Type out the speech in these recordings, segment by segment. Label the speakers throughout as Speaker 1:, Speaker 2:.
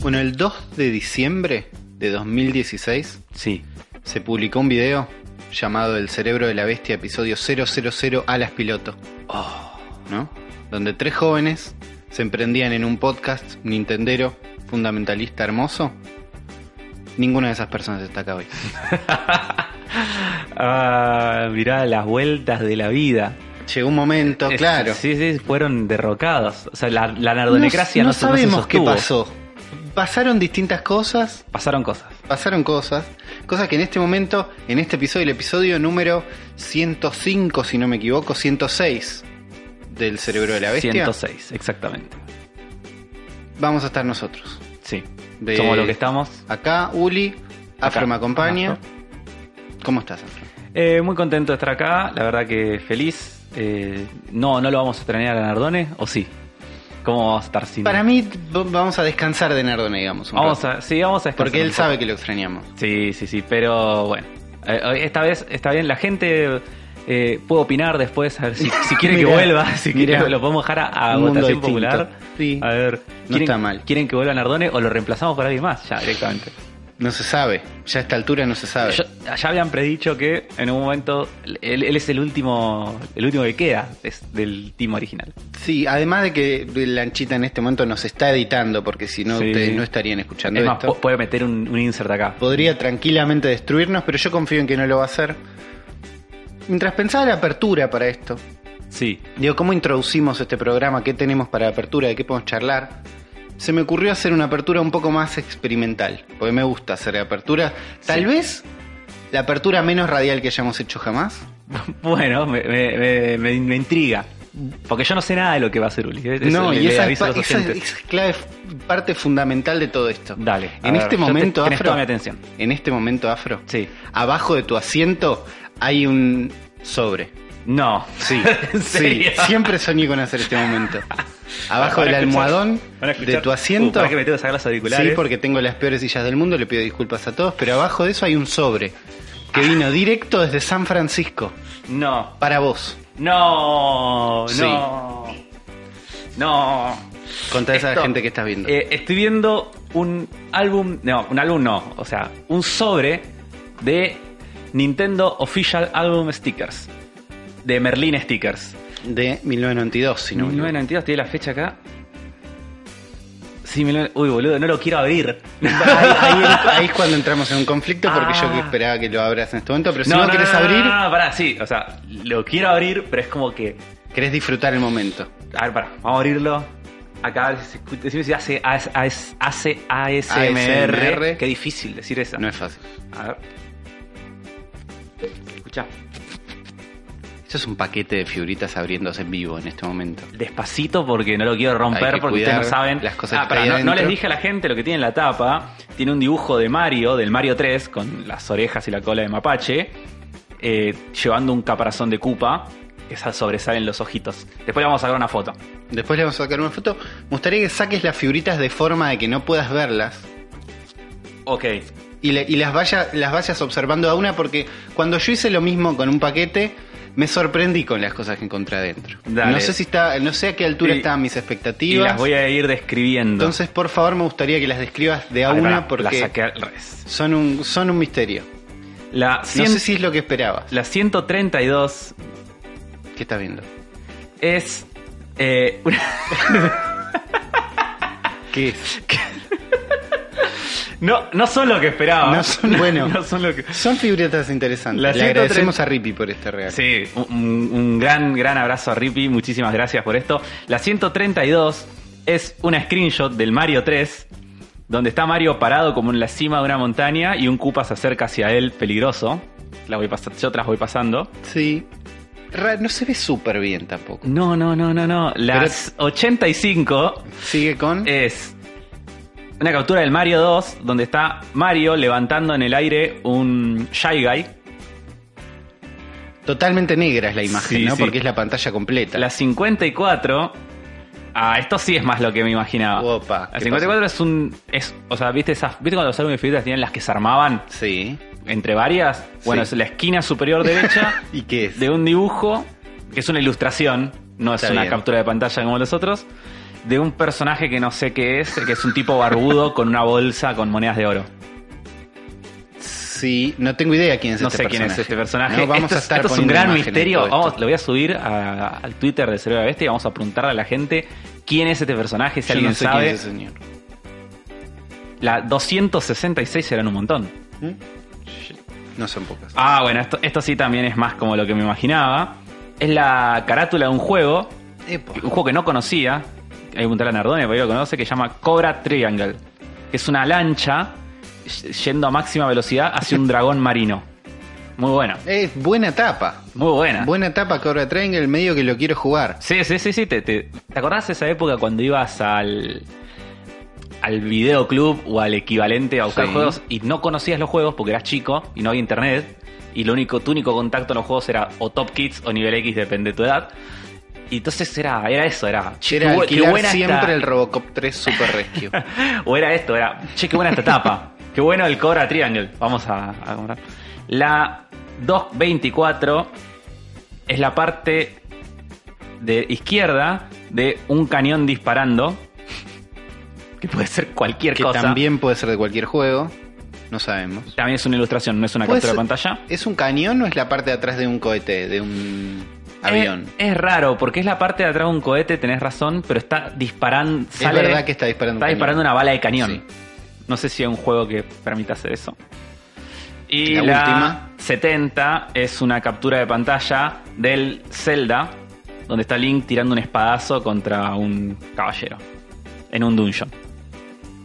Speaker 1: Bueno, el 2 de diciembre de 2016
Speaker 2: Sí.
Speaker 1: se publicó un video llamado El cerebro de la bestia, episodio 000 Alas Piloto,
Speaker 2: Oh,
Speaker 1: ¿no? Donde tres jóvenes se emprendían en un podcast nintendero fundamentalista hermoso. Ninguna de esas personas está acá hoy.
Speaker 2: ah, mirá las vueltas de la vida.
Speaker 1: Llegó un momento,
Speaker 2: Es-
Speaker 1: claro.
Speaker 2: Sí, sí, fueron derrocados. O sea, la, la nardonecracia
Speaker 1: no, no
Speaker 2: no, se- no se
Speaker 1: sabemos qué
Speaker 2: sostuvo.
Speaker 1: pasó. Pasaron distintas cosas,
Speaker 2: Pasaron cosas.
Speaker 1: pasaron cosas, cosas que en este momento, en este episodio, el episodio número 105, si no me equivoco, 106 del cerebro de la bestia,
Speaker 2: 106, exactamente.
Speaker 1: vamos a estar nosotros.
Speaker 2: Sí.
Speaker 1: De-
Speaker 2: Como lo que estamos.
Speaker 1: Acá, Uli, Afro
Speaker 2: Acá,
Speaker 1: me acompaña.
Speaker 2: Afro.
Speaker 1: ¿Cómo estás, Afro?
Speaker 2: Eh, muy contento de estar acá, la verdad que feliz. Eh, no, no lo vamos a extrañar a Nardone, ¿o sí? ¿Cómo vamos a estar sin
Speaker 1: Para mí, v- vamos a descansar de Nardone, digamos. un
Speaker 2: Vamos
Speaker 1: rato,
Speaker 2: a, sí, vamos a descansar
Speaker 1: porque él
Speaker 2: un poco.
Speaker 1: sabe que lo extrañamos.
Speaker 2: Sí, sí, sí, pero bueno. Eh, eh, esta vez está bien, la gente eh, puede opinar después, a ver si, si quiere que
Speaker 1: Mirá,
Speaker 2: vuelva, si quiere,
Speaker 1: mirá.
Speaker 2: lo podemos dejar a, a
Speaker 1: Un mundo
Speaker 2: votación
Speaker 1: distinto.
Speaker 2: popular.
Speaker 1: Sí.
Speaker 2: A ver,
Speaker 1: No
Speaker 2: ¿quieren,
Speaker 1: está mal.
Speaker 2: ¿quieren que vuelva Nardone o lo reemplazamos por alguien más? Ya, directamente.
Speaker 1: No se sabe, ya a esta altura no se sabe.
Speaker 2: Ya, ya habían predicho que en un momento él, él es el último el último que queda es del team original.
Speaker 1: Sí, además de que Lanchita en este momento nos está editando, porque si no
Speaker 2: Sí.
Speaker 1: ustedes no estarían escuchando
Speaker 2: es más,
Speaker 1: esto.
Speaker 2: pu- puede meter un, un insert acá.
Speaker 1: Podría tranquilamente destruirnos, pero yo confío en que no lo va a hacer. Mientras pensaba la apertura para esto,
Speaker 2: Sí.
Speaker 1: digo, ¿cómo introducimos este programa? ¿Qué tenemos para apertura? ¿De qué podemos charlar? Se me ocurrió hacer una apertura un poco más experimental, porque me gusta hacer aperturas. Tal
Speaker 2: Sí.
Speaker 1: vez la apertura menos radial que hayamos hecho jamás.
Speaker 2: Bueno, me, me- me- me- me intriga. Porque yo no sé nada de lo que va a hacer Uli. ¿eh?
Speaker 1: no,
Speaker 2: le-
Speaker 1: y
Speaker 2: le
Speaker 1: esa es,
Speaker 2: aviso a
Speaker 1: pa-
Speaker 2: los
Speaker 1: esa es-
Speaker 2: oyentes.
Speaker 1: esa es clave, parte fundamental de todo esto.
Speaker 2: Dale. a
Speaker 1: En
Speaker 2: ver,
Speaker 1: este
Speaker 2: yo te-
Speaker 1: momento,
Speaker 2: tenés
Speaker 1: Afro,
Speaker 2: toda mi atención.
Speaker 1: en este momento, Afro,
Speaker 2: Sí.
Speaker 1: abajo de tu asiento hay un sobre.
Speaker 2: No.
Speaker 1: Sí,
Speaker 2: ¿En
Speaker 1: sí,
Speaker 2: serio?
Speaker 1: siempre soñé con hacer este momento. Abajo
Speaker 2: Van a
Speaker 1: del
Speaker 2: escuchar-
Speaker 1: almohadón
Speaker 2: van a escuchar-
Speaker 1: de tu
Speaker 2: Uh,
Speaker 1: asiento.
Speaker 2: para que me ¿eh? tengo que sacar los auriculares.
Speaker 1: Sí, porque tengo las peores sillas del mundo, le pido disculpas a todos, pero abajo de eso hay un sobre que vino directo desde San Francisco
Speaker 2: No.
Speaker 1: para vos.
Speaker 2: No.
Speaker 1: Sí.
Speaker 2: No. No.
Speaker 1: Contra esa
Speaker 2: Esto-
Speaker 1: gente que estás viendo.
Speaker 2: Eh, estoy viendo un álbum, no, un álbum no, o sea, un sobre de Nintendo Official Album Stickers, de Merlin Stickers.
Speaker 1: de 1992, si no. me equivoco.
Speaker 2: 1992, tiene la fecha acá. Sí, 19 uy, boludo, no lo quiero abrir.
Speaker 1: Ahí, ahí- ahí es cuando entramos en un conflicto porque yo
Speaker 2: Ah.
Speaker 1: que esperaba que lo abras en este momento, pero si no, querés abrir,
Speaker 2: No, no, pará, sí, o sea, lo quiero abrir, pero es como que.
Speaker 1: querés disfrutar el momento.
Speaker 2: A ver, pará, vamos a abrirlo. Acá a ver si se escucha- decime si hace, AS- AS- hace ASMR.
Speaker 1: ASMR.
Speaker 2: Qué difícil decir eso.
Speaker 1: No es fácil.
Speaker 2: A ver. Escucha.
Speaker 1: Esto es un paquete de figuritas abriéndose en vivo en este momento.
Speaker 2: Despacito porque no lo quiero romper
Speaker 1: Hay que
Speaker 2: porque ustedes no
Speaker 1: cuidar
Speaker 2: saben.
Speaker 1: las cosas
Speaker 2: Ah,
Speaker 1: que
Speaker 2: pará,
Speaker 1: hay
Speaker 2: no- no,
Speaker 1: adentro.
Speaker 2: les dije a la gente lo que tiene en la tapa. Tiene un dibujo de Mario, del Mario 3, con las orejas y la cola de mapache, eh, llevando un caparazón de Koopa. Que sa- sobresalen los ojitos. Después le vamos a sacar una foto.
Speaker 1: Después le vamos a sacar una foto. Me gustaría que saques las figuritas de forma de que no puedas verlas.
Speaker 2: Ok.
Speaker 1: Y, le- y las, vaya- las vayas observando a una porque cuando yo hice lo mismo con un paquete, me sorprendí con las cosas que encontré adentro.
Speaker 2: Dale.
Speaker 1: No sé si está, no sé a qué altura
Speaker 2: Y-
Speaker 1: estaban mis
Speaker 2: Y
Speaker 1: expectativas.
Speaker 2: las voy a ir describiendo.
Speaker 1: Entonces, por favor, me gustaría que las describas de a
Speaker 2: Vale,
Speaker 1: una
Speaker 2: pará,
Speaker 1: porque
Speaker 2: La saqué al revés.
Speaker 1: son un, son un misterio.
Speaker 2: La,
Speaker 1: No
Speaker 2: cien-
Speaker 1: sé si es lo que esperabas.
Speaker 2: la 132
Speaker 1: ¿Qué estás viendo?
Speaker 2: es eh, una-
Speaker 1: ¿Qué es?
Speaker 2: No, no son lo que esperaba.
Speaker 1: No son- bueno.
Speaker 2: no son lo que.
Speaker 1: Son figuritas interesantes.
Speaker 2: La
Speaker 1: Le
Speaker 2: 130
Speaker 1: agradecemos a Rippy por este regalo.
Speaker 2: Sí, un, un gran, gran abrazo a Rippy. Muchísimas gracias por esto. La 132 es una screenshot del Mario 3, donde está Mario parado como en la cima de una montaña y un Koopa se acerca hacia él peligroso. La voy pas- yo te las voy pasando.
Speaker 1: Sí. Ra- no se ve súper bien tampoco.
Speaker 2: No, no, no, no, no. Las 85
Speaker 1: Sigue
Speaker 2: Eh,
Speaker 1: con.
Speaker 2: es una captura del Mario 2, donde está Mario levantando en el aire un Shy Guy.
Speaker 1: Totalmente negra es la imagen,
Speaker 2: Sí,
Speaker 1: ¿no?
Speaker 2: sí.
Speaker 1: Porque es la pantalla completa.
Speaker 2: La 54. Ah, esto sí es más lo que me imaginaba.
Speaker 1: Opa,
Speaker 2: la
Speaker 1: ¿qué
Speaker 2: 54 es un. Es, o sea, ¿viste, esas, ¿viste cuando los álbumes de figuritas tienen las que se armaban
Speaker 1: Sí.
Speaker 2: entre varias? Bueno,
Speaker 1: Sí.
Speaker 2: es la esquina superior derecha
Speaker 1: ¿Y qué es?
Speaker 2: de un dibujo que es una ilustración, no es
Speaker 1: Está
Speaker 2: una
Speaker 1: bien.
Speaker 2: captura de pantalla como los otros. de un personaje que no sé qué es, que es un tipo barbudo con una bolsa con monedas de oro.
Speaker 1: Sí, no tengo idea quién es
Speaker 2: No
Speaker 1: este
Speaker 2: sé quién
Speaker 1: personaje.
Speaker 2: es este personaje.
Speaker 1: No, vamos
Speaker 2: esto,
Speaker 1: a
Speaker 2: es-
Speaker 1: estar
Speaker 2: esto es un
Speaker 1: poniendo
Speaker 2: gran
Speaker 1: imágenes,
Speaker 2: misterio.
Speaker 1: todo esto.
Speaker 2: Vamos, lo voy a subir a- al Twitter de Cerebro de la Bestia y vamos a preguntarle a la gente quién es este personaje, si
Speaker 1: Yo
Speaker 2: alguien
Speaker 1: no sé quién
Speaker 2: sabe.
Speaker 1: es ese señor.
Speaker 2: La 266 eran un montón.
Speaker 1: ¿Mm? No son pocas.
Speaker 2: Ah, bueno, esto, esto sí también es más como lo que me imaginaba. Es la carátula de un juego,
Speaker 1: Epo.
Speaker 2: un juego que no conocía, hay que preguntarle a Nardone, pero lo conoce, que se llama Cobra Triangle. Que es una lancha y- yendo a máxima velocidad hacia un dragón marino. Muy buena,
Speaker 1: Es buena tapa.
Speaker 2: muy buena.
Speaker 1: Buena tapa que ahora traen el medio que lo quiero jugar.
Speaker 2: Sí, sí, sí, sí. ¿Te, te, te acordás de esa época cuando ibas al al videoclub o al equivalente a buscar
Speaker 1: Sí.
Speaker 2: juegos y no conocías los juegos porque eras chico y no había internet y lo único tu único contacto en los juegos era o Top Kids o Nivel X depende de tu edad y entonces era era eso era che,
Speaker 1: Era
Speaker 2: qué bu- qué
Speaker 1: alquilar
Speaker 2: buena esta-
Speaker 1: siempre el Robocop 3 Super Rescue.
Speaker 2: o era esto, era, che, qué buena esta tapa. qué bueno el Cobra Triangle. Vamos a, a comprar. La 224 es la parte de izquierda de un cañón disparando. Que puede ser cualquier
Speaker 1: que
Speaker 2: cosa.
Speaker 1: también puede ser de cualquier juego. No sabemos.
Speaker 2: También es una ilustración, no es una
Speaker 1: Puede
Speaker 2: captura de
Speaker 1: ser-
Speaker 2: pantalla.
Speaker 1: ¿Es un cañón o es la parte de atrás de un cohete, de un
Speaker 2: Eh,
Speaker 1: avión?
Speaker 2: Es, es raro, porque es la parte de atrás de un cohete, tenés razón, pero está disparando.
Speaker 1: Es, verdad que está disparando.
Speaker 2: Está
Speaker 1: un
Speaker 2: disparando
Speaker 1: cañón.
Speaker 2: una bala de cañón.
Speaker 1: Sí.
Speaker 2: No sé si hay un juego que permita hacer eso. Y
Speaker 1: La
Speaker 2: la,
Speaker 1: última.
Speaker 2: 70 es una captura de pantalla del Zelda, donde está Link tirando un espadazo contra un caballero. En un dungeon.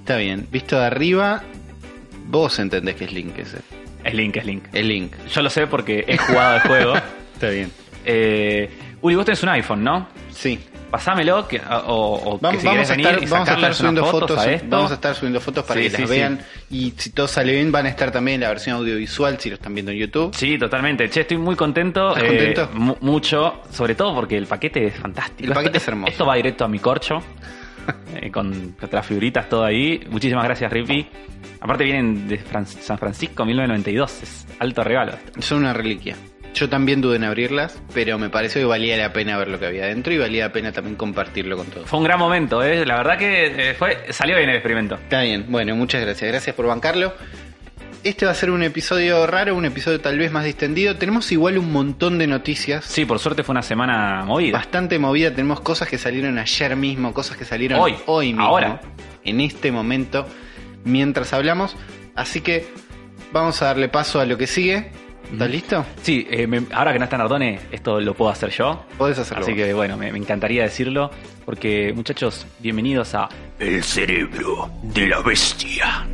Speaker 1: Está bien. Visto de arriba, vos entendés que es Link ese.
Speaker 2: Es Link, es Link.
Speaker 1: Es Link.
Speaker 2: Yo lo sé porque he jugado el juego.
Speaker 1: Está bien.
Speaker 2: Eh, Uri, vos tenés un iPhone, ¿no?
Speaker 1: Sí.
Speaker 2: Pasámelo, que, o, o que
Speaker 1: Vamos,
Speaker 2: si
Speaker 1: vamos
Speaker 2: querés
Speaker 1: a
Speaker 2: venir
Speaker 1: estar,
Speaker 2: y
Speaker 1: vamos a estar
Speaker 2: sacarles
Speaker 1: subiendo
Speaker 2: unas
Speaker 1: fotos,
Speaker 2: fotos a esto.
Speaker 1: vamos a estar subiendo fotos para
Speaker 2: Sí,
Speaker 1: que
Speaker 2: sí,
Speaker 1: las
Speaker 2: sí.
Speaker 1: vean y si todo sale bien van a estar también en la versión audiovisual si lo están viendo en YouTube.
Speaker 2: Sí, totalmente. Che, estoy muy contento. eh,
Speaker 1: ¿Estás contento?
Speaker 2: mu- mucho, sobre todo porque el paquete es fantástico.
Speaker 1: El paquete
Speaker 2: Esto-
Speaker 1: es hermoso.
Speaker 2: Esto va directo a mi corcho, eh, con las figuritas, todo ahí. Muchísimas gracias, Rippy. Aparte vienen de Fran- San Francisco, 1992. Es alto regalo esto.
Speaker 1: Son una reliquia. Yo también dudé en abrirlas, pero me pareció que valía la pena ver lo que había adentro y valía la pena también compartirlo con todos.
Speaker 2: Fue un gran momento, ¿eh? La verdad que eh, fue, salió bien el experimento.
Speaker 1: Está bien, bueno, muchas gracias, gracias por bancarlo. Este va a ser un episodio raro, un episodio tal vez más distendido. Tenemos igual un montón de noticias.
Speaker 2: Sí, por suerte fue una semana movida.
Speaker 1: Bastante movida, tenemos cosas que salieron ayer mismo, cosas que salieron
Speaker 2: Hoy,
Speaker 1: hoy, mismo,
Speaker 2: ahora.
Speaker 1: en este momento, mientras hablamos. Así que vamos a darle paso a lo que sigue. ¿Estás listo?
Speaker 2: Sí, eh, me- ahora que no está Nardone, esto lo puedo hacer yo.
Speaker 1: Podés hacerlo.
Speaker 2: Así
Speaker 1: vos.
Speaker 2: que bueno, me, me encantaría decirlo, porque muchachos, bienvenidos a
Speaker 3: El cerebro de la bestia.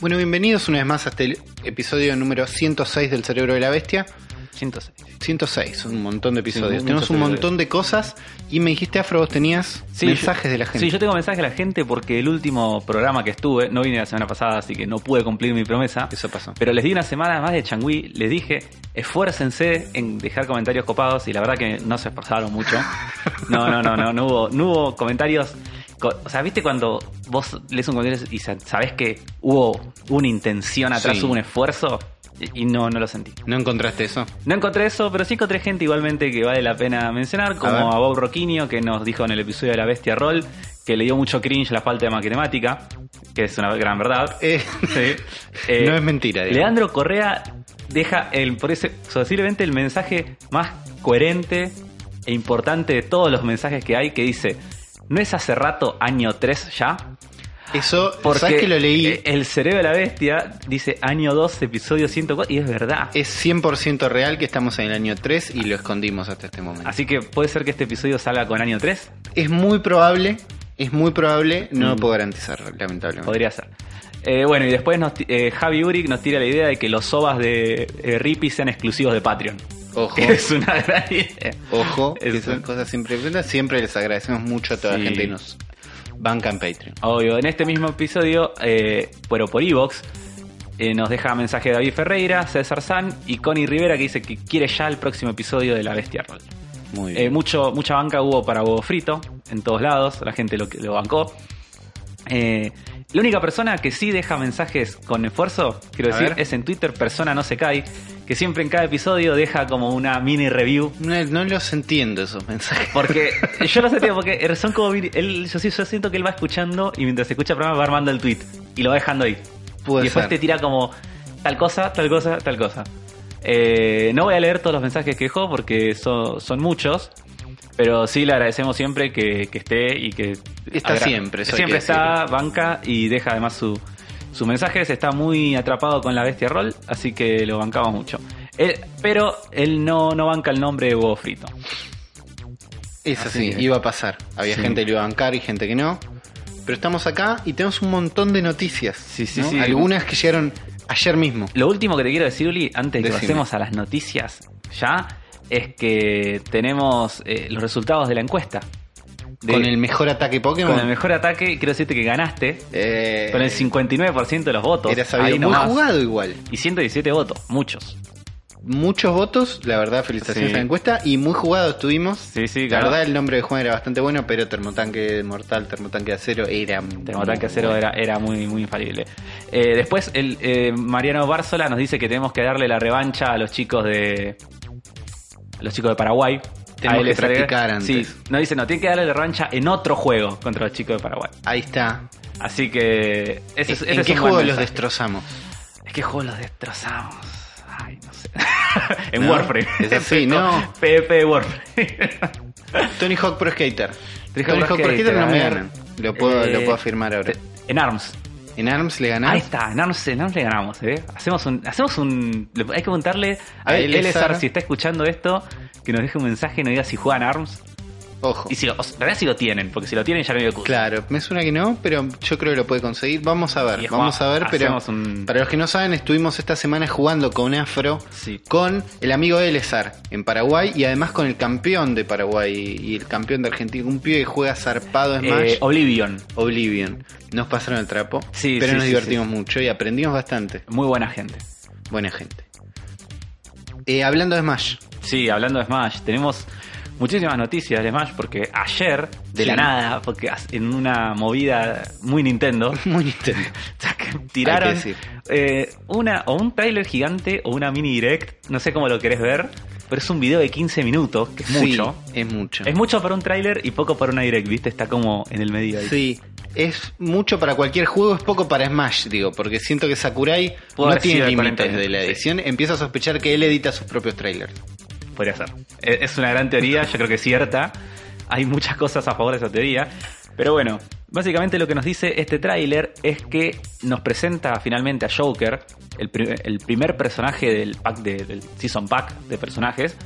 Speaker 1: Bueno, bienvenidos una vez más a este episodio número 106 del Cerebro de la Bestia.
Speaker 2: 106.
Speaker 1: 106, un montón de episodios.
Speaker 2: Sí,
Speaker 1: tenemos
Speaker 2: muchos
Speaker 1: un
Speaker 2: episodios.
Speaker 1: montón de cosas y me dijiste, Afro, vos tenías
Speaker 2: Sí,
Speaker 1: mensajes
Speaker 2: yo-
Speaker 1: de la gente.
Speaker 2: Sí, yo tengo mensajes de la gente porque el último programa que estuve, no vine la semana pasada, así que no pude cumplir mi promesa.
Speaker 1: Eso pasó.
Speaker 2: Pero les di una semana más de changüí, les dije, esfuércense en dejar comentarios copados y la verdad que no se esforzaron mucho. No, no, no, no, no hubo, no hubo comentarios. co- O sea, ¿viste cuando vos lees un comentario y sa- sabés que hubo una intención atrás,
Speaker 1: Sí.
Speaker 2: hubo un esfuerzo? Y y no, no lo sentí.
Speaker 1: ¿No encontraste eso?
Speaker 2: No encontré eso, pero sí encontré gente igualmente que vale la pena mencionar, como
Speaker 1: ver.
Speaker 2: a, Bob Roquinio, que nos dijo en el episodio de La Bestia Roll, que le dio mucho cringe la falta de matemática, que es una gran verdad.
Speaker 1: Eh,
Speaker 2: Sí. Eh,
Speaker 1: no es mentira. digamos.
Speaker 2: Leandro Correa deja el, por ese- posiblemente el mensaje más coherente e importante de todos los mensajes que hay, que dice, ¿no es hace rato año 3 ya?
Speaker 1: Eso,
Speaker 2: Porque
Speaker 1: ¿sabes que lo leí?
Speaker 2: eh, El cerebro de la bestia dice año 2, episodio 104, y es verdad.
Speaker 1: Es 100% real que estamos en el año 3 y lo escondimos hasta este momento.
Speaker 2: Así que puede ser que este episodio salga con año 3.
Speaker 1: Es muy probable, es muy probable, no lo
Speaker 2: Mm.
Speaker 1: puedo garantizar, lamentablemente.
Speaker 2: Podría ser. Eh, bueno, y después nos ti- eh, Javi Uric nos tira la idea de que los sobas de eh, Rippy sean exclusivos de Patreon.
Speaker 1: Ojo,
Speaker 2: Que es una gran idea.
Speaker 1: ojo, que
Speaker 2: Es
Speaker 1: esas
Speaker 2: un-
Speaker 1: cosas siempre presentan. Siempre les agradecemos mucho a toda
Speaker 2: Sí.
Speaker 1: la gente que nos banca en Patreon.
Speaker 2: Obvio, en este mismo episodio, eh, pero por Evox, eh, nos deja mensaje David Ferreira, César San y Connie Rivera que dice que quiere ya el próximo episodio de La Bestia Roll.
Speaker 1: Muy
Speaker 2: Eh,
Speaker 1: bien.
Speaker 2: mucho, mucha banca hubo para huevo frito en todos lados, la gente lo, lo bancó. Eh, la única persona que sí deja mensajes con esfuerzo, quiero
Speaker 1: A
Speaker 2: decir,
Speaker 1: ver.
Speaker 2: es en Twitter, persona no se cae, que siempre en cada episodio deja como una mini review.
Speaker 1: No, no los entiendo esos mensajes.
Speaker 2: Porque yo lo sentía, porque son como. mini- Él, yo, sí- yo siento que él va escuchando y mientras escucha el programa va armando el tweet y lo va dejando ahí.
Speaker 1: Puede
Speaker 2: y después
Speaker 1: ser.
Speaker 2: te tira como tal cosa, tal cosa, tal cosa. Eh, no voy a leer todos los mensajes que dejó porque son, son muchos, pero sí le agradecemos siempre que, que esté y que...
Speaker 1: Está siempre, eso hay que
Speaker 2: Siempre está, banca y deja además su, sus mensajes. Está muy atrapado con la bestia roll, así que lo bancamos mucho. Él- pero él no, no banca el nombre de huevo frito.
Speaker 1: Es
Speaker 2: Así
Speaker 1: así,
Speaker 2: que-
Speaker 1: iba a pasar. Había
Speaker 2: Sí.
Speaker 1: gente que lo iba a bancar y gente que no. Pero estamos acá y tenemos un montón de noticias.
Speaker 2: Sí, sí,
Speaker 1: ¿no?
Speaker 2: sí.
Speaker 1: Algunas que llegaron ayer mismo.
Speaker 2: Lo último que te quiero decir, Uli, antes de que
Speaker 1: Decime.
Speaker 2: pasemos a las noticias ya, es que tenemos eh, los resultados de la encuesta. De-
Speaker 1: Con el mejor ataque Pokémon.
Speaker 2: con el mejor ataque, quiero decirte que ganaste
Speaker 1: Eh,
Speaker 2: con el 59% de los votos.
Speaker 1: Era sabido.
Speaker 2: ahí
Speaker 1: Muy
Speaker 2: nomás.
Speaker 1: jugado igual.
Speaker 2: Y 117 votos, muchos.
Speaker 1: Muchos votos, la verdad, felicitaciones
Speaker 2: Sí.
Speaker 1: a la encuesta. Y muy jugado estuvimos.
Speaker 2: Sí, sí,
Speaker 1: La
Speaker 2: ganó.
Speaker 1: verdad, el nombre de Juan era bastante bueno, pero termotanque mortal, termotanque de acero era.
Speaker 2: Termotanque Acero era, era muy, muy infalible. Eh, después, el, eh, Mariano Bársola nos dice que tenemos que darle la revancha a los chicos de. a los chicos de Paraguay.
Speaker 1: Tenemos
Speaker 2: A él
Speaker 1: que
Speaker 2: les agrega-
Speaker 1: practicar
Speaker 2: Sí,
Speaker 1: antes.
Speaker 2: nos dice, no, tienen que darle la revancha en otro juego contra los chicos de Paraguay.
Speaker 1: Ahí está.
Speaker 2: Así que. Ese, es- ese
Speaker 1: ¿En
Speaker 2: es
Speaker 1: qué
Speaker 2: un buen
Speaker 1: juego los
Speaker 2: mensaje.
Speaker 1: destrozamos?
Speaker 2: Es que juego los destrozamos. Ay, no sé. en
Speaker 1: ¿No?
Speaker 2: Warframe.
Speaker 1: Es así, no.
Speaker 2: PvP de Warframe.
Speaker 1: Tony Hawk Pro Skater. Tony
Speaker 2: Tony Hawk
Speaker 1: Hawk
Speaker 2: Pro
Speaker 1: Pro Skater no me
Speaker 2: Skater, a ver.
Speaker 1: ganan. Lo puedo,
Speaker 2: Eh,
Speaker 1: lo puedo afirmar ahora.
Speaker 2: en ARMS.
Speaker 1: En ARMS le
Speaker 2: Ahí
Speaker 1: ganás.
Speaker 2: está, en ARMS, en ARMS le ganamos, ¿eh? Hacemos un. Hacemos un le- hay que preguntarle a,
Speaker 1: A
Speaker 2: él,
Speaker 1: LSR,
Speaker 2: si está escuchando esto, que nos deje un mensaje y nos diga si juegan ARMS.
Speaker 1: Ojo.
Speaker 2: Y si lo, o sea, en realidad si lo tienen, porque si lo tienen ya no hay excusa.
Speaker 1: Claro, me suena que no, pero yo creo que lo puede conseguir. Vamos a
Speaker 2: Y
Speaker 1: ver,
Speaker 2: jugamos,
Speaker 1: vamos a ver, pero
Speaker 2: hacemos un-
Speaker 1: para los que no saben, estuvimos esta semana jugando con Afro,
Speaker 2: Sí.
Speaker 1: con el amigo Elezar en Paraguay y además con el campeón de Paraguay y el campeón de Argentina, un pibe que juega zarpado Smash.
Speaker 2: Eh, Oblivion.
Speaker 1: Oblivion. Nos pasaron el trapo,
Speaker 2: Sí,
Speaker 1: pero
Speaker 2: sí,
Speaker 1: nos
Speaker 2: sí,
Speaker 1: divertimos mucho y aprendimos bastante.
Speaker 2: Muy buena gente.
Speaker 1: Buena gente. Eh, hablando de Smash,
Speaker 2: Sí, hablando de Smash, tenemos muchísimas noticias de Smash porque ayer, de la
Speaker 1: Sí.
Speaker 2: nada, porque as- en una movida muy Nintendo,
Speaker 1: muy Nintendo.
Speaker 2: tiraron
Speaker 1: decir.
Speaker 2: eh, una o un trailer gigante o una mini direct, no sé cómo lo querés ver, pero es un video de 15 minutos, que es mucho.
Speaker 1: Sí, es mucho.
Speaker 2: Es mucho para un tráiler y poco para una direct, ¿viste? Está como en el medio ahí.
Speaker 1: Sí, es mucho para cualquier juego, es poco para Smash, digo, porque siento que Sakurai
Speaker 2: Pudo
Speaker 1: no
Speaker 2: haber sido
Speaker 1: tiene
Speaker 2: de
Speaker 1: límites
Speaker 2: 40
Speaker 1: de la
Speaker 2: sí.
Speaker 1: edición. Empiezo a sospechar que él edita sus propios trailers.
Speaker 2: Podría ser. E- Es una gran teoría, yo creo que es cierta. Hay muchas cosas a favor de esa teoría. Pero bueno, básicamente lo que nos dice este tráiler es que nos presenta finalmente a Joker, el, pri- el primer personaje del pack de- del Season Pack de personajes,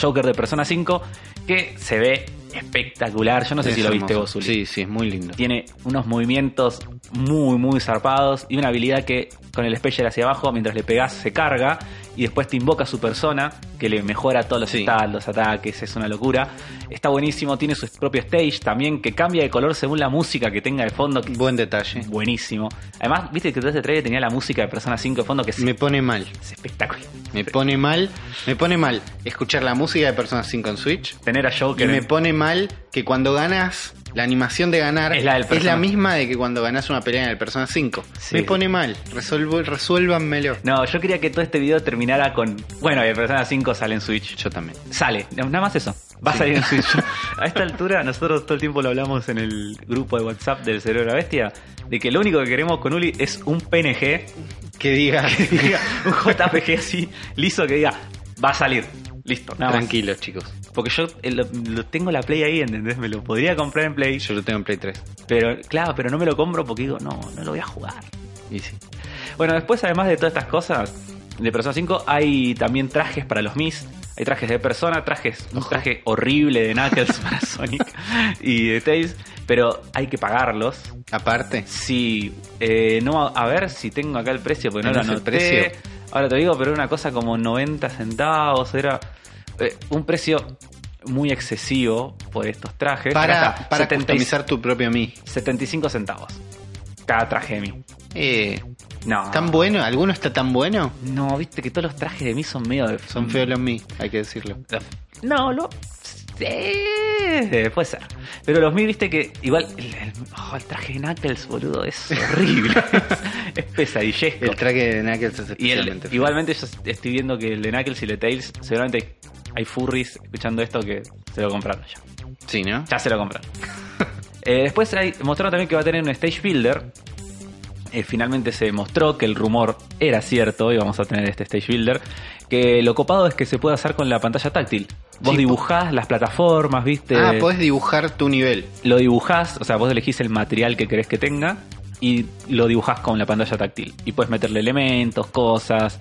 Speaker 2: Joker de Persona 5, que se ve espectacular. Yo no sé
Speaker 1: Es
Speaker 2: si lo viste
Speaker 1: hermoso.
Speaker 2: vos, Uli.
Speaker 1: Sí, sí, es muy lindo.
Speaker 2: Tiene unos movimientos muy, muy zarpados y una habilidad que con el special hacia abajo, mientras le pegás, se carga y después te invoca a su persona que le mejora todos los
Speaker 1: Sí.
Speaker 2: stats, los ataques, es una locura. Está buenísimo, tiene su propio stage también que cambia de color según la música que tenga de fondo, que
Speaker 1: Buen detalle.
Speaker 2: buenísimo. Además, viste que todo este trailer tenía la música de Persona 5 de fondo que es,
Speaker 1: Me pone mal.
Speaker 2: es espectacular.
Speaker 1: Me pone mal. Me pone mal escuchar la música de Persona 5 en Switch.
Speaker 2: Tener a
Speaker 1: Y
Speaker 2: Joker
Speaker 1: me
Speaker 2: en-
Speaker 1: pone mal que cuando ganas, la animación de ganar
Speaker 2: Es la del Persona.
Speaker 1: misma de que cuando ganas una pelea en el Persona 5.
Speaker 2: Sí.
Speaker 1: Me pone mal. Resuelvo, resuélvanmelo.
Speaker 2: No, yo quería que todo este video terminara con... Bueno, el Persona 5 sale en Switch.
Speaker 1: Yo también.
Speaker 2: Sale, na- nada más eso. Va a
Speaker 1: Sí.
Speaker 2: salir en Switch. A esta altura, nosotros todo el tiempo lo hablamos en el grupo de WhatsApp del Cerebro de la Bestia, de que lo único que queremos con Uli es un PNG,
Speaker 1: Que diga.
Speaker 2: que diga, un JPG así, liso, que diga, va a salir. Listo, nada más.
Speaker 1: Tranquilos, chicos.
Speaker 2: Porque yo eh, lo, lo tengo la Play ahí, ¿entendés? Me lo podría comprar en Play.
Speaker 1: Yo lo tengo en Play 3.
Speaker 2: Pero, claro, pero no me lo compro porque digo, no, no lo voy a jugar.
Speaker 1: Y sí.
Speaker 2: Bueno, después, además de todas estas cosas, de Persona 5 hay también trajes para los Mis. Hay trajes de Persona, trajes, un traje horrible de Knuckles para Sonic y de Tails, pero hay que pagarlos.
Speaker 1: Aparte,
Speaker 2: Sí, eh, no, a ver si tengo acá el precio, porque no lo
Speaker 1: ¿Tenés el
Speaker 2: anoté.
Speaker 1: precio?
Speaker 2: Ahora te digo, pero era una cosa como 90 centavos, era eh, un precio muy excesivo por estos trajes. Acá
Speaker 1: para,
Speaker 2: está,
Speaker 1: para
Speaker 2: 70 y-
Speaker 1: customizar tu propio Mi.
Speaker 2: 75 centavos cada traje de mí.
Speaker 1: Eh,
Speaker 2: No.
Speaker 1: ¿Tan bueno? ¿Alguno está tan bueno?
Speaker 2: No, viste que todos los trajes de mí son medio de...
Speaker 1: Son feos los Mi, hay que decirlo.
Speaker 2: No, lo... Sí, puede ser. Pero los mí, viste que igual... El, el- oh, el traje de Knuckles, boludo, es horrible. es, pesadillesco.
Speaker 1: El traje de Knuckles es
Speaker 2: Y el-
Speaker 1: especialmente feo.
Speaker 2: igualmente yo estoy viendo que el de Knuckles y el de Tails, seguramente hay furries escuchando esto que se lo compraron ya.
Speaker 1: Sí, ¿no?
Speaker 2: Ya se lo compraron. Eh, después hay- mostraron también que va a tener un stage builder. Eh, finalmente se demostró que el rumor era cierto y vamos a tener este stage builder. Que lo copado es que se puede hacer con la pantalla táctil. Vos
Speaker 1: Sí,
Speaker 2: dibujás las plataformas, viste.
Speaker 1: Ah, podés dibujar tu nivel.
Speaker 2: Lo dibujás, o sea, vos elegís el material que querés que tenga y lo dibujás con la pantalla táctil. Y puedes meterle elementos, cosas.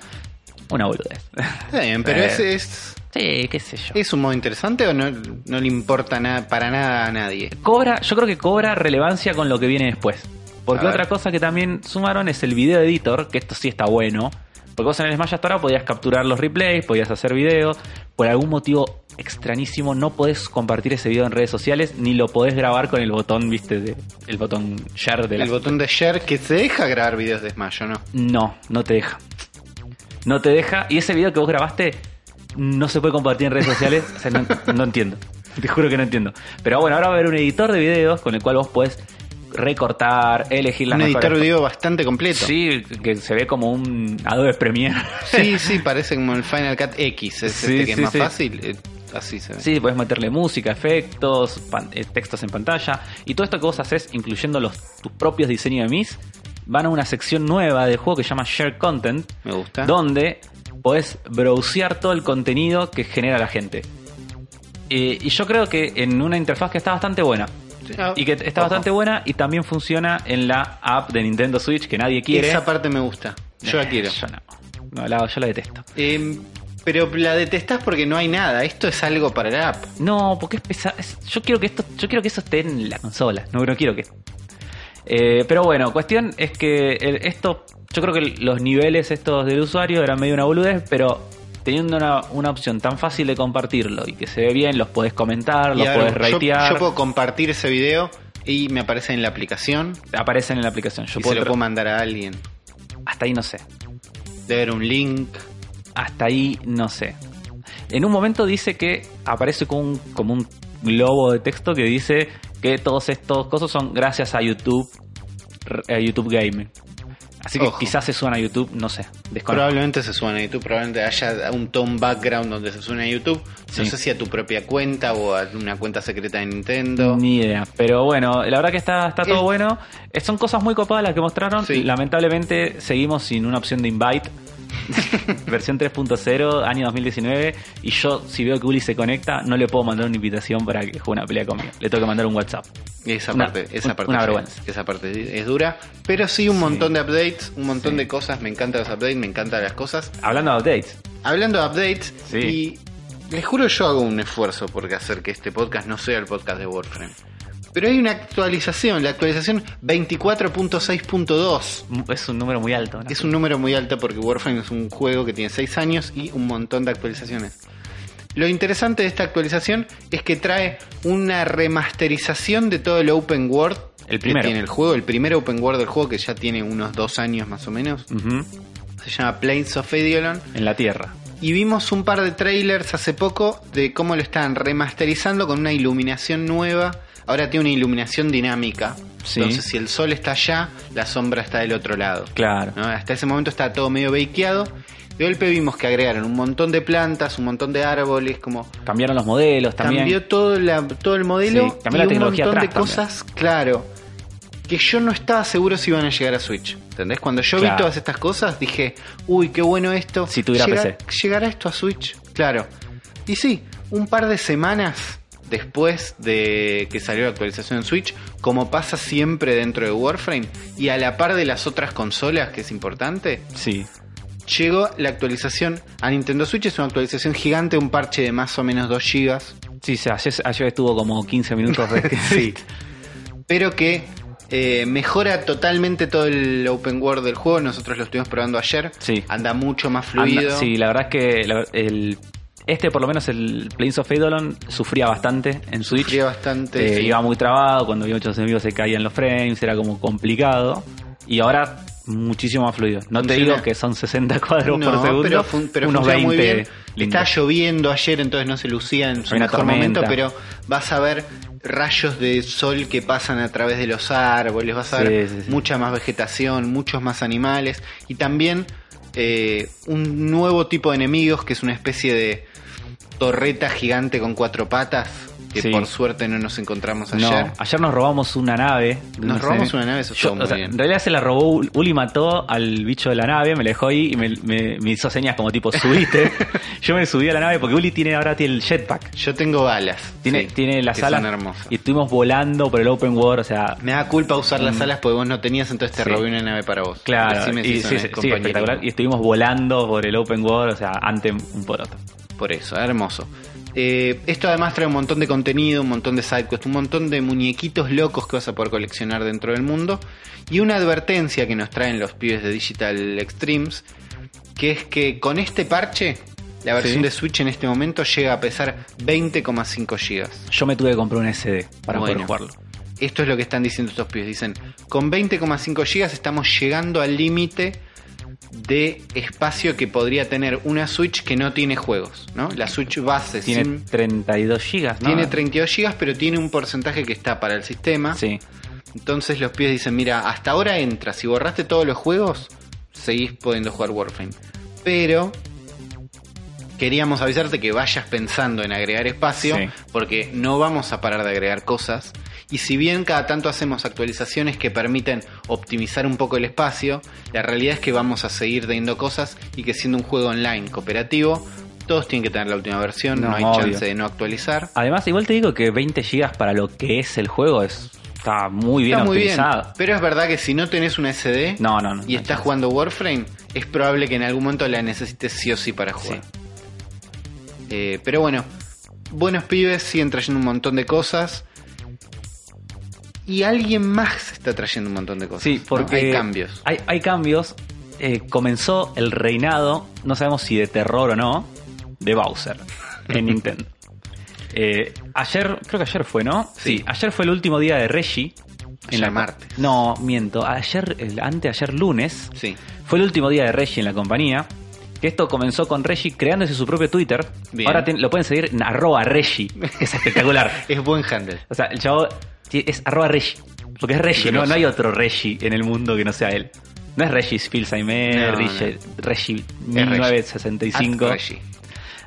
Speaker 2: Una boludez.
Speaker 1: Está bien, pero
Speaker 2: Eh.
Speaker 1: es, es,
Speaker 2: sí, qué sé yo.
Speaker 1: es un modo interesante o no, no le importa nada para nada a nadie.
Speaker 2: cobra, yo creo que cobra relevancia con lo que viene después. Porque
Speaker 1: A ver.
Speaker 2: otra cosa que también sumaron es el video editor, que esto sí está bueno. Porque vos en el Smash hasta ahora podías capturar los replays, podías hacer videos. Por algún motivo extrañísimo no podés compartir ese video en redes sociales ni lo podés grabar con el botón, viste, de- el botón share de la
Speaker 1: El botón de share que se deja grabar videos de Smash, ¿o no?
Speaker 2: No, no te deja. No te deja. Y ese video que vos grabaste no se puede compartir en redes sociales. O sea, no, no entiendo. Te juro que no entiendo. Pero bueno, ahora va a haber un editor de videos con el cual vos podés recortar, elegir las
Speaker 1: Un
Speaker 2: mejores
Speaker 1: editor video bastante completo.
Speaker 2: Sí, que se ve como un Adobe Premiere.
Speaker 1: sí, sí, parece como el Final Cut X. Es
Speaker 2: Sí,
Speaker 1: este que
Speaker 2: sí,
Speaker 1: es más
Speaker 2: sí.
Speaker 1: fácil. eh, así se ve.
Speaker 2: Sí, podés meterle música, efectos, pan- eh, textos en pantalla. Y todo esto que vos haces, incluyendo los, tus propios diseños de mis, van a una sección nueva del juego que se llama Share Content.
Speaker 1: Me gusta.
Speaker 2: donde podés browsear todo el contenido que genera la gente. Eh, y yo creo que en una interfaz que está bastante buena.
Speaker 1: Ah,
Speaker 2: Y que está
Speaker 1: ojo.
Speaker 2: bastante buena y también funciona en la app de Nintendo Switch que nadie quiere.
Speaker 1: Esa parte me gusta. Yo
Speaker 2: Eh,
Speaker 1: la quiero.
Speaker 2: Yo no. No, la, yo la detesto.
Speaker 1: Eh, pero la detestás porque no hay nada. Esto es algo para la app.
Speaker 2: No, porque es pesado. yo quiero que esto, yo quiero que eso esté en la consola. No, no quiero que. Eh, pero bueno, cuestión es que el- esto, yo creo que el- los niveles estos del usuario eran medio una boludez, pero teniendo una, una opción tan fácil de compartirlo y que se ve bien, los podés comentar,
Speaker 1: Y
Speaker 2: los
Speaker 1: ahora,
Speaker 2: podés
Speaker 1: yo,
Speaker 2: ratear,
Speaker 1: yo puedo compartir ese video y me aparece en la aplicación
Speaker 2: aparecen en la aplicación. Yo
Speaker 1: y
Speaker 2: puedo
Speaker 1: se lo
Speaker 2: tra-
Speaker 1: puedo mandar a alguien.
Speaker 2: hasta ahí no sé.
Speaker 1: Debe haber un link.
Speaker 2: Hasta ahí no sé. En un momento dice que aparece con un- como un globo de texto que dice que todos estos cosas son gracias a YouTube, r- a YouTube Game. Así que
Speaker 1: Ojo.
Speaker 2: quizás se suban a YouTube, no sé. Desconozco.
Speaker 1: Probablemente se suban a YouTube, probablemente haya un tone background donde se suena a YouTube. No
Speaker 2: Sí.
Speaker 1: sé si a tu propia cuenta o a una cuenta secreta de Nintendo.
Speaker 2: Ni idea. Pero bueno, la verdad que está, está todo
Speaker 1: Es-
Speaker 2: bueno. Eh, Son cosas muy copadas las que mostraron.
Speaker 1: Sí.
Speaker 2: Lamentablemente seguimos sin una opción de invite. Versión 3.0, año 2019. Y yo, si veo que Uli se conecta, no le puedo mandar una invitación para que juegue una pelea conmigo. Le tengo que mandar un WhatsApp.
Speaker 1: Esa
Speaker 2: Una-
Speaker 1: parte,
Speaker 2: un-
Speaker 1: esa parte
Speaker 2: una
Speaker 1: sí,
Speaker 2: vergüenza.
Speaker 1: Esa parte es dura. Pero sí, un montón de updates, un montón de cosas. Me encantan los updates, me encantan las cosas.
Speaker 2: Hablando de updates.
Speaker 1: Hablando de updates,
Speaker 2: Sí.
Speaker 1: y les juro yo hago un esfuerzo por hacer que este podcast no sea el podcast de Warframe. Pero hay una actualización, la actualización 24.6.2.
Speaker 2: Es un número muy alto. ¿no?
Speaker 1: Es un número muy alto porque Warframe es un juego que tiene 6 años y un montón de actualizaciones. Lo interesante de esta actualización es que trae una remasterización de todo el Open World
Speaker 2: El primero.
Speaker 1: que tiene el juego, el primer Open World del juego que ya tiene unos 2 años más o menos.
Speaker 2: Ujú.
Speaker 1: Se llama Planes of Eidolon
Speaker 2: En la Tierra.
Speaker 1: y vimos un par de trailers hace poco de cómo lo están remasterizando con una iluminación nueva. Ahora tiene una iluminación dinámica.
Speaker 2: Sí.
Speaker 1: Entonces, si el sol está allá, la sombra está del otro lado.
Speaker 2: Claro.
Speaker 1: ¿no? Hasta ese momento está todo medio bakeado. De golpe vimos que agregaron un montón de plantas, un montón de árboles, como
Speaker 2: Cambiaron los modelos también.
Speaker 1: cambió todo, la- todo el modelo
Speaker 2: Sí, cambió la
Speaker 1: y un
Speaker 2: tecnología
Speaker 1: montón de
Speaker 2: atrás también.
Speaker 1: cosas, claro, que yo no estaba seguro si iban a llegar a Switch. ¿Entendés? Cuando yo
Speaker 2: Claro.
Speaker 1: vi todas estas cosas dije, uy, qué bueno esto.
Speaker 2: Si tuviera
Speaker 1: Llega-
Speaker 2: PC.
Speaker 1: ¿Llegará esto a Switch? Claro. Y sí, un par de semanas después de que salió la actualización en Switch, como pasa siempre dentro de Warframe, y a la par de las otras consolas, que es importante,
Speaker 2: Sí.
Speaker 1: llegó la actualización a Nintendo Switch, es una actualización gigante, un parche de más o menos 2 GB,
Speaker 2: Sí, sí, ayer, ayer estuvo como 15 minutos de...
Speaker 1: Sí. pero que eh, mejora totalmente todo el open world del juego, nosotros lo estuvimos probando ayer,
Speaker 2: Sí.
Speaker 1: anda mucho más
Speaker 2: Anda-
Speaker 1: fluido.
Speaker 2: sí, la verdad es que la- el, este, por lo menos el Plains of Eidolon, sufría bastante en Switch.
Speaker 1: Sufría bastante,
Speaker 2: Eh,
Speaker 1: sí.
Speaker 2: Iba muy trabado, cuando había muchos enemigos se caían los frames, era como complicado. Y ahora muchísimo más fluido. No te
Speaker 1: Funciona.
Speaker 2: digo que son 60 cuadros
Speaker 1: No,
Speaker 2: por segundo,
Speaker 1: pero, fun- pero
Speaker 2: unos
Speaker 1: funciona
Speaker 2: 20.
Speaker 1: muy bien.
Speaker 2: lindo.
Speaker 1: Está lloviendo ayer, entonces no se lucía en su
Speaker 2: Hay una
Speaker 1: mejor
Speaker 2: tormenta.
Speaker 1: momento, pero vas a ver rayos de sol que pasan a través de los árboles, vas a
Speaker 2: Sí,
Speaker 1: ver
Speaker 2: sí, sí.
Speaker 1: mucha más vegetación, muchos más animales y también eh, un nuevo tipo de enemigos que es una especie de torreta gigante con cuatro patas que
Speaker 2: Sí.
Speaker 1: por suerte no nos encontramos
Speaker 2: No,
Speaker 1: ayer.
Speaker 2: ayer nos robamos una nave. de
Speaker 1: Nos
Speaker 2: unos
Speaker 1: robamos
Speaker 2: enemigos.
Speaker 1: una nave, eso
Speaker 2: Yo,
Speaker 1: estuvo
Speaker 2: o
Speaker 1: muy
Speaker 2: sea,
Speaker 1: bien.
Speaker 2: En realidad se la robó Ul- Uli, mató al bicho de la nave, me la dejó ahí y me, me- me hizo señas como tipo, subiste. Yo me subí a la nave porque Uli tiene ahora tiene el jetpack.
Speaker 1: Yo tengo balas.
Speaker 2: Tiene,
Speaker 1: sí,
Speaker 2: tiene las
Speaker 1: que son
Speaker 2: alas
Speaker 1: hermosas.
Speaker 2: y estuvimos volando por el open world, o sea,
Speaker 1: Me da culpa usar las alas porque vos no tenías, entonces te
Speaker 2: Sí.
Speaker 1: robé una nave para vos.
Speaker 2: claro,
Speaker 1: Así me
Speaker 2: y,
Speaker 1: hizo
Speaker 2: sí,
Speaker 1: un
Speaker 2: sí, sí,
Speaker 1: compañero.
Speaker 2: espectacular. Y estuvimos volando por el open world, o sea, ante un poroto.
Speaker 1: Por eso, hermoso. Eh, esto además trae un montón de contenido, un montón de sidequests, un montón de muñequitos locos que vas a poder coleccionar dentro del mundo. Y una advertencia que nos traen los pibes de Digital Extremes, que es que con este parche, la versión
Speaker 2: Sí.
Speaker 1: de Switch en este momento llega a pesar 20,5 gigas.
Speaker 2: Yo me tuve que comprar un SD para
Speaker 1: Bueno.
Speaker 2: poder jugarlo.
Speaker 1: Esto es lo que están diciendo estos pibes. Dicen, con 20,5 gigas estamos llegando al límite de espacio que podría tener una Switch que no tiene juegos, ¿no? La Switch base
Speaker 2: Tiene
Speaker 1: sin-
Speaker 2: 32 gigas, ¿no?
Speaker 1: tiene 32 gigas, pero tiene un porcentaje que está para el sistema.
Speaker 2: Sí.
Speaker 1: Entonces los pibes dicen, mira, hasta ahora entras, si borraste todos los juegos, seguís pudiendo jugar Warframe. Pero queríamos avisarte que vayas pensando en agregar espacio,
Speaker 2: Sí.
Speaker 1: porque no vamos a parar de agregar cosas. Y si bien cada tanto hacemos actualizaciones que permiten optimizar un poco el espacio, la realidad es que vamos a seguir teniendo cosas y que siendo un juego online cooperativo, todos tienen que tener la última versión, no,
Speaker 2: No,
Speaker 1: hay
Speaker 2: obvio.
Speaker 1: chance de no actualizar.
Speaker 2: Además, igual te digo que 20 gigas para lo que es el juego es, está muy bien
Speaker 1: Está muy bien,
Speaker 2: optimizado.
Speaker 1: pero es verdad que si no tenés una SD,
Speaker 2: No, no, no.
Speaker 1: y estás jugando Warframe, es probable que en algún momento la necesites sí o sí para jugar. Eh, pero bueno, buenos pibes siguen trayendo un montón de cosas. Y alguien más está trayendo un montón de cosas.
Speaker 2: Sí,
Speaker 1: ¿no?
Speaker 2: porque
Speaker 1: Hay cambios.
Speaker 2: Hay, hay cambios. Eh, comenzó el reinado, no sabemos si de terror o no, de Bowser en Nintendo. Eh, ayer, creo que ayer fue, ¿no?
Speaker 1: Sí.
Speaker 2: ayer fue el último día de Reggie.
Speaker 1: Ayer martes.
Speaker 2: No, miento. Ayer, el, anteayer lunes,
Speaker 1: Sí,
Speaker 2: Fue el último día de Reggie en la compañía. Que esto comenzó con Reggie creándose su propio Twitter.
Speaker 1: Bien.
Speaker 2: Ahora tiene- lo pueden seguir en arroba Reggie. Es espectacular.
Speaker 1: es buen handle.
Speaker 2: o sea, el chavo ti- es arroba Reggie. Porque es Reggie, ¿no?
Speaker 1: Grosso.
Speaker 2: No hay otro Reggie en el mundo que no sea él. No es Reggie Spilsaimer,
Speaker 1: No,
Speaker 2: Reggie, Reggie
Speaker 1: Reggie.
Speaker 2: 1965.
Speaker 1: At Reggie.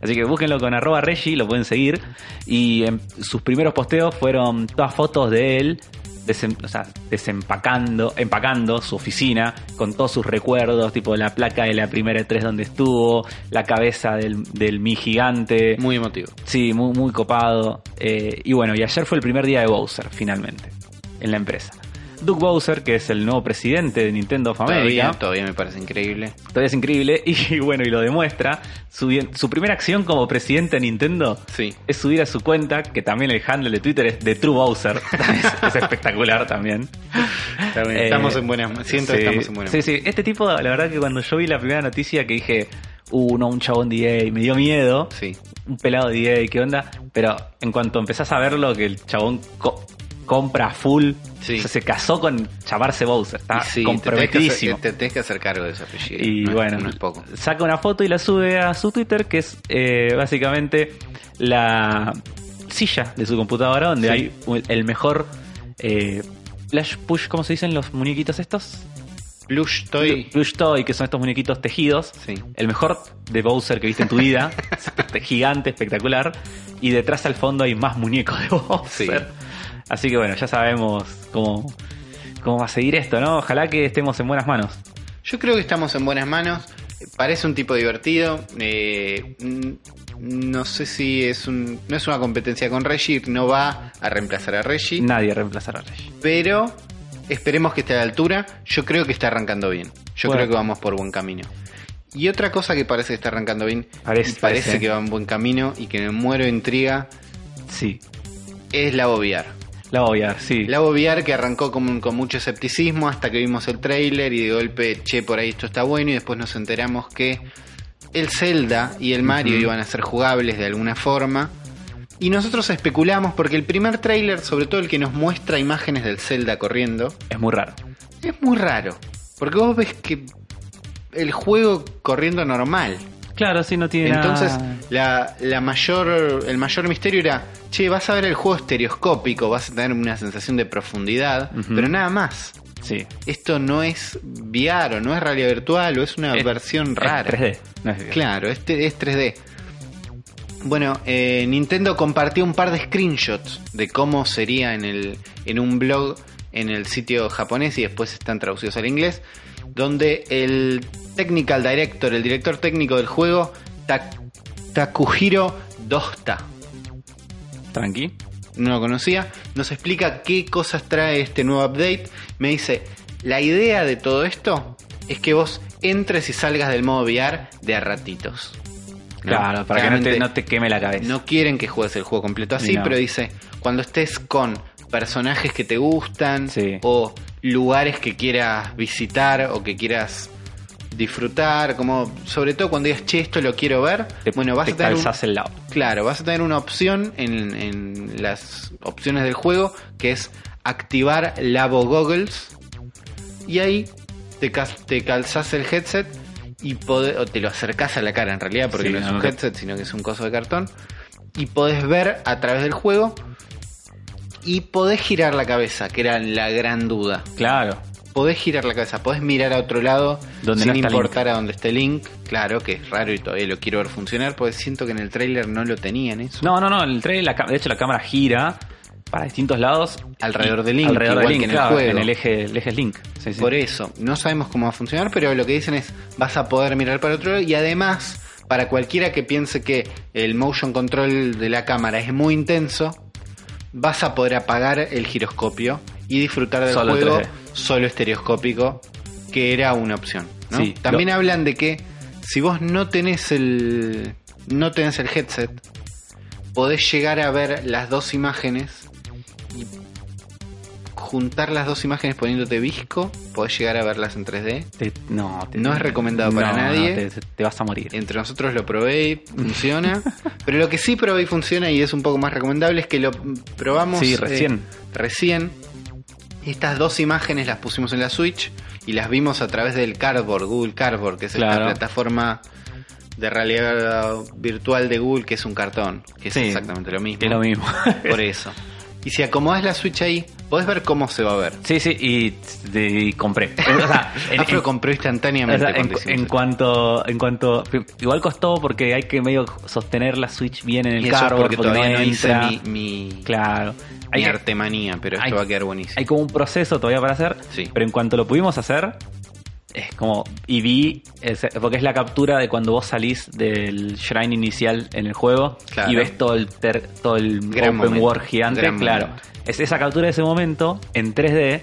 Speaker 2: Así que búsquenlo con arroba Reggie, lo pueden seguir. Y em, sus primeros posteos fueron todas fotos de él desem- o sea, desempacando, empacando su oficina con todos sus recuerdos, tipo la placa de la primera E3 donde estuvo, la cabeza del, del Mi gigante.
Speaker 1: Muy emotivo.
Speaker 2: sí, muy, muy copado. Eh, y bueno, y ayer fue el primer día de Bowser, finalmente, en la empresa. Doug Bowser, que es el nuevo presidente de Nintendo of America
Speaker 1: Todavía, todavía me parece increíble.
Speaker 2: todavía es increíble y bueno, y lo demuestra. Su, su primera acción como presidente de Nintendo
Speaker 1: Sí.
Speaker 2: es subir a su cuenta, que también el handle de Twitter es de True Bowser. es, es espectacular también. Eh,
Speaker 1: estamos en buenas manos. Siento que
Speaker 2: sí,
Speaker 1: estamos en buenas
Speaker 2: Sí, sí, este tipo, la verdad que cuando yo vi la primera noticia que dije, uh, no, un chabón DA, me dio miedo.
Speaker 1: Sí.
Speaker 2: Un pelado DA, ¿qué onda? Pero en cuanto empezás a verlo, que el chabón co- compra full,
Speaker 1: Sí.
Speaker 2: o sea, se casó con llamarse Bowser, está
Speaker 1: Y sí, te tenés que hacer- eh,
Speaker 2: comprometidísimo.
Speaker 1: Te tenés que hacer cargo de ese apellido.
Speaker 2: Y
Speaker 1: no es-
Speaker 2: bueno,
Speaker 1: no es poco.
Speaker 2: saca una foto y la sube a su Twitter, que es eh, básicamente la silla de su computadora, donde
Speaker 1: Sí.
Speaker 2: hay un- el mejor eh, flash push, ¿cómo se dicen los muñequitos estos?
Speaker 1: Plush Toy.
Speaker 2: Plush toy, que son estos muñequitos tejidos.
Speaker 1: Sí.
Speaker 2: El mejor de Bowser que viste en tu vida. Espect- Gigante, espectacular. Y detrás al fondo hay más muñecos de Bowser.
Speaker 1: Sí.
Speaker 2: Así que bueno, ya sabemos cómo, cómo va a seguir esto, ¿no? Ojalá que estemos en buenas manos.
Speaker 1: Yo creo que estamos en buenas manos. Parece un tipo divertido. eh, mm, No sé si es un, no es una competencia con Reggie, no va a reemplazar a Reggie,
Speaker 2: Nadie reemplazará a Reggie.
Speaker 1: pero esperemos que esté a la altura. Yo creo que está arrancando bien. Yo
Speaker 2: Bueno.
Speaker 1: creo que vamos por buen camino. Y otra cosa que parece que está arrancando bien,
Speaker 2: Parece,
Speaker 1: y
Speaker 2: parece.
Speaker 1: que va en buen camino y que me muero de intriga,
Speaker 2: Sí.
Speaker 1: es la Boviar.
Speaker 2: La voy a ver, sí.
Speaker 1: La Boviar que arrancó con, con mucho escepticismo hasta que vimos el tráiler y de golpe, che, por ahí esto está bueno y después nos enteramos que el Zelda y el Mario
Speaker 2: Ujú.
Speaker 1: iban a ser jugables de alguna forma. Y nosotros especulamos porque el primer tráiler, sobre todo el que nos muestra imágenes del Zelda corriendo,
Speaker 2: Es muy raro.
Speaker 1: es muy raro. Porque vos ves que el juego corriendo normal.
Speaker 2: Claro, sí, no tiene
Speaker 1: Entonces,
Speaker 2: nada.
Speaker 1: la, la mayor, el mayor misterio era, che, vas a ver el juego estereoscópico, vas a tener una sensación de profundidad,
Speaker 2: Ujú.
Speaker 1: pero nada más.
Speaker 2: Sí.
Speaker 1: Esto no es VR o no es realidad virtual o es una
Speaker 2: Es-
Speaker 1: versión
Speaker 2: es
Speaker 1: rara.
Speaker 2: 3D. no es-
Speaker 1: Claro, este es 3D. Bueno, eh, Nintendo compartió un par de screenshots de cómo sería en, el, en un blog en el sitio japonés y después están traducidos al inglés, donde el technical director, el director técnico del juego, Ta- Takuhiro Dosta,
Speaker 2: Tranqui.
Speaker 1: no lo conocía, nos explica qué cosas trae este nuevo update. Me dice, la idea de todo esto es que vos entres y salgas del modo VR de a ratitos. ¿No?
Speaker 2: Claro, para que no te,
Speaker 1: Claramente
Speaker 2: no te queme la cabeza.
Speaker 1: no quieren que juegues el juego completo así,
Speaker 2: No.
Speaker 1: pero dice, cuando estés con personajes que te gustan
Speaker 2: Sí.
Speaker 1: o lugares que quieras visitar o que quieras disfrutar, como sobre todo cuando digas, che, esto lo quiero ver,
Speaker 2: te,
Speaker 1: bueno, vas
Speaker 2: te
Speaker 1: a tener un-
Speaker 2: calzás el lado.
Speaker 1: Claro, vas a tener una opción en, en las opciones del juego que es activar Labo Goggles y ahí te, cas- te calzas el headset y pode- o te lo acercás a la cara en realidad porque
Speaker 2: Sí,
Speaker 1: no es
Speaker 2: no,
Speaker 1: un
Speaker 2: no.
Speaker 1: headset sino que es un coso de cartón y podés ver a través del juego y podés girar la cabeza, que era la gran duda.
Speaker 2: Claro.
Speaker 1: Podés girar la cabeza, podés mirar a otro lado
Speaker 2: Donde
Speaker 1: sin
Speaker 2: no está Link.
Speaker 1: importar a dónde esté Link. Claro que es raro y todavía lo quiero ver funcionar, porque siento que en el tráiler no lo tenían eso.
Speaker 2: No, no, no. El trailer, la ca- de hecho, la cámara gira para distintos lados.
Speaker 1: Alrededor
Speaker 2: Y-
Speaker 1: de Link,
Speaker 2: Alrededor
Speaker 1: igual
Speaker 2: de Link,
Speaker 1: que en el
Speaker 2: claro,
Speaker 1: juego.
Speaker 2: En el eje, el eje es Link. Sí, sí.
Speaker 1: Por eso, no sabemos cómo va a funcionar, pero lo que dicen es vas a poder mirar para otro lado y además, para cualquiera que piense que el motion control de la cámara es muy intenso, vas a poder apagar el giroscopio y disfrutar del
Speaker 2: Solo
Speaker 1: juego
Speaker 2: 3D.
Speaker 1: solo estereoscópico, que era una opción. ¿no?
Speaker 2: Sí,
Speaker 1: También
Speaker 2: lo-
Speaker 1: hablan de que si vos no tenés el no tenés el headset, podés llegar a ver las dos imágenes y juntar las dos imágenes poniéndote visco, podés llegar a verlas en 3D.
Speaker 2: Te- no, te-
Speaker 1: No es recomendado para
Speaker 2: no, no,
Speaker 1: nadie.
Speaker 2: te, te vas a morir.
Speaker 1: Entre nosotros lo probé y funciona. pero lo que sí probé y funciona y es un poco más recomendable es que lo probamos
Speaker 2: Sí,
Speaker 1: eh,
Speaker 2: recién.
Speaker 1: recién. Estas dos imágenes las pusimos en la Switch y las vimos a través del Cardboard, Google Cardboard, que es
Speaker 2: Claro.
Speaker 1: esta plataforma de realidad virtual de Google, que es un cartón, que es
Speaker 2: Sí,
Speaker 1: exactamente lo mismo.
Speaker 2: Es lo mismo.
Speaker 1: Por eso. Y si acomodás la Switch ahí, podés ver cómo se va a ver.
Speaker 2: sí, sí, y, te- y compré. O sea, en-
Speaker 1: Afro
Speaker 2: en-
Speaker 1: compró
Speaker 2: O
Speaker 1: instantáneamente.
Speaker 2: sea, en,
Speaker 1: cuando hicimos
Speaker 2: en
Speaker 1: esto.
Speaker 2: cuanto en cuanto igual costó porque hay que medio sostener la Switch bien en
Speaker 1: Y
Speaker 2: el
Speaker 1: eso
Speaker 2: carro
Speaker 1: porque todavía no hice
Speaker 2: entra.
Speaker 1: mi, mi,
Speaker 2: claro
Speaker 1: mi
Speaker 2: hay, que-
Speaker 1: artemanía, pero
Speaker 2: hay-
Speaker 1: esto va a quedar buenísimo.
Speaker 2: hay como un proceso todavía para hacer
Speaker 1: Sí.
Speaker 2: pero en cuanto lo pudimos hacer es como y vi es- porque es la captura de cuando vos salís del shrine inicial en el juego
Speaker 1: Claro.
Speaker 2: y ves todo el ter- todo el
Speaker 1: Gran
Speaker 2: open
Speaker 1: momento,
Speaker 2: world gigante
Speaker 1: gran
Speaker 2: claro
Speaker 1: momento.
Speaker 2: es esa captura de ese momento en 3D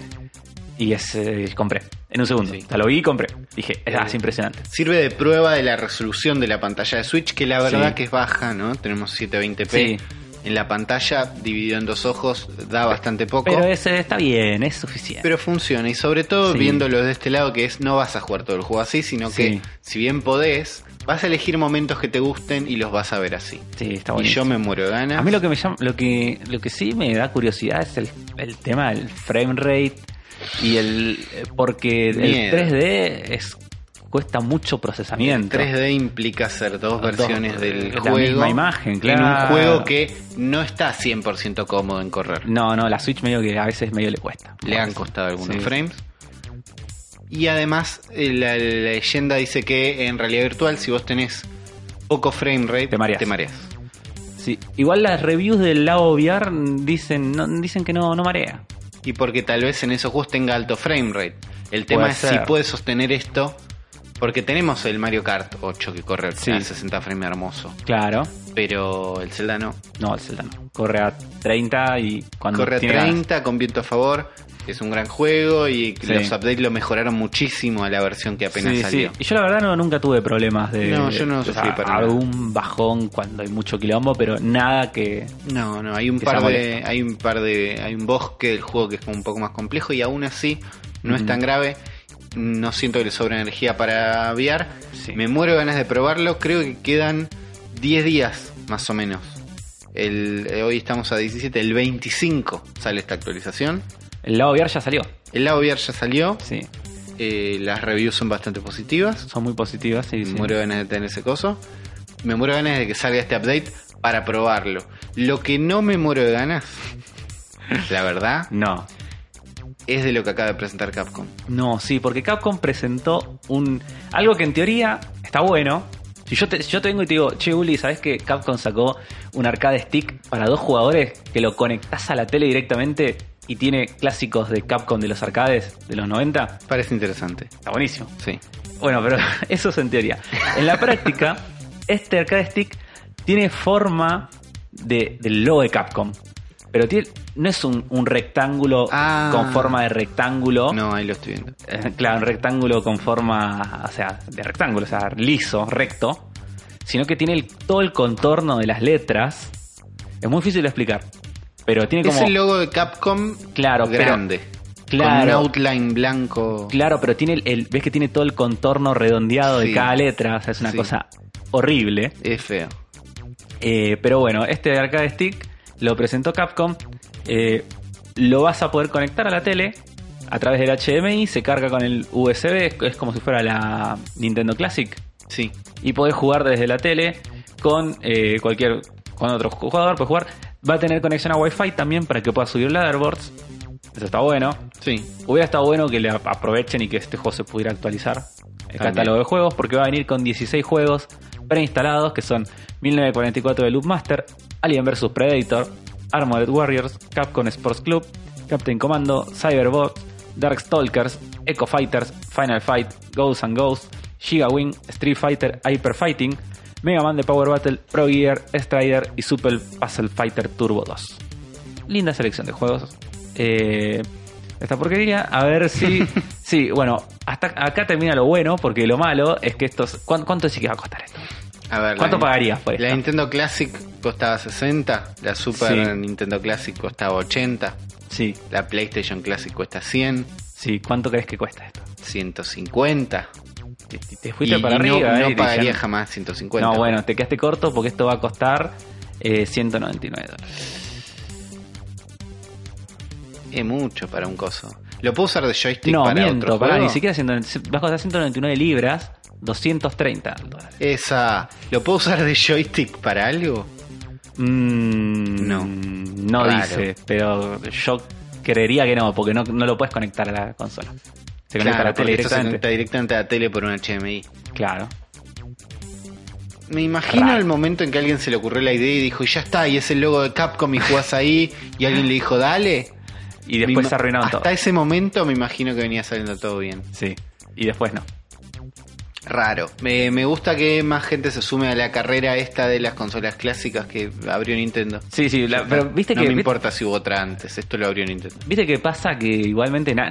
Speaker 2: y es eh, compré en un segundo
Speaker 1: Sí.
Speaker 2: O sea, lo vi y compré dije "Ah, es impresionante
Speaker 1: Sirve de prueba de la resolución de la pantalla de Switch, que la verdad
Speaker 2: Sí.
Speaker 1: que es baja, ¿no? Tenemos 720p
Speaker 2: Sí.
Speaker 1: en la pantalla, dividido en dos ojos, da bastante poco.
Speaker 2: Pero ese está bien, es suficiente.
Speaker 1: Pero funciona, y sobre todo
Speaker 2: Sí.
Speaker 1: viéndolo de este lado, que es no vas a jugar todo el juego así, sino
Speaker 2: Sí.
Speaker 1: que si bien podés, vas a elegir momentos que te gusten y los vas a ver así.
Speaker 2: sí, está
Speaker 1: Y yo
Speaker 2: buenísimo.
Speaker 1: me muero de ganas.
Speaker 2: A mí lo que me llama, lo que lo que sí me da curiosidad es el, el tema del frame rate y el porque el
Speaker 1: Miedo.
Speaker 2: 3D es cuesta mucho procesamiento.
Speaker 1: 3D implica hacer dos
Speaker 2: Dos-
Speaker 1: versiones del
Speaker 2: la
Speaker 1: juego.
Speaker 2: misma imagen,
Speaker 1: En un
Speaker 2: claro.
Speaker 1: juego que no está 100% cómodo en correr.
Speaker 2: No, no, la Switch medio que a veces medio le cuesta.
Speaker 1: Le han costado algunos
Speaker 2: Sí.
Speaker 1: frames. Y además, eh, la leyenda dice que en realidad virtual, si vos tenés poco frame rate,
Speaker 2: Te mareás. Sí, igual las reviews del lado VR dicen no, dicen que no no marea.
Speaker 1: Y porque tal vez en esos juegos tenga alto frame rate. El tema
Speaker 2: Puede
Speaker 1: es
Speaker 2: ser.
Speaker 1: si puede sostener esto Porque tenemos el Mario Kart 8 que corre
Speaker 2: Sí.
Speaker 1: a 60 frames hermoso,
Speaker 2: Claro.
Speaker 1: pero el Zelda no.
Speaker 2: No, el Zelda no. Corre a 30 y cuando
Speaker 1: Corre a
Speaker 2: Ah, tiene ganas.
Speaker 1: 30 con viento a favor, es un gran juego y
Speaker 2: Sí.
Speaker 1: los updates lo mejoraron muchísimo a la versión que apenas
Speaker 2: Sí,
Speaker 1: salió.
Speaker 2: sí. Y yo la verdad no, nunca tuve problemas de...
Speaker 1: No, yo no
Speaker 2: o
Speaker 1: sufrí
Speaker 2: sea,
Speaker 1: para nada.
Speaker 2: Algún bajón cuando hay mucho quilombo, pero nada que...
Speaker 1: No, no, hay un
Speaker 2: Que
Speaker 1: par
Speaker 2: sea
Speaker 1: de
Speaker 2: molesto.
Speaker 1: hay un par de hay un bosque del juego que es como un poco más complejo y aún así no es
Speaker 2: Mm.
Speaker 1: tan grave. No siento que le sobra energía para VR.
Speaker 2: Sí.
Speaker 1: Me muero de ganas de probarlo. Creo que quedan 10 días más o menos. El, eh, hoy estamos a 17, el 25 sale esta actualización.
Speaker 2: El lado VR ya salió.
Speaker 1: El lado VR ya salió.
Speaker 2: Sí.
Speaker 1: eh, las reviews son bastante positivas.
Speaker 2: Son muy positivas. Sí,
Speaker 1: Me
Speaker 2: sí.
Speaker 1: muero de ganas de tener ese coso. Me muero de ganas de que salga este update para probarlo. Lo que no me muero de ganas, la verdad,
Speaker 2: No.
Speaker 1: es de lo que acaba de presentar Capcom.
Speaker 2: No, sí, porque Capcom presentó un algo que en teoría está bueno. Si yo te, yo te vengo y te digo, che, Uli, ¿sabes que Capcom sacó un arcade stick para dos jugadores que lo conectás a la tele directamente y tiene clásicos de Capcom de los arcades de los 90?
Speaker 1: Parece interesante.
Speaker 2: Está buenísimo.
Speaker 1: Sí.
Speaker 2: Bueno, pero eso es en teoría. En la práctica, este arcade stick tiene forma de- del logo de Capcom. Pero tiene- no es un, un rectángulo
Speaker 1: Ah.
Speaker 2: con forma de rectángulo.
Speaker 1: No, ahí lo estoy viendo.
Speaker 2: Eh, Claro, un rectángulo con forma, o sea, de rectángulo, o sea, liso, recto, sino que tiene el- todo el contorno de las letras. Es muy difícil de explicar, pero tiene como...
Speaker 1: Es el logo de Capcom
Speaker 2: Claro, pero-
Speaker 1: grande. Con un
Speaker 2: Claro.
Speaker 1: outline blanco.
Speaker 2: Claro, pero tiene el, el- ves que tiene todo el contorno redondeado
Speaker 1: Sí.
Speaker 2: de cada letra, o sea, es una
Speaker 1: Sí.
Speaker 2: cosa horrible.
Speaker 1: Es feo.
Speaker 2: Eh, pero bueno, este arcade stick lo presentó Capcom. eh, lo vas a poder conectar a la tele a través del HDMI, se carga con el USB, es- es como si fuera la Nintendo Classic.
Speaker 1: Sí.
Speaker 2: y podés jugar desde la tele con eh, cualquier con otro jugador puedes jugar va a tener conexión a Wi-Fi también para que puedas subir ladderboards eso está bueno
Speaker 1: Sí.
Speaker 2: hubiera estado bueno que le ap- aprovechen y que este juego se pudiera actualizar el
Speaker 1: También.
Speaker 2: catálogo de juegos porque va a venir con 16 juegos preinstalados que son 1944 de Loopmaster Alien vs Predator Armored Warriors Capcom Sports Club Captain Commando Cyberbot Darkstalkers Echo Fighters Final Fight Ghosts and Ghosts Giga Wing Street Fighter Hyper Fighting Mega Man de Power Battle Pro Gear Strider y Super Puzzle Fighter Turbo 2 linda selección de juegos. Eh, esta porquería, a ver si. sí, bueno, hasta acá termina lo bueno, porque lo malo es que estos. ¿cuán- ¿Cuánto sí que va a costar esto?
Speaker 1: A ver.
Speaker 2: ¿Cuánto
Speaker 1: la-
Speaker 2: pagarías por
Speaker 1: La
Speaker 2: esto?
Speaker 1: Nintendo Classic costaba 60. La Super
Speaker 2: Sí.
Speaker 1: Nintendo Classic costaba 80.
Speaker 2: Sí,
Speaker 1: La PlayStation Classic cuesta 100.
Speaker 2: sí, ¿cuánto crees que cuesta esto?
Speaker 1: 150.
Speaker 2: Te, te- te fuiste
Speaker 1: Y-
Speaker 2: para
Speaker 1: y no-
Speaker 2: arriba, eh,
Speaker 1: no,
Speaker 2: y te
Speaker 1: pagaría
Speaker 2: dijeron,
Speaker 1: jamás 150.
Speaker 2: No, bueno, te quedaste corto porque esto va a costar eh, 199 dólares.
Speaker 1: Es mucho para un coso. ¿Lo puedo usar de joystick
Speaker 2: No,
Speaker 1: para
Speaker 2: miento,
Speaker 1: otro
Speaker 2: pará,
Speaker 1: juego?
Speaker 2: ni siquiera 199, va a costar 199 libras, 230 dólares.
Speaker 1: Esa. ¿Lo puedo usar de joystick para algo?
Speaker 2: Mm,
Speaker 1: No.
Speaker 2: No
Speaker 1: Raro.
Speaker 2: dice, pero yo creería que no, porque no, no lo puedes conectar a la consola. Se conecta a la tele
Speaker 1: porque esto se
Speaker 2: directamente.
Speaker 1: conecta directamente a la tele por un HDMI.
Speaker 2: Claro.
Speaker 1: Me imagino
Speaker 2: Raro.
Speaker 1: el momento en que alguien se le ocurrió la idea y dijo, y ya está, y es el logo de Capcom y jugás ahí, y alguien le dijo, dale.
Speaker 2: Y después
Speaker 1: Me
Speaker 2: se arruinaron
Speaker 1: hasta
Speaker 2: todo.
Speaker 1: ese momento me imagino que venía saliendo todo bien.
Speaker 2: Sí. Y después no.
Speaker 1: Raro. Me, me gusta que más gente se sume a la carrera esta de las consolas clásicas que abrió Nintendo.
Speaker 2: Sí, sí, la- pero viste
Speaker 1: no
Speaker 2: que.
Speaker 1: me
Speaker 2: viste-
Speaker 1: importa si hubo otra antes, esto lo abrió Nintendo.
Speaker 2: Viste que pasa que igualmente na-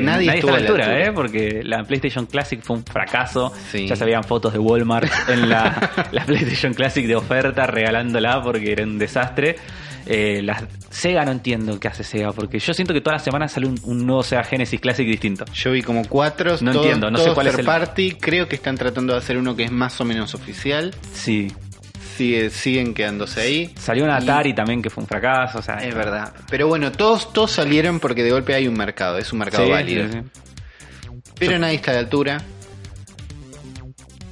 Speaker 1: Nadie
Speaker 2: nadie,
Speaker 1: estuvo
Speaker 2: está
Speaker 1: a
Speaker 2: a la
Speaker 1: la
Speaker 2: altura,
Speaker 1: altura.
Speaker 2: ¿eh? Porque la PlayStation Classic fue un fracaso.
Speaker 1: Sí.
Speaker 2: Ya se veían fotos de Walmart en la, la PlayStation Classic de oferta regalándola porque era un desastre. Eh, las- Sega no entiendo qué hace Sega porque yo siento que todas las semanas sale un, un nuevo Sega Genesis Classic distinto.
Speaker 1: Yo vi como cuatro,
Speaker 2: No
Speaker 1: todos-
Speaker 2: entiendo, no sé
Speaker 1: todos
Speaker 2: cuál es
Speaker 1: third
Speaker 2: el-
Speaker 1: party, creo que están tratando de hacer uno que es más o menos oficial,
Speaker 2: Sí.
Speaker 1: Sigue- siguen quedándose ahí.
Speaker 2: Salió un
Speaker 1: Y-
Speaker 2: Atari también que fue un fracaso. O sea,
Speaker 1: Es verdad. Pero bueno, todos, todos salieron porque de golpe hay un mercado, es un mercado
Speaker 2: Sí,
Speaker 1: válido.
Speaker 2: sí, sí.
Speaker 1: Pero nadie está a la altura.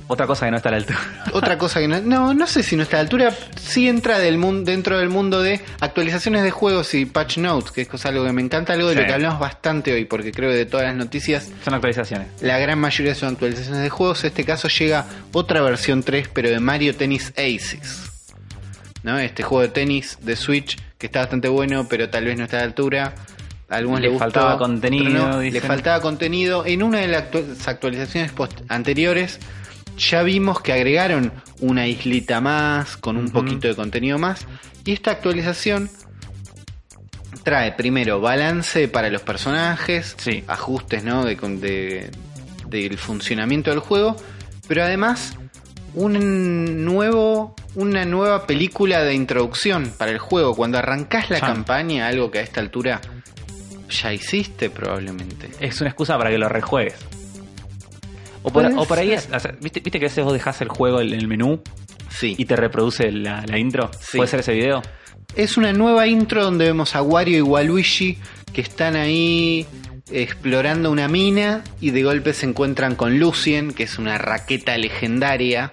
Speaker 2: Otra cosa que no está a la altura.
Speaker 1: Otra cosa que no, no, no sé si no está a la altura, sí entra del mun- dentro del mundo de actualizaciones de juegos y patch notes, que es cosa- algo que me encanta, algo de
Speaker 2: Sí.
Speaker 1: lo que hablamos bastante hoy, porque creo que de todas las noticias
Speaker 2: Son actualizaciones.
Speaker 1: La gran mayoría son actualizaciones de juegos. En este caso llega otra versión 3, pero de Mario Tennis Aces. ¿No? Este juego de tenis de Switch que está bastante bueno, pero tal vez no está a la altura. A algunos
Speaker 2: Le
Speaker 1: les gustó,
Speaker 2: faltaba
Speaker 1: a otros
Speaker 2: contenido,
Speaker 1: no. Le
Speaker 2: dicen.
Speaker 1: faltaba contenido. En una de las actu- actualizaciones post- anteriores ya vimos que agregaron una islita más, con un
Speaker 2: Ujú.
Speaker 1: poquito de contenido más. Y esta actualización trae primero balance para los personajes,
Speaker 2: Sí.
Speaker 1: ajustes ¿no? de, con- de- del funcionamiento del juego, pero además un nuevo, una nueva película de introducción para el juego. Cuando arrancás la
Speaker 2: Ya.
Speaker 1: campaña, algo que a esta altura ya hiciste probablemente.
Speaker 2: Es una excusa para que lo rejuegues. O por,
Speaker 1: Puede
Speaker 2: o por ahí
Speaker 1: ser.
Speaker 2: es. o sea, ¿viste, viste que a veces vos dejás el juego en el menú
Speaker 1: Sí.
Speaker 2: y te reproduce la, la intro?
Speaker 1: Sí.
Speaker 2: ¿Puede ser ese video?
Speaker 1: Es una nueva intro donde vemos a Wario y Waluigi que están ahí explorando una mina y de golpe se encuentran con Lucien, que es una raqueta legendaria.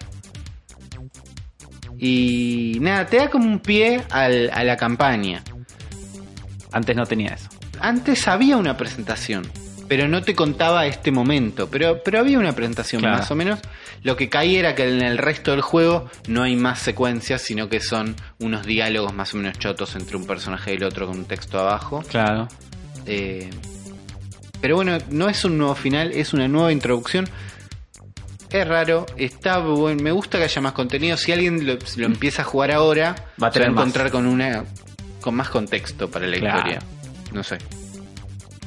Speaker 1: Y nada, te da como un pie al- a la campaña.
Speaker 2: Antes no tenía eso.
Speaker 1: Antes había una presentación, pero no te contaba este momento. Pero, pero había una presentación
Speaker 2: Claro.
Speaker 1: más o menos. Lo que caí era que en el resto del juego no hay más secuencias, sino que son unos diálogos más o menos chotos entre un personaje y el otro con un texto abajo.
Speaker 2: Claro.
Speaker 1: Eh, pero bueno, no es un nuevo final, es una nueva introducción. Es raro, está bueno, me gusta que haya más contenido. Si alguien lo, lo empieza a jugar ahora,
Speaker 2: Mm. Va a
Speaker 1: se
Speaker 2: tener
Speaker 1: va
Speaker 2: más.
Speaker 1: a encontrar con una con más contexto para la
Speaker 2: Claro.
Speaker 1: historia. No sé.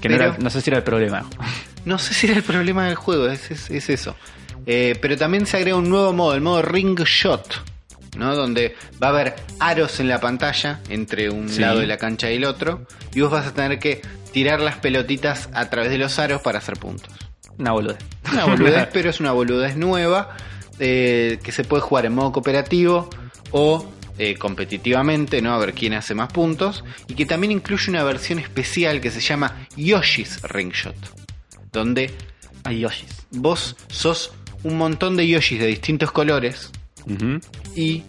Speaker 2: Que no,
Speaker 1: Pero-
Speaker 2: era- no sé si era el problema.
Speaker 1: No sé si era el problema del juego, es, es- es eso. Eh, pero también se agrega un nuevo modo, el modo Ring Shot, ¿no? Donde va a haber aros en la pantalla entre un
Speaker 2: Sí.
Speaker 1: lado de la cancha y el otro, y vos vas a tener que tirar las pelotitas a través de los aros para hacer puntos.
Speaker 2: Una boludez.
Speaker 1: Una boludez, pero es una boludez nueva eh, que se puede jugar en modo cooperativo o eh, competitivamente, ¿no? A ver quién hace más puntos. Y que también incluye una versión especial que se llama Yoshi's Ring Shot, donde
Speaker 2: Hay Yoshis.
Speaker 1: vos sos un montón de Yoshis de distintos colores y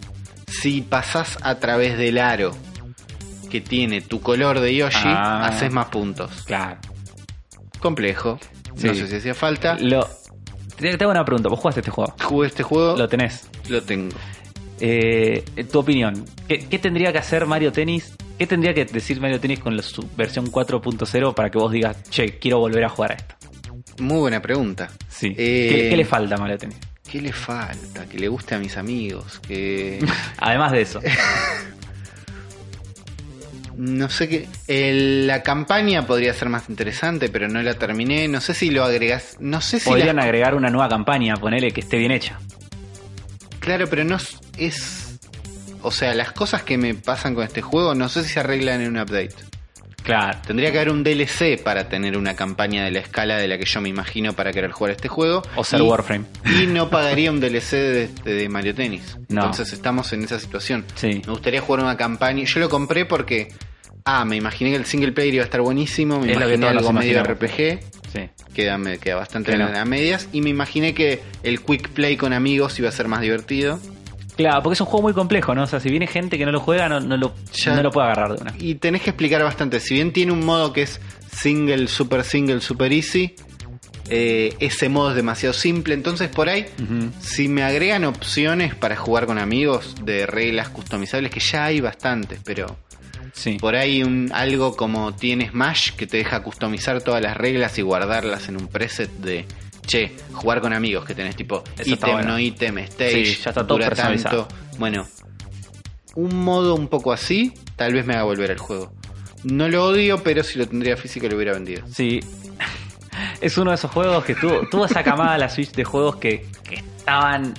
Speaker 1: si pasás a través del aro que tiene tu color de Yoshi,
Speaker 2: Ah.
Speaker 1: haces más puntos.
Speaker 2: Claro.
Speaker 1: Complejo.
Speaker 2: Sí.
Speaker 1: No sé si hacía falta.
Speaker 2: Lo, te, te hago una pregunta. ¿Vos jugaste este juego?
Speaker 1: Jugué este juego,
Speaker 2: Lo
Speaker 1: lo,
Speaker 2: tenés.
Speaker 1: tengo.
Speaker 2: Eh, tu opinión. ¿Qué, qué tendría que hacer Mario Tennis? ¿Qué tendría que decir Mario Tennis con la su versión 4.0 para que vos digas, che, quiero volver a jugar a esto?
Speaker 1: Muy buena pregunta.
Speaker 2: Sí.
Speaker 1: Eh,
Speaker 2: ¿Qué, qué le falta a Mario Tennis?
Speaker 1: ¿Qué le falta? Que le guste a mis amigos. Que.
Speaker 2: Además de eso.
Speaker 1: No sé qué. el- la campaña podría ser más interesante, pero no la terminé. No sé si lo agregás. No sé si.
Speaker 2: Podrían
Speaker 1: las-
Speaker 2: agregar una nueva campaña, ponele que esté bien hecha.
Speaker 1: Claro, pero no es- es. O sea, las cosas que me pasan con este juego, no sé si se arreglan en un update.
Speaker 2: Claro.
Speaker 1: Tendría que haber un DLC para tener una campaña de la escala de la que yo me imagino para querer jugar este juego.
Speaker 2: O ser
Speaker 1: Y-
Speaker 2: Warframe.
Speaker 1: Y no pagaría un DLC de, de- de Mario Tennis.
Speaker 2: No.
Speaker 1: Entonces estamos en esa situación.
Speaker 2: Sí.
Speaker 1: Me gustaría jugar una campaña. Yo lo compré porque. Ah, me imaginé que el single player iba a estar buenísimo. Me
Speaker 2: Es lo que
Speaker 1: imaginé
Speaker 2: todos nos
Speaker 1: algo medio
Speaker 2: imaginamos.
Speaker 1: RPG.
Speaker 2: Sí.
Speaker 1: Queda, me queda bastante
Speaker 2: Que no.
Speaker 1: a medias. Y me imaginé que el quick play con amigos iba a ser más divertido.
Speaker 2: Claro, porque es un juego muy complejo, ¿no? O sea, si viene gente que no lo juega, no, no, lo,
Speaker 1: Ya.
Speaker 2: no lo puede agarrar de una.
Speaker 1: Y tenés que explicar bastante. Si bien tiene un modo que es single, super single, super easy, eh, ese modo es demasiado simple. Entonces, por ahí,
Speaker 2: Ujú.
Speaker 1: si me agregan opciones para jugar con amigos de reglas customizables, que ya hay bastantes, pero
Speaker 2: Sí.
Speaker 1: por ahí un, algo como tiene Smash que te deja customizar todas las reglas y guardarlas en un preset de. Che, jugar con amigos que tenés tipo
Speaker 2: Eso está
Speaker 1: ítem,
Speaker 2: bueno.
Speaker 1: no ítem, stage,
Speaker 2: Sí, ya está todo
Speaker 1: dura
Speaker 2: personalizado.
Speaker 1: Bueno, un modo un poco así, tal vez me haga volver al juego. No lo odio, pero si lo tendría físico lo hubiera vendido.
Speaker 2: Sí. Es uno de esos juegos que tuvo, tuvo esa camada la Switch de juegos que, que estaban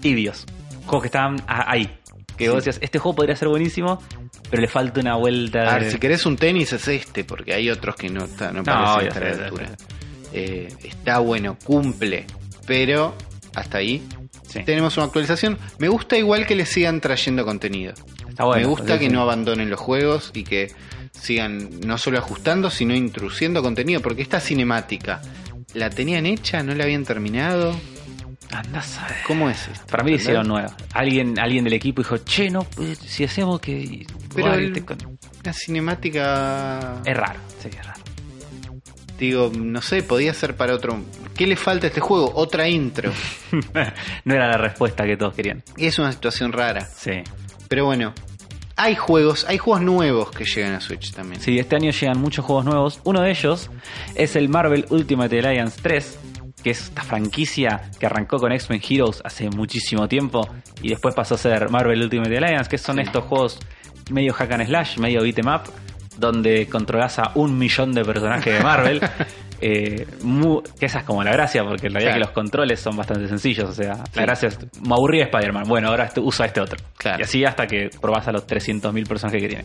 Speaker 2: tibios. Juegos que estaban a- ahí. Que vos
Speaker 1: Sí.
Speaker 2: decías, este juego podría ser buenísimo, pero le falta una vuelta.
Speaker 1: A
Speaker 2: de-
Speaker 1: ver, si querés un tenis es este, porque hay otros que no, está- no
Speaker 2: Eh. No,
Speaker 1: parecen
Speaker 2: obvio,
Speaker 1: estar a
Speaker 2: sí,
Speaker 1: la
Speaker 2: sí,
Speaker 1: altura. Eh, está bueno, cumple, pero hasta ahí.
Speaker 2: Sí.
Speaker 1: Tenemos una actualización. Me gusta igual que le sigan trayendo contenido.
Speaker 2: Está bueno,
Speaker 1: Me gusta
Speaker 2: sí,
Speaker 1: que
Speaker 2: sí.
Speaker 1: no abandonen los juegos y que sigan no solo ajustando, sino intrusiendo contenido, porque esta cinemática, ¿la tenían hecha? ¿No la habían terminado?
Speaker 2: Andás a ver.
Speaker 1: ¿Cómo es esto?
Speaker 2: Para mí lo hicieron
Speaker 1: ¿Entendés?
Speaker 2: nueva. Alguien, alguien del equipo dijo, che, no, pues, si hacemos que.
Speaker 1: Pero
Speaker 2: Guay,
Speaker 1: el-
Speaker 2: te con-". Eh.
Speaker 1: Una cinemática...
Speaker 2: Es raro, sí, es raro.
Speaker 1: Digo, no sé, podía ser para otro... ¿Qué le falta a este juego? Otra intro.
Speaker 2: no era la respuesta que todos querían.
Speaker 1: Es una situación rara.
Speaker 2: Sí.
Speaker 1: Pero bueno, hay juegos, hay juegos nuevos que llegan a Switch también.
Speaker 2: Sí, este año llegan muchos juegos nuevos. Uno de ellos es el Marvel Ultimate Alliance 3, que es esta franquicia que arrancó con X-Men Heroes hace muchísimo tiempo y después pasó a ser Marvel Ultimate Alliance, que son estos juegos medio hack and slash, medio beat em up, donde controlas a un millón de personajes de Marvel. Eh, mu- que esa es como la gracia, porque en realidad
Speaker 1: Claro.
Speaker 2: que los controles son bastante sencillos. O sea,
Speaker 1: Sí.
Speaker 2: la gracia es, me aburrí de Spider-Man, bueno, ahora este- uso a este otro.
Speaker 1: Claro.
Speaker 2: Y así hasta que probás a los 300.000 personajes que tiene.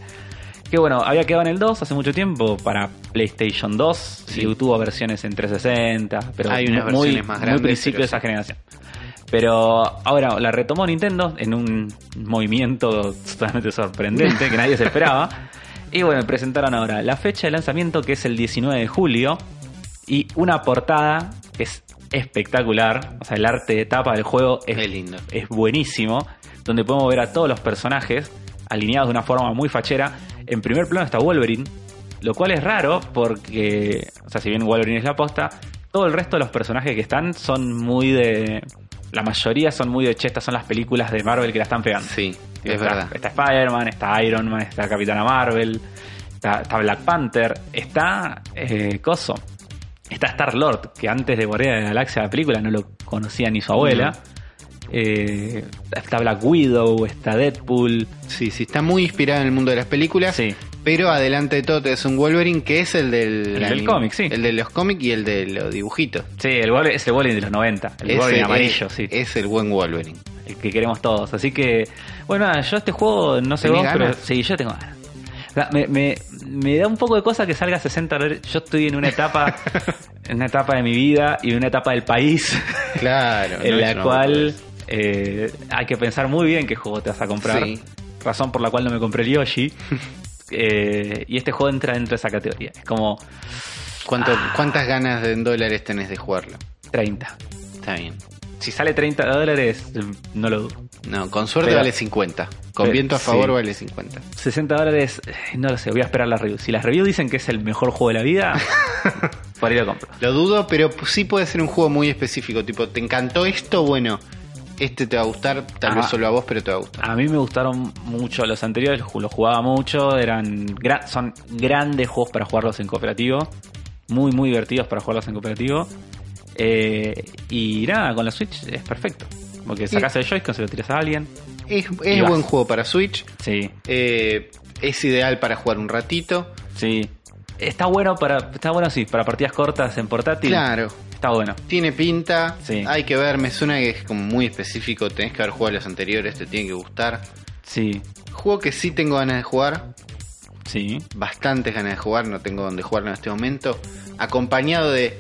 Speaker 2: Que bueno, había quedado en el 2 hace mucho tiempo para PlayStation 2
Speaker 1: Sí.
Speaker 2: y tuvo versiones en 360, pero
Speaker 1: Hay unas
Speaker 2: mu- muy,
Speaker 1: versiones más
Speaker 2: muy
Speaker 1: grandes,
Speaker 2: principio
Speaker 1: pero
Speaker 2: de esa
Speaker 1: sí.
Speaker 2: generación. Pero ahora la retomó Nintendo en un movimiento totalmente sorprendente que nadie se esperaba. Y bueno, presentaron ahora la fecha de lanzamiento que es el 19 de julio y una portada que es espectacular. O sea, el arte de tapa del juego es
Speaker 1: Qué lindo.
Speaker 2: es buenísimo, donde podemos ver a todos los personajes alineados de una forma muy fachera. En primer plano está Wolverine, lo cual es raro porque, o sea, si bien Wolverine es la posta, todo el resto de los personajes que están son muy de... La mayoría son muy de che, estas son las películas de Marvel que la están pegando.
Speaker 1: Sí, es
Speaker 2: Está-
Speaker 1: verdad.
Speaker 2: Está Spider-Man, está Iron Man, está Capitana Marvel, está, está Black Panther, está eh, Coso, está Star Lord, que antes de Guardia de la Galaxia la película no lo conocía ni su abuela. Eh, está Black Widow, está Deadpool.
Speaker 1: Sí, sí, está muy inspirado en el mundo de las películas.
Speaker 2: Sí.
Speaker 1: Pero adelante de todo es un Wolverine que es el del...
Speaker 2: El del
Speaker 1: anime-
Speaker 2: cómic, sí.
Speaker 1: El de los cómics y el de los dibujitos.
Speaker 2: Sí, el Wolverine, es el Wolverine de los 90, el Wolverine amarillo,
Speaker 1: es,
Speaker 2: sí,
Speaker 1: Es el buen Wolverine.
Speaker 2: el que queremos todos. Así que, bueno, nada, yo este juego no sé
Speaker 1: ¿Tenés
Speaker 2: vos, pero
Speaker 1: ganas?
Speaker 2: sí, yo tengo ganas. O sea, Me, me- me da un poco de cosa que salga a 60 dólares. Yo estoy en una etapa, en una etapa de mi vida y en una etapa del país
Speaker 1: Claro. no
Speaker 2: en
Speaker 1: es
Speaker 2: la
Speaker 1: una
Speaker 2: cual eh, hay que pensar muy bien qué juego te vas a comprar.
Speaker 1: Sí.
Speaker 2: Razón por la cual no me compré el Yoshi. Eh, y este juego entra dentro de esa categoría. Es como
Speaker 1: ¿Cuánto-
Speaker 2: Ah.
Speaker 1: ¿Cuántas ganas de- en dólares tenés de jugarlo?
Speaker 2: 30.
Speaker 1: Está bien.
Speaker 2: Si sale 30 dólares, no lo dudo.
Speaker 1: No, con suerte
Speaker 2: Pero-
Speaker 1: vale 50. Con
Speaker 2: pero-
Speaker 1: viento a favor
Speaker 2: sí.
Speaker 1: vale 50.
Speaker 2: 60 dólares, eh, no lo sé, voy a esperar las reviews. Si las reviews dicen que es el mejor juego de la vida, por ahí lo compro.
Speaker 1: Lo dudo, pero p- sí puede ser un juego muy específico. Tipo, ¿te encantó esto? Bueno, este te va a gustar. Tal
Speaker 2: Ah.
Speaker 1: vez solo a vos, pero te va a gustar.
Speaker 2: A mí me gustaron mucho los anteriores, los los jugaba mucho, eran gra- son grandes juegos para jugarlos en cooperativo, muy muy divertidos para jugarlos en cooperativo. Eh, y nada, con la Switch es perfecto. Porque sacas el joystick, se lo tiras a alguien.
Speaker 1: Es,
Speaker 2: Y
Speaker 1: es
Speaker 2: vas.
Speaker 1: buen juego para Switch.
Speaker 2: Sí,
Speaker 1: eh, es ideal para jugar un ratito.
Speaker 2: sí. Está bueno para está bueno sí, para partidas cortas en portátil.
Speaker 1: Claro.
Speaker 2: Está bueno.
Speaker 1: Tiene pinta.
Speaker 2: Sí.
Speaker 1: Hay que ver. Me suena que es como muy específico. Tenés que haber jugado los anteriores. Te tiene que gustar.
Speaker 2: Sí,
Speaker 1: Juego que sí tengo ganas de jugar.
Speaker 2: sí.
Speaker 1: bastantes ganas de jugar, no tengo dónde jugarlo en este momento, acompañado de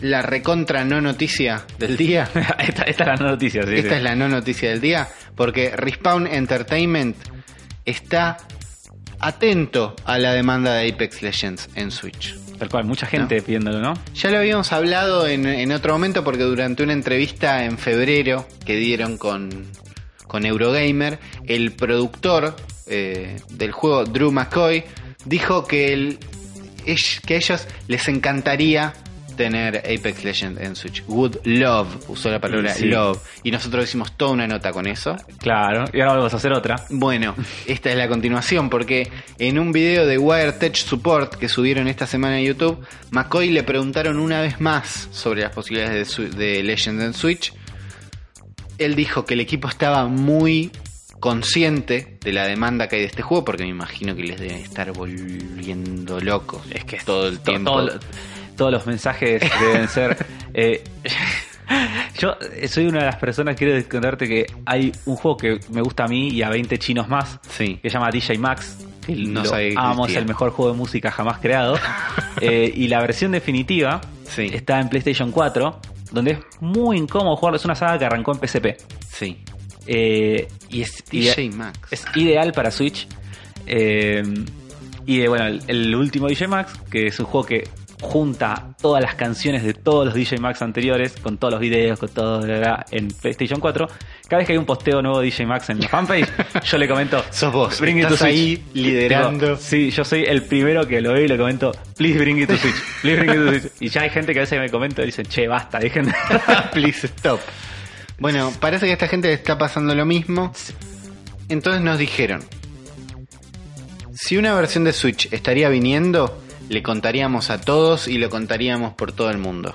Speaker 1: la recontra no noticia del día.
Speaker 2: esta, esta es la noticia, sí.
Speaker 1: Esta
Speaker 2: sí.
Speaker 1: es la no noticia del día, porque Respawn Entertainment está atento a la demanda de Apex Legends en Switch.
Speaker 2: Tal cual, mucha gente pidiéndolo, ¿no?
Speaker 1: Ya lo habíamos hablado en, en otro momento porque durante una entrevista en febrero que dieron con, con Eurogamer, el productor eh, del juego, Drew McCoy, dijo que, el, es- que a ellos les encantaría tener Apex Legends en Switch. Would love, usó la palabra
Speaker 2: Sí.
Speaker 1: love. Y nosotros hicimos toda una nota con eso.
Speaker 2: Claro. Y ahora volvemos a hacer otra.
Speaker 1: Bueno, esta es la continuación porque en un video de WireTech Support que subieron esta semana en YouTube, McCoy le preguntaron una vez más sobre las posibilidades de, su- de Legend en Switch. Él dijo que el equipo estaba muy consciente de la demanda que hay de este juego porque me imagino que les deben estar volviendo locos. Es que todo el
Speaker 2: To-
Speaker 1: tiempo.
Speaker 2: todo- todos los mensajes deben ser. eh, yo eh, soy una de las personas, quiero contarte que hay un juego que me gusta a mí y a 20 chinos más,
Speaker 1: Sí.
Speaker 2: que se llama DJ Max. Que
Speaker 1: No
Speaker 2: lo
Speaker 1: sabía que
Speaker 2: amo, es
Speaker 1: existía.
Speaker 2: el mejor juego de música jamás creado. Eh, y la versión definitiva
Speaker 1: Sí.
Speaker 2: está en PlayStation 4, donde es muy incómodo jugarlo. Es una saga que arrancó en PSP.
Speaker 1: Sí.
Speaker 2: Eh, y es, y-
Speaker 1: DJ Max.
Speaker 2: es ideal para Switch. Eh, y eh, bueno, el, el último DJ Max, que es un juego que junta todas las canciones de todos los DJ Max anteriores, con todos los videos, con todo, bla, bla, bla, en PlayStation 4. Cada vez que hay un posteo nuevo de DJ Max en la fanpage, yo le comento.
Speaker 1: Sos vos.
Speaker 2: Bring it to
Speaker 1: Estás
Speaker 2: Switch.
Speaker 1: ahí liderando.
Speaker 2: Tipo, sí, yo soy el primero que lo veo y le comento, please bring it to Switch, please bring it to Switch. Y ya hay gente que a veces me comenta y dicen, che, basta, dejen.
Speaker 1: Please stop. Bueno, parece que a esta gente le está pasando lo mismo. Entonces nos dijeron, Si una versión de Switch estaría viniendo, le contaríamos a todos y lo contaríamos por todo el mundo.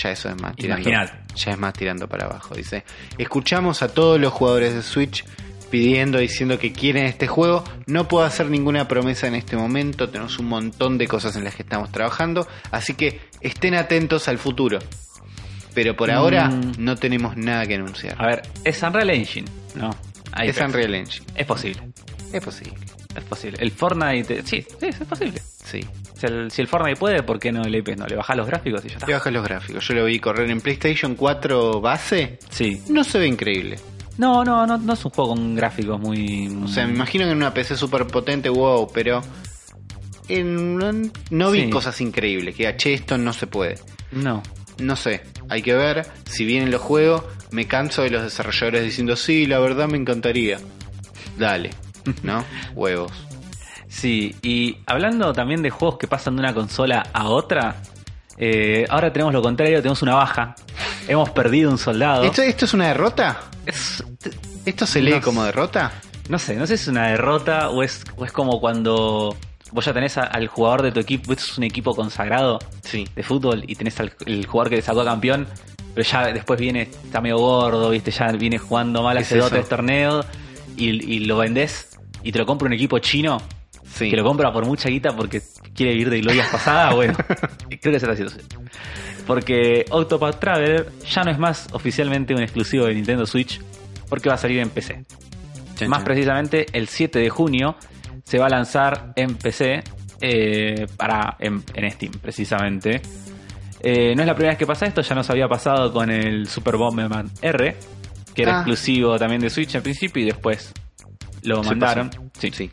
Speaker 1: Ya eso es más tirando.
Speaker 2: Imaginad.
Speaker 1: Ya es más tirando para abajo, dice. Escuchamos a todos los jugadores de Switch pidiendo, diciendo que quieren este juego. No puedo hacer ninguna promesa en este momento. Tenemos un montón de cosas en las que estamos trabajando. Así que estén atentos al futuro. Pero por ahora no tenemos nada que anunciar.
Speaker 2: A ver, es Unreal Engine, ¿no? Ahí
Speaker 1: es
Speaker 2: está.
Speaker 1: Unreal Engine.
Speaker 2: Es posible,
Speaker 1: Es posible.
Speaker 2: es posible. El Fortnite, eh, sí, sí, es posible.
Speaker 1: Sí.
Speaker 2: Si el, si el Fortnite puede, ¿por qué no el IP? No, le bajas los gráficos y ya
Speaker 1: Le
Speaker 2: está.
Speaker 1: bajas los gráficos. Yo lo vi correr en PlayStation 4 base.
Speaker 2: Sí.
Speaker 1: No se ve increíble.
Speaker 2: No, no, no, no es un juego con gráficos muy...
Speaker 1: O sea, me imagino que en una PC super potente, wow, pero. en- no- no vi
Speaker 2: Sí.
Speaker 1: cosas increíbles. Que, che, esto no se puede.
Speaker 2: No.
Speaker 1: No sé, hay que ver si vienen los juegos. Me canso de los desarrolladores diciendo, sí, la verdad me encantaría. Dale, ¿no? Huevos.
Speaker 2: Sí, y hablando también de juegos que pasan de una consola a otra, eh, ahora tenemos lo contrario, tenemos una baja. Hemos perdido un soldado.
Speaker 1: ¿Esto, ¿Esto es una derrota?
Speaker 2: Es-
Speaker 1: ¿Esto se lee
Speaker 2: No
Speaker 1: como
Speaker 2: sé.
Speaker 1: derrota?
Speaker 2: no sé, no sé si es una derrota o es, o es como cuando vos ya tenés a- al jugador de tu equipo, esto es un equipo consagrado
Speaker 1: Sí.
Speaker 2: de fútbol y tenés al el jugador que le sacó campeón, pero ya después viene, está medio gordo, viste, ya viene jugando mal
Speaker 1: ¿Qué
Speaker 2: hace
Speaker 1: es
Speaker 2: dos
Speaker 1: eso?
Speaker 2: tres torneos y, y lo vendés y te lo compra un equipo chino
Speaker 1: Sí.
Speaker 2: que lo compra por mucha guita porque quiere vivir de glorias pasadas, bueno, creo que esa es la situación. Porque Octopath Traveler ya no es más oficialmente un exclusivo de Nintendo Switch, porque va a salir en PC.
Speaker 1: Chan,
Speaker 2: Más
Speaker 1: chan.
Speaker 2: precisamente, el 7 de junio se va a lanzar en PC eh, para, en, en Steam, precisamente. Eh, no es la primera vez que pasa esto, ya nos había pasado con el Super Bomberman R, que era
Speaker 1: Ah.
Speaker 2: exclusivo también de Switch al principio y después lo
Speaker 1: Se
Speaker 2: mandaron.
Speaker 1: pasó.
Speaker 2: Sí.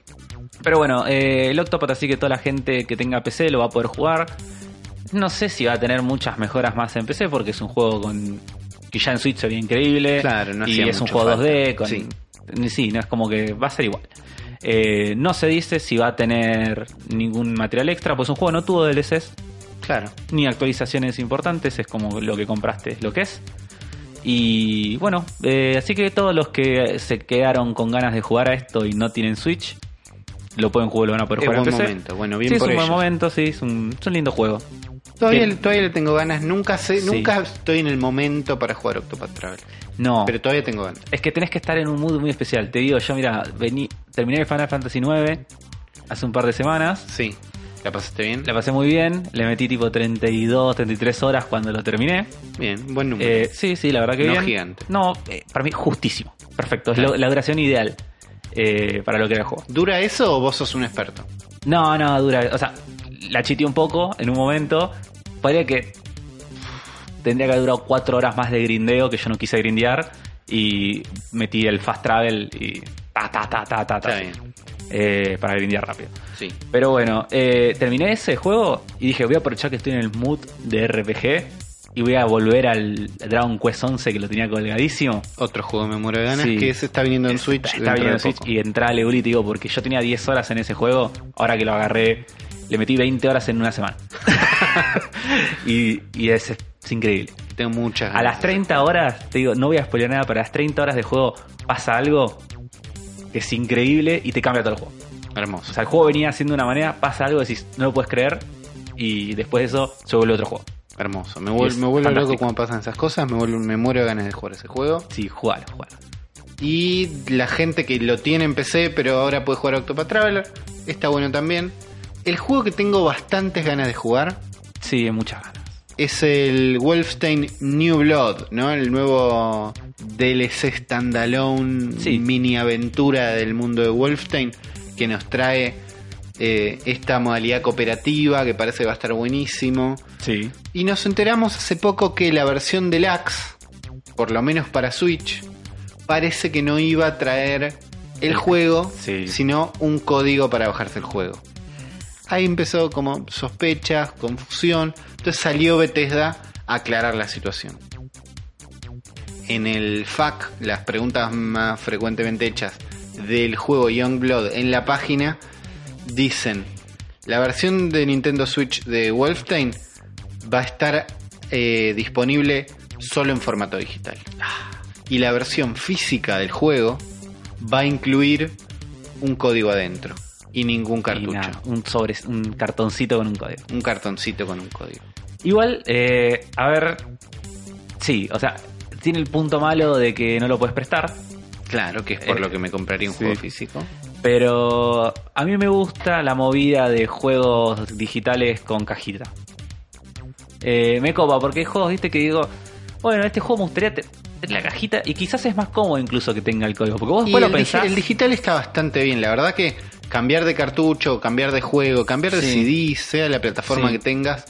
Speaker 2: Pero bueno, eh, el Octopath así que toda la gente que tenga PC lo va a poder jugar. No sé si va a tener muchas mejoras más en PC porque es un juego con que ya en Switch sería increíble.
Speaker 1: Claro, no
Speaker 2: y
Speaker 1: hacía
Speaker 2: es un
Speaker 1: mucho
Speaker 2: juego
Speaker 1: falta.
Speaker 2: 2D. Con,
Speaker 1: Sí.
Speaker 2: sí. no es como que va a ser igual. Eh, no se dice si va a tener ningún material extra, pues un juego no tuvo DLCs
Speaker 1: Claro.
Speaker 2: ni actualizaciones importantes, es como lo que compraste es lo que es. Y bueno, eh, así que todos los que se quedaron con ganas de jugar a esto y no tienen Switch, lo pueden jugar, lo van a poder
Speaker 1: Es
Speaker 2: jugar
Speaker 1: buen
Speaker 2: en PC.
Speaker 1: momento. Bueno, bien
Speaker 2: Sí, es
Speaker 1: por
Speaker 2: un buen
Speaker 1: ellos.
Speaker 2: momento, sí, es un, es un lindo juego.
Speaker 1: Todavía,
Speaker 2: Bien.
Speaker 1: todavía le tengo ganas, nunca sé,
Speaker 2: Sí.
Speaker 1: nunca estoy en el momento para jugar Octopath Travel.
Speaker 2: No,
Speaker 1: Pero todavía tengo ganas.
Speaker 2: es que tenés que estar en un mood muy especial. Te digo, yo mira, vení, terminé el Final Fantasy IX hace un par de semanas.
Speaker 1: Sí. ¿La pasaste bien?
Speaker 2: La pasé muy bien, le metí tipo 32, 33 horas cuando lo terminé.
Speaker 1: Bien, buen número.
Speaker 2: Eh, sí, sí, la verdad que
Speaker 1: No
Speaker 2: bien.
Speaker 1: gigante.
Speaker 2: No, eh, para mí justísimo. Perfecto, es lo- la duración ideal eh, para lo que era el juego.
Speaker 1: ¿Dura eso o vos sos un experto?
Speaker 2: No, no, dura. O sea, la chité un poco en un momento. Podría que. Tendría que haber durado cuatro horas más de grindeo que yo no quise grindear. Y metí el fast travel y. Ta, ta, ta, ta, ta, ta,
Speaker 1: Está
Speaker 2: así,
Speaker 1: bien.
Speaker 2: eh, para grindear rápido.
Speaker 1: Sí.
Speaker 2: Pero bueno, eh, terminé ese juego y dije, voy a aprovechar que estoy en el mood de RPG y voy a volver al Dragon Quest 11 que lo tenía colgadísimo.
Speaker 1: Otro juego me muero de ganas
Speaker 2: Sí.
Speaker 1: que se está viniendo en
Speaker 2: Es-
Speaker 1: Switch.
Speaker 2: Está bien en Switch y entraba al Eurity, digo, porque yo tenía 10 horas en ese juego, ahora que lo agarré, le metí 20 horas en una semana. y y es, es increíble.
Speaker 1: Tengo muchas ganas.
Speaker 2: A las 30 horas, te digo, no voy a spoiler nada, pero a las 30 horas de juego pasa algo que es increíble y te cambia todo el juego.
Speaker 1: Hermoso.
Speaker 2: O sea, el juego venía siendo de una manera, pasa algo, decís, no lo puedes creer, y después de eso se vuelve otro juego.
Speaker 1: Hermoso. Me,
Speaker 2: y
Speaker 1: vuel-
Speaker 2: es
Speaker 1: me vuelvo loco
Speaker 2: fantástico.
Speaker 1: cuando pasan esas cosas. Me, vuelvo- me muero de ganas de jugar ese juego.
Speaker 2: Sí, jugalo, jugalo.
Speaker 1: Y la gente que lo tiene en PC, pero ahora puede jugar Octopath Traveler. Está bueno también. El juego que tengo bastantes ganas de jugar
Speaker 2: Sí, hay muchas ganas.
Speaker 1: es el Wolfenstein New Blood, ¿no? El nuevo DLC standalone,
Speaker 2: Sí.
Speaker 1: mini aventura del mundo de Wolfenstein, que nos trae eh, esta modalidad cooperativa que parece que va a estar buenísimo.
Speaker 2: Sí.
Speaker 1: Y nos enteramos hace poco que la versión del Axe, por lo menos para Switch, parece que no iba a traer el juego,
Speaker 2: Sí.
Speaker 1: sino un código para bajarse el juego. Ahí empezó como sospechas, confusión. Entonces salió Bethesda a aclarar la situación. En el FAQ, las preguntas más frecuentemente hechas del juego Youngblood en la página dicen: La versión de Nintendo Switch de Wolfenstein va a estar eh, disponible solo en formato digital. Y la versión física del juego va a incluir un código adentro. y ningún
Speaker 2: Y
Speaker 1: cartucho.
Speaker 2: nada, un, sobre, un cartoncito con un código.
Speaker 1: un cartoncito con un código.
Speaker 2: Igual, eh, a ver. Sí, o sea, tiene el punto malo de que no lo puedes prestar.
Speaker 1: Claro, que es por
Speaker 2: Eh,
Speaker 1: lo que me compraría un
Speaker 2: sí.
Speaker 1: juego físico.
Speaker 2: Pero a mí me gusta la movida de juegos digitales con cajita. Eh, me copa, porque hay juegos, viste, que digo, bueno, este juego me gustaría te- tener la cajita y quizás es más cómodo incluso que tenga el código. Porque vos
Speaker 1: Y
Speaker 2: después
Speaker 1: el,
Speaker 2: lo
Speaker 1: digi-
Speaker 2: pensás.
Speaker 1: el digital está bastante bien. La verdad que cambiar de cartucho, cambiar de juego, cambiar de CD,
Speaker 2: Sí.
Speaker 1: sea la plataforma
Speaker 2: Sí.
Speaker 1: que tengas,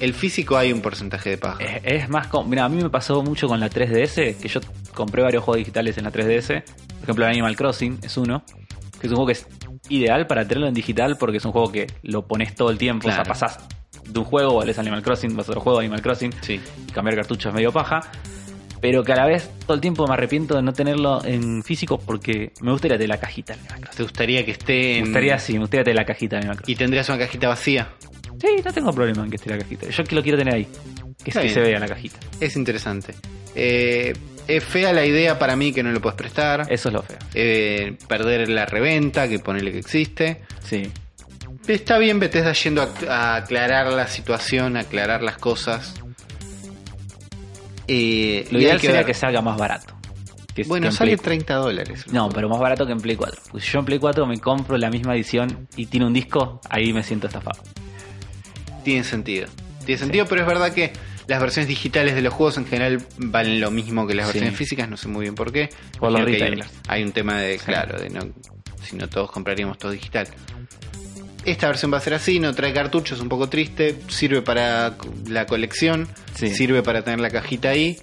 Speaker 1: el físico hay un porcentaje de paja.
Speaker 2: Es, es más como. Mira, a mí me pasó mucho con la 3DS, que yo compré varios juegos digitales en la 3DS. Por ejemplo, Animal Crossing es uno. Que es un juego que es ideal para tenerlo en digital porque es un juego que lo pones todo el tiempo. O sea,
Speaker 1: Claro.
Speaker 2: pasás de un juego, volvés a Animal Crossing, vas a otro juego, Animal Crossing.
Speaker 1: Sí.
Speaker 2: Y cambiar cartuchos es medio paja. Pero que a la vez todo el tiempo me arrepiento de no tenerlo en físico porque me gustaría tener la cajita. de Animal Crossing.
Speaker 1: ¿Te gustaría que esté
Speaker 2: Me
Speaker 1: en...
Speaker 2: gustaría, sí, me gustaría tener la cajita de Animal Crossing.
Speaker 1: y tendrías una cajita vacía?
Speaker 2: Sí, no tengo problema en que esté la cajita. Yo que lo quiero tener ahí. Que,
Speaker 1: Está
Speaker 2: que
Speaker 1: bien.
Speaker 2: se vea en la cajita.
Speaker 1: Es interesante. Eh, es fea la idea para mí que no lo puedes prestar.
Speaker 2: Eso es lo feo.
Speaker 1: Eh, perder la reventa, que ponele que existe.
Speaker 2: Sí.
Speaker 1: Está bien Bethesda yendo a, a aclarar la situación, a aclarar las cosas. Eh,
Speaker 2: Lo
Speaker 1: y
Speaker 2: ideal
Speaker 1: hay que
Speaker 2: sería
Speaker 1: ver.
Speaker 2: que salga más barato. Que- que
Speaker 1: Bueno,
Speaker 2: en
Speaker 1: sale
Speaker 2: Play-
Speaker 1: 30 dólares.
Speaker 2: No, pero más barato que en Play 4. Pues yo en Play 4 me compro la misma edición y tiene un disco, ahí me siento estafado.
Speaker 1: Tiene sentido. Tiene sentido, pero es verdad que las versiones digitales de los juegos en general valen lo mismo que las
Speaker 2: Sí.
Speaker 1: versiones físicas, no sé muy bien por qué.
Speaker 2: Por los
Speaker 1: Imagino que hay, un,
Speaker 2: retailers.
Speaker 1: hay un tema de,
Speaker 2: Sí.
Speaker 1: claro, de no, si no todos compraríamos todo digital. Esta versión va a ser así, no trae cartuchos, un poco triste, sirve para la colección,
Speaker 2: Sí.
Speaker 1: sirve para tener la cajita ahí.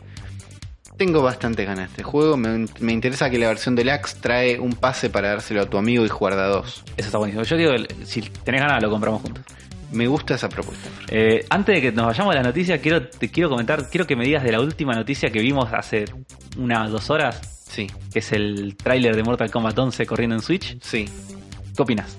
Speaker 1: Tengo bastantes ganas de este juego, me, me interesa que la versión deluxe trae un pase para dárselo a tu amigo y jugar de a dos.
Speaker 2: Eso está buenísimo. Yo digo, si tenés ganas, lo compramos juntos.
Speaker 1: Me gusta esa propuesta.
Speaker 2: Eh, antes de que nos vayamos a las noticias, quiero, te quiero comentar, quiero que me digas de la última noticia que vimos hace unas dos horas,
Speaker 1: Sí,
Speaker 2: que es el tráiler de Mortal Kombat 11 corriendo en Switch.
Speaker 1: sí,
Speaker 2: ¿Qué opinas?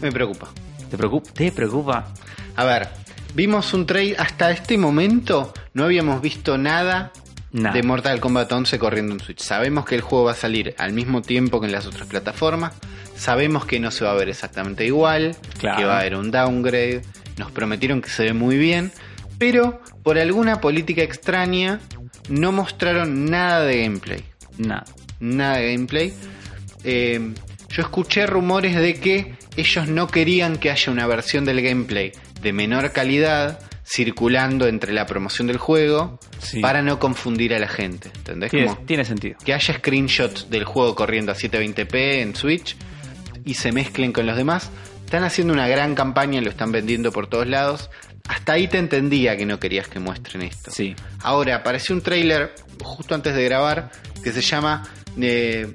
Speaker 1: me preocupa.
Speaker 2: ¿Te preocupa? ¿Te preocupa?
Speaker 1: A ver, vimos un trade hasta este momento, no habíamos visto nada
Speaker 2: Nada.
Speaker 1: de Mortal Kombat 11 corriendo en Switch. Sabemos que el juego va a salir al mismo tiempo que en las otras plataformas, sabemos que no se va a ver exactamente igual,
Speaker 2: Claro.
Speaker 1: que va a haber un downgrade, nos prometieron que se ve muy bien, pero por alguna política extraña no mostraron nada de gameplay
Speaker 2: Nada.
Speaker 1: nada de gameplay. Eh, yo escuché rumores de que ellos no querían que haya una versión del gameplay de menor calidad circulando entre la promoción del juego
Speaker 2: Sí.
Speaker 1: para no confundir a la gente. ¿Entendés?
Speaker 2: Tiene,
Speaker 1: Como
Speaker 2: tiene sentido.
Speaker 1: que haya screenshots del juego corriendo a 720p en Switch y se mezclen con los demás. Están haciendo una gran campaña, lo están vendiendo por todos lados. Hasta ahí te entendía que no querías que muestren esto.
Speaker 2: Sí.
Speaker 1: Ahora, apareció un trailer justo antes de grabar que se llama eh,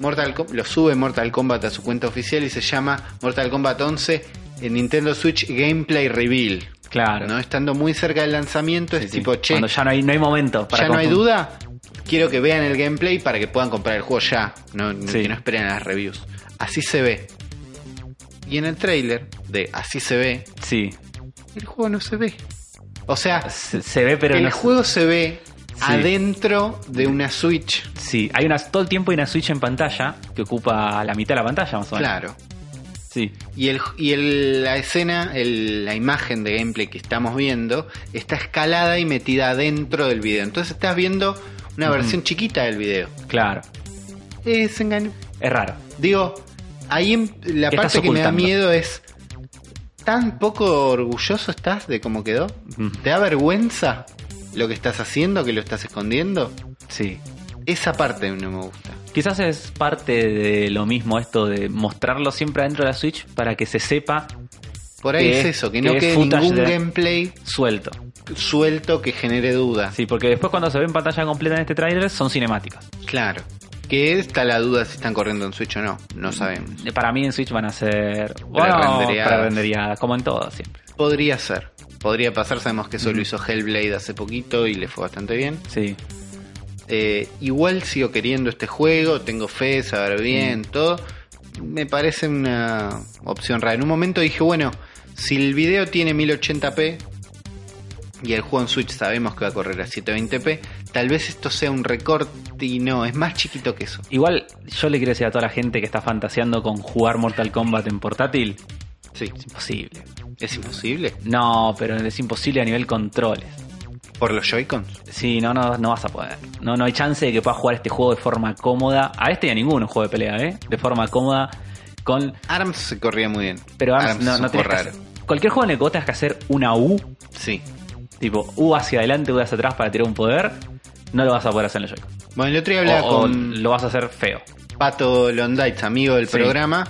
Speaker 1: Mortal Com- lo sube Mortal Kombat a su cuenta oficial y se llama Mortal Kombat 11 en Nintendo Switch Gameplay Reveal.
Speaker 2: Claro.
Speaker 1: ¿no? Estando muy cerca del lanzamiento
Speaker 2: Sí,
Speaker 1: es
Speaker 2: sí.
Speaker 1: tipo, che,
Speaker 2: Cuando ya no hay, no hay momento para
Speaker 1: ya no hay
Speaker 2: confundir.
Speaker 1: duda, quiero que vean el gameplay para que puedan comprar el juego ya, no, no-
Speaker 2: Sí.
Speaker 1: que no esperen a las reviews. Así se ve. Y en el trailer de Así se ve,
Speaker 2: Sí.
Speaker 1: el juego no se ve. O sea,
Speaker 2: Se, se ve, pero
Speaker 1: el
Speaker 2: no-
Speaker 1: juego se ve
Speaker 2: Sí.
Speaker 1: adentro de una Switch.
Speaker 2: Sí, hay una, todo el tiempo hay una Switch en pantalla que ocupa la mitad de la pantalla, más o menos.
Speaker 1: Claro.
Speaker 2: Sí,
Speaker 1: Y, el, y el- la escena, el- la imagen de gameplay que estamos viendo, está escalada y metida adentro del video. Entonces estás viendo una
Speaker 2: Ujú.
Speaker 1: versión chiquita del video.
Speaker 2: claro.
Speaker 1: Es engaño.
Speaker 2: Es raro.
Speaker 1: Digo, ahí em- la
Speaker 2: ¿Qué
Speaker 1: parte
Speaker 2: estás
Speaker 1: que me da
Speaker 2: ocultando?
Speaker 1: miedo es. ¿Tan poco orgulloso estás de cómo quedó?
Speaker 2: Mm.
Speaker 1: ¿Te da vergüenza lo que estás haciendo, que lo estás escondiendo?
Speaker 2: Sí.
Speaker 1: Esa parte no me gusta.
Speaker 2: Quizás es parte de lo mismo esto de mostrarlo siempre adentro de la Switch para que se sepa
Speaker 1: Por ahí
Speaker 2: Que
Speaker 1: es
Speaker 2: es-
Speaker 1: eso, que
Speaker 2: que
Speaker 1: no
Speaker 2: es
Speaker 1: quede
Speaker 2: footage
Speaker 1: ningún
Speaker 2: de-
Speaker 1: gameplay
Speaker 2: suelto.
Speaker 1: suelto que genere duda.
Speaker 2: Sí, porque después cuando se ve en pantalla completa en este tráiler son cinemáticas.
Speaker 1: Claro. Que está la duda si están corriendo en Switch o no. No sabemos.
Speaker 2: Para mí en Switch van a ser bueno,
Speaker 1: Prerrendereadas.
Speaker 2: prerrendereadas, como en todo siempre.
Speaker 1: Podría ser. Podría pasar. Sabemos que eso lo hizo Hellblade hace poquito y le fue bastante bien.
Speaker 2: Sí.
Speaker 1: Eh, igual sigo queriendo este juego. Tengo fe, saber
Speaker 2: Mm.
Speaker 1: bien, todo. Me parece una opción rara. En un momento dije, bueno, si el video tiene 1080p, y el juego en Switch sabemos que va a correr a 720p, tal vez esto sea un recorte y no, es más chiquito que eso.
Speaker 2: Igual yo le quiero decir a toda la gente que está fantaseando con jugar Mortal Kombat en portátil,
Speaker 1: Sí,
Speaker 2: es imposible.
Speaker 1: es imposible.
Speaker 2: No, pero es imposible a nivel controles.
Speaker 1: Por los Joy-Cons.
Speaker 2: Sí, no, no, no vas a poder. No, no hay chance de que puedas jugar este juego de forma cómoda. A este y a ninguno juego de pelea, ¿eh? De forma cómoda con...
Speaker 1: ARMS se corría muy bien.
Speaker 2: Pero Arms, no,
Speaker 1: es
Speaker 2: no
Speaker 1: un
Speaker 2: tenés
Speaker 1: juego
Speaker 2: que
Speaker 1: raro.
Speaker 2: hacer- Cualquier juego en el que vos tengas que hacer una U,
Speaker 1: Sí.
Speaker 2: tipo U hacia adelante, U hacia atrás para tirar un poder, no lo vas a poder hacer en el joy
Speaker 1: Bueno, el otro día hablaba
Speaker 2: O, o
Speaker 1: con...
Speaker 2: lo vas a hacer feo.
Speaker 1: Pato Londaitz, amigo del
Speaker 2: Sí.
Speaker 1: programa,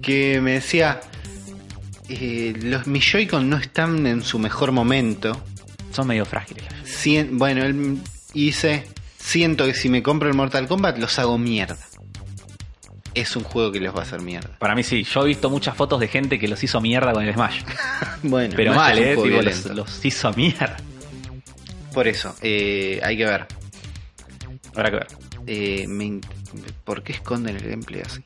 Speaker 1: que me decía, eh, los, mis Joy-Con no están en su mejor momento.
Speaker 2: Son medio frágiles.
Speaker 1: Sien- bueno, él dice, siento que si me compro el Mortal Kombat los hago mierda. Es un juego que los va a hacer mierda.
Speaker 2: Para mí sí, yo he visto muchas fotos de gente que los hizo mierda con el Smash.
Speaker 1: Bueno,
Speaker 2: Pero
Speaker 1: no
Speaker 2: mal,
Speaker 1: es un
Speaker 2: ¿eh?
Speaker 1: juego
Speaker 2: Tipo, los,
Speaker 1: violento.
Speaker 2: los hizo mierda.
Speaker 1: Por eso, eh, hay que ver.
Speaker 2: Habrá que ver.
Speaker 1: Eh, me in- ¿Por qué esconden el gameplay así?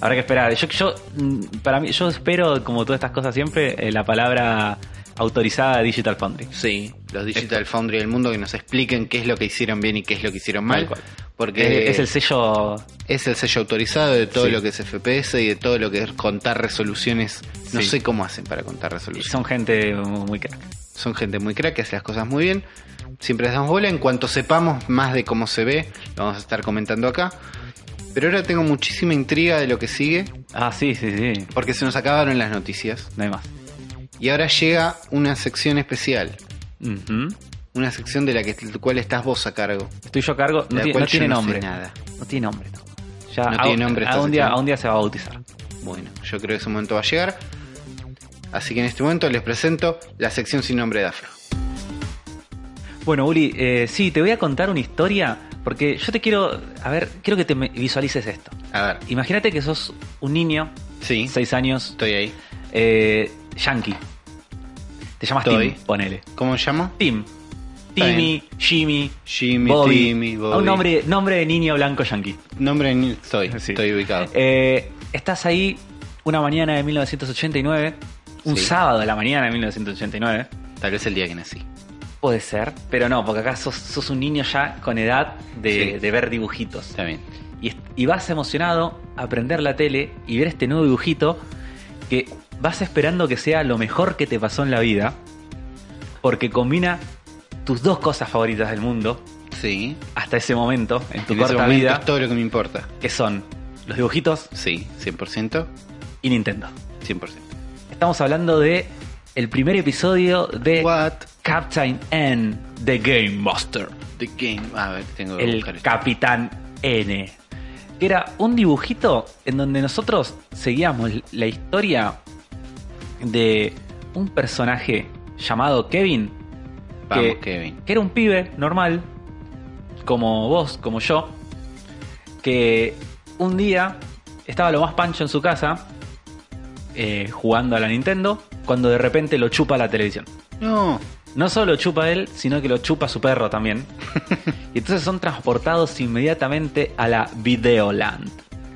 Speaker 2: Habrá que esperar. Yo, yo, mm, para mí, yo espero, como todas estas cosas siempre, eh, la palabra autorizada de Digital Foundry.
Speaker 1: Sí, los Digital Foundry del mundo que nos expliquen qué es lo que hicieron bien y qué es lo que hicieron mal.
Speaker 2: Tal cual.
Speaker 1: Porque
Speaker 2: es, es el sello.
Speaker 1: Es el sello autorizado de todo
Speaker 2: Sí.
Speaker 1: lo que es FPS y de todo lo que es contar resoluciones. No
Speaker 2: Sí.
Speaker 1: sé cómo hacen para contar resoluciones. Son,
Speaker 2: Son gente muy crack.
Speaker 1: gente muy crack que hace las cosas muy bien. Siempre les damos bola. En cuanto sepamos más de cómo se ve, lo vamos a estar comentando acá. Pero ahora tengo muchísima intriga de lo que sigue,
Speaker 2: Ah, sí, sí, sí.
Speaker 1: porque se nos acabaron las noticias.
Speaker 2: No hay más.
Speaker 1: Y ahora llega una sección especial.
Speaker 2: Ujú.
Speaker 1: Una sección de la que, cual estás vos a cargo.
Speaker 2: Estoy yo a cargo. No,
Speaker 1: de la
Speaker 2: tiene-
Speaker 1: cual
Speaker 2: no
Speaker 1: yo
Speaker 2: tiene
Speaker 1: no sé
Speaker 2: nombre.
Speaker 1: nada.
Speaker 2: No tiene nombre. no. Ya,
Speaker 1: No
Speaker 2: a-
Speaker 1: tiene nombre
Speaker 2: a
Speaker 1: esta
Speaker 2: un día,
Speaker 1: sección.
Speaker 2: a un día se va a bautizar.
Speaker 1: Bueno, yo creo que ese momento va a llegar. Así que en este momento les presento la sección sin nombre de Afro.
Speaker 2: Bueno, Uli, eh, sí, te voy a contar una historia. Porque yo te quiero. A ver, quiero que te me- visualices esto.
Speaker 1: A ver,
Speaker 2: Imagínate que sos un niño,
Speaker 1: sí,
Speaker 2: 6 años,
Speaker 1: estoy ahí.
Speaker 2: eh, yankee. Te llamas
Speaker 1: Estoy.
Speaker 2: Tim, ponele.
Speaker 1: ¿Cómo me llamo?
Speaker 2: Tim.
Speaker 1: Está
Speaker 2: Timmy, Jimmy,
Speaker 1: Jimmy,
Speaker 2: Bobby.
Speaker 1: Timmy, Bobby.
Speaker 2: Un nombre, nombre de niño blanco yankee.
Speaker 1: Nombre ni- estoy,
Speaker 2: Sí.
Speaker 1: estoy ubicado.
Speaker 2: Eh, estás ahí una mañana de 1989, un
Speaker 1: Sí.
Speaker 2: sábado de la mañana de 1989.
Speaker 1: Tal vez el día que nací.
Speaker 2: Puede ser, pero no, porque acá sos, sos un niño ya con edad de,
Speaker 1: Sí.
Speaker 2: de ver dibujitos.
Speaker 1: Está bien.
Speaker 2: y, est- y vas emocionado a prender la tele y ver este nuevo dibujito que vas esperando que sea lo mejor que te pasó en la vida, porque combina tus dos cosas favoritas del mundo
Speaker 1: Sí.
Speaker 2: hasta ese momento, en tu
Speaker 1: En ese
Speaker 2: corta
Speaker 1: momento
Speaker 2: vida,
Speaker 1: es todo lo que me importa.
Speaker 2: que son los dibujitos
Speaker 1: Sí, 100%,
Speaker 2: y Nintendo.
Speaker 1: 100%.
Speaker 2: Estamos hablando de el primer episodio de
Speaker 1: What?
Speaker 2: Captain N, The Game Master.
Speaker 1: The game. A ver, tengo que
Speaker 2: el
Speaker 1: buscar esto.
Speaker 2: Capitán N. Que era un dibujito en donde nosotros seguíamos la historia de un personaje llamado Kevin,
Speaker 1: Vamos,
Speaker 2: que-
Speaker 1: Kevin.
Speaker 2: que era un pibe normal, como vos, como yo, que un día estaba lo más pancho en su casa, eh, jugando a la Nintendo, cuando de repente lo chupa la televisión.
Speaker 1: No.
Speaker 2: No solo lo chupa él, sino que lo chupa su perro también. y entonces son transportados inmediatamente a la Videoland.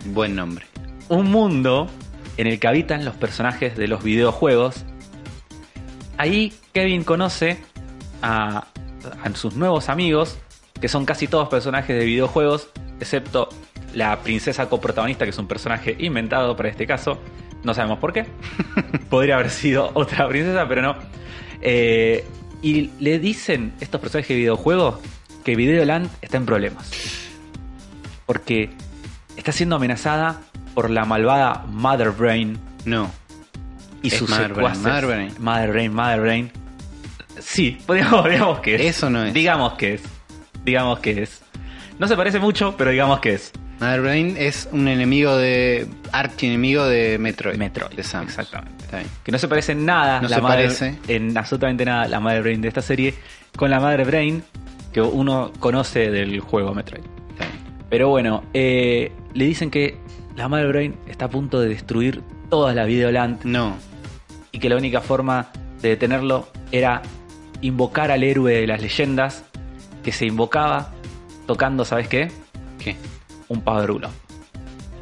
Speaker 1: Buen nombre.
Speaker 2: Un mundo en el que habitan los personajes de los videojuegos. Ahí Kevin conoce a, a sus nuevos amigos, que son casi todos personajes de videojuegos, excepto la princesa coprotagonista, que es un personaje inventado para este caso. No sabemos por qué. Podría haber sido otra princesa, pero no. Eh, y le dicen estos personajes de videojuegos que Videoland está en problemas. Porque está siendo amenazada por la malvada Mother Brain
Speaker 1: No.
Speaker 2: y
Speaker 1: Es
Speaker 2: sus
Speaker 1: Mother Brain,
Speaker 2: secuaces.
Speaker 1: Mother Brain.
Speaker 2: Mother Brain, Mother Brain. Sí, podríamos, digamos que es.
Speaker 1: Eso no es.
Speaker 2: Digamos que es. Digamos que es. No se parece mucho, pero digamos que es.
Speaker 1: Mother Brain es un enemigo de. archienemigo de Metroid.
Speaker 2: Metroid,
Speaker 1: De Samus.
Speaker 2: exactamente.
Speaker 1: Está bien.
Speaker 2: que no se parece en nada
Speaker 1: No
Speaker 2: la
Speaker 1: se
Speaker 2: madre-
Speaker 1: parece.
Speaker 2: en absolutamente nada la madre brain de esta serie con la madre brain que uno conoce del juego Metroid
Speaker 1: Está bien.
Speaker 2: pero bueno eh, le dicen que la madre brain está a punto de destruir toda la videoland
Speaker 1: No.
Speaker 2: y que la única forma de detenerlo era invocar al héroe de las leyendas que se invocaba tocando sabes qué
Speaker 1: ¿Qué?
Speaker 2: un power globe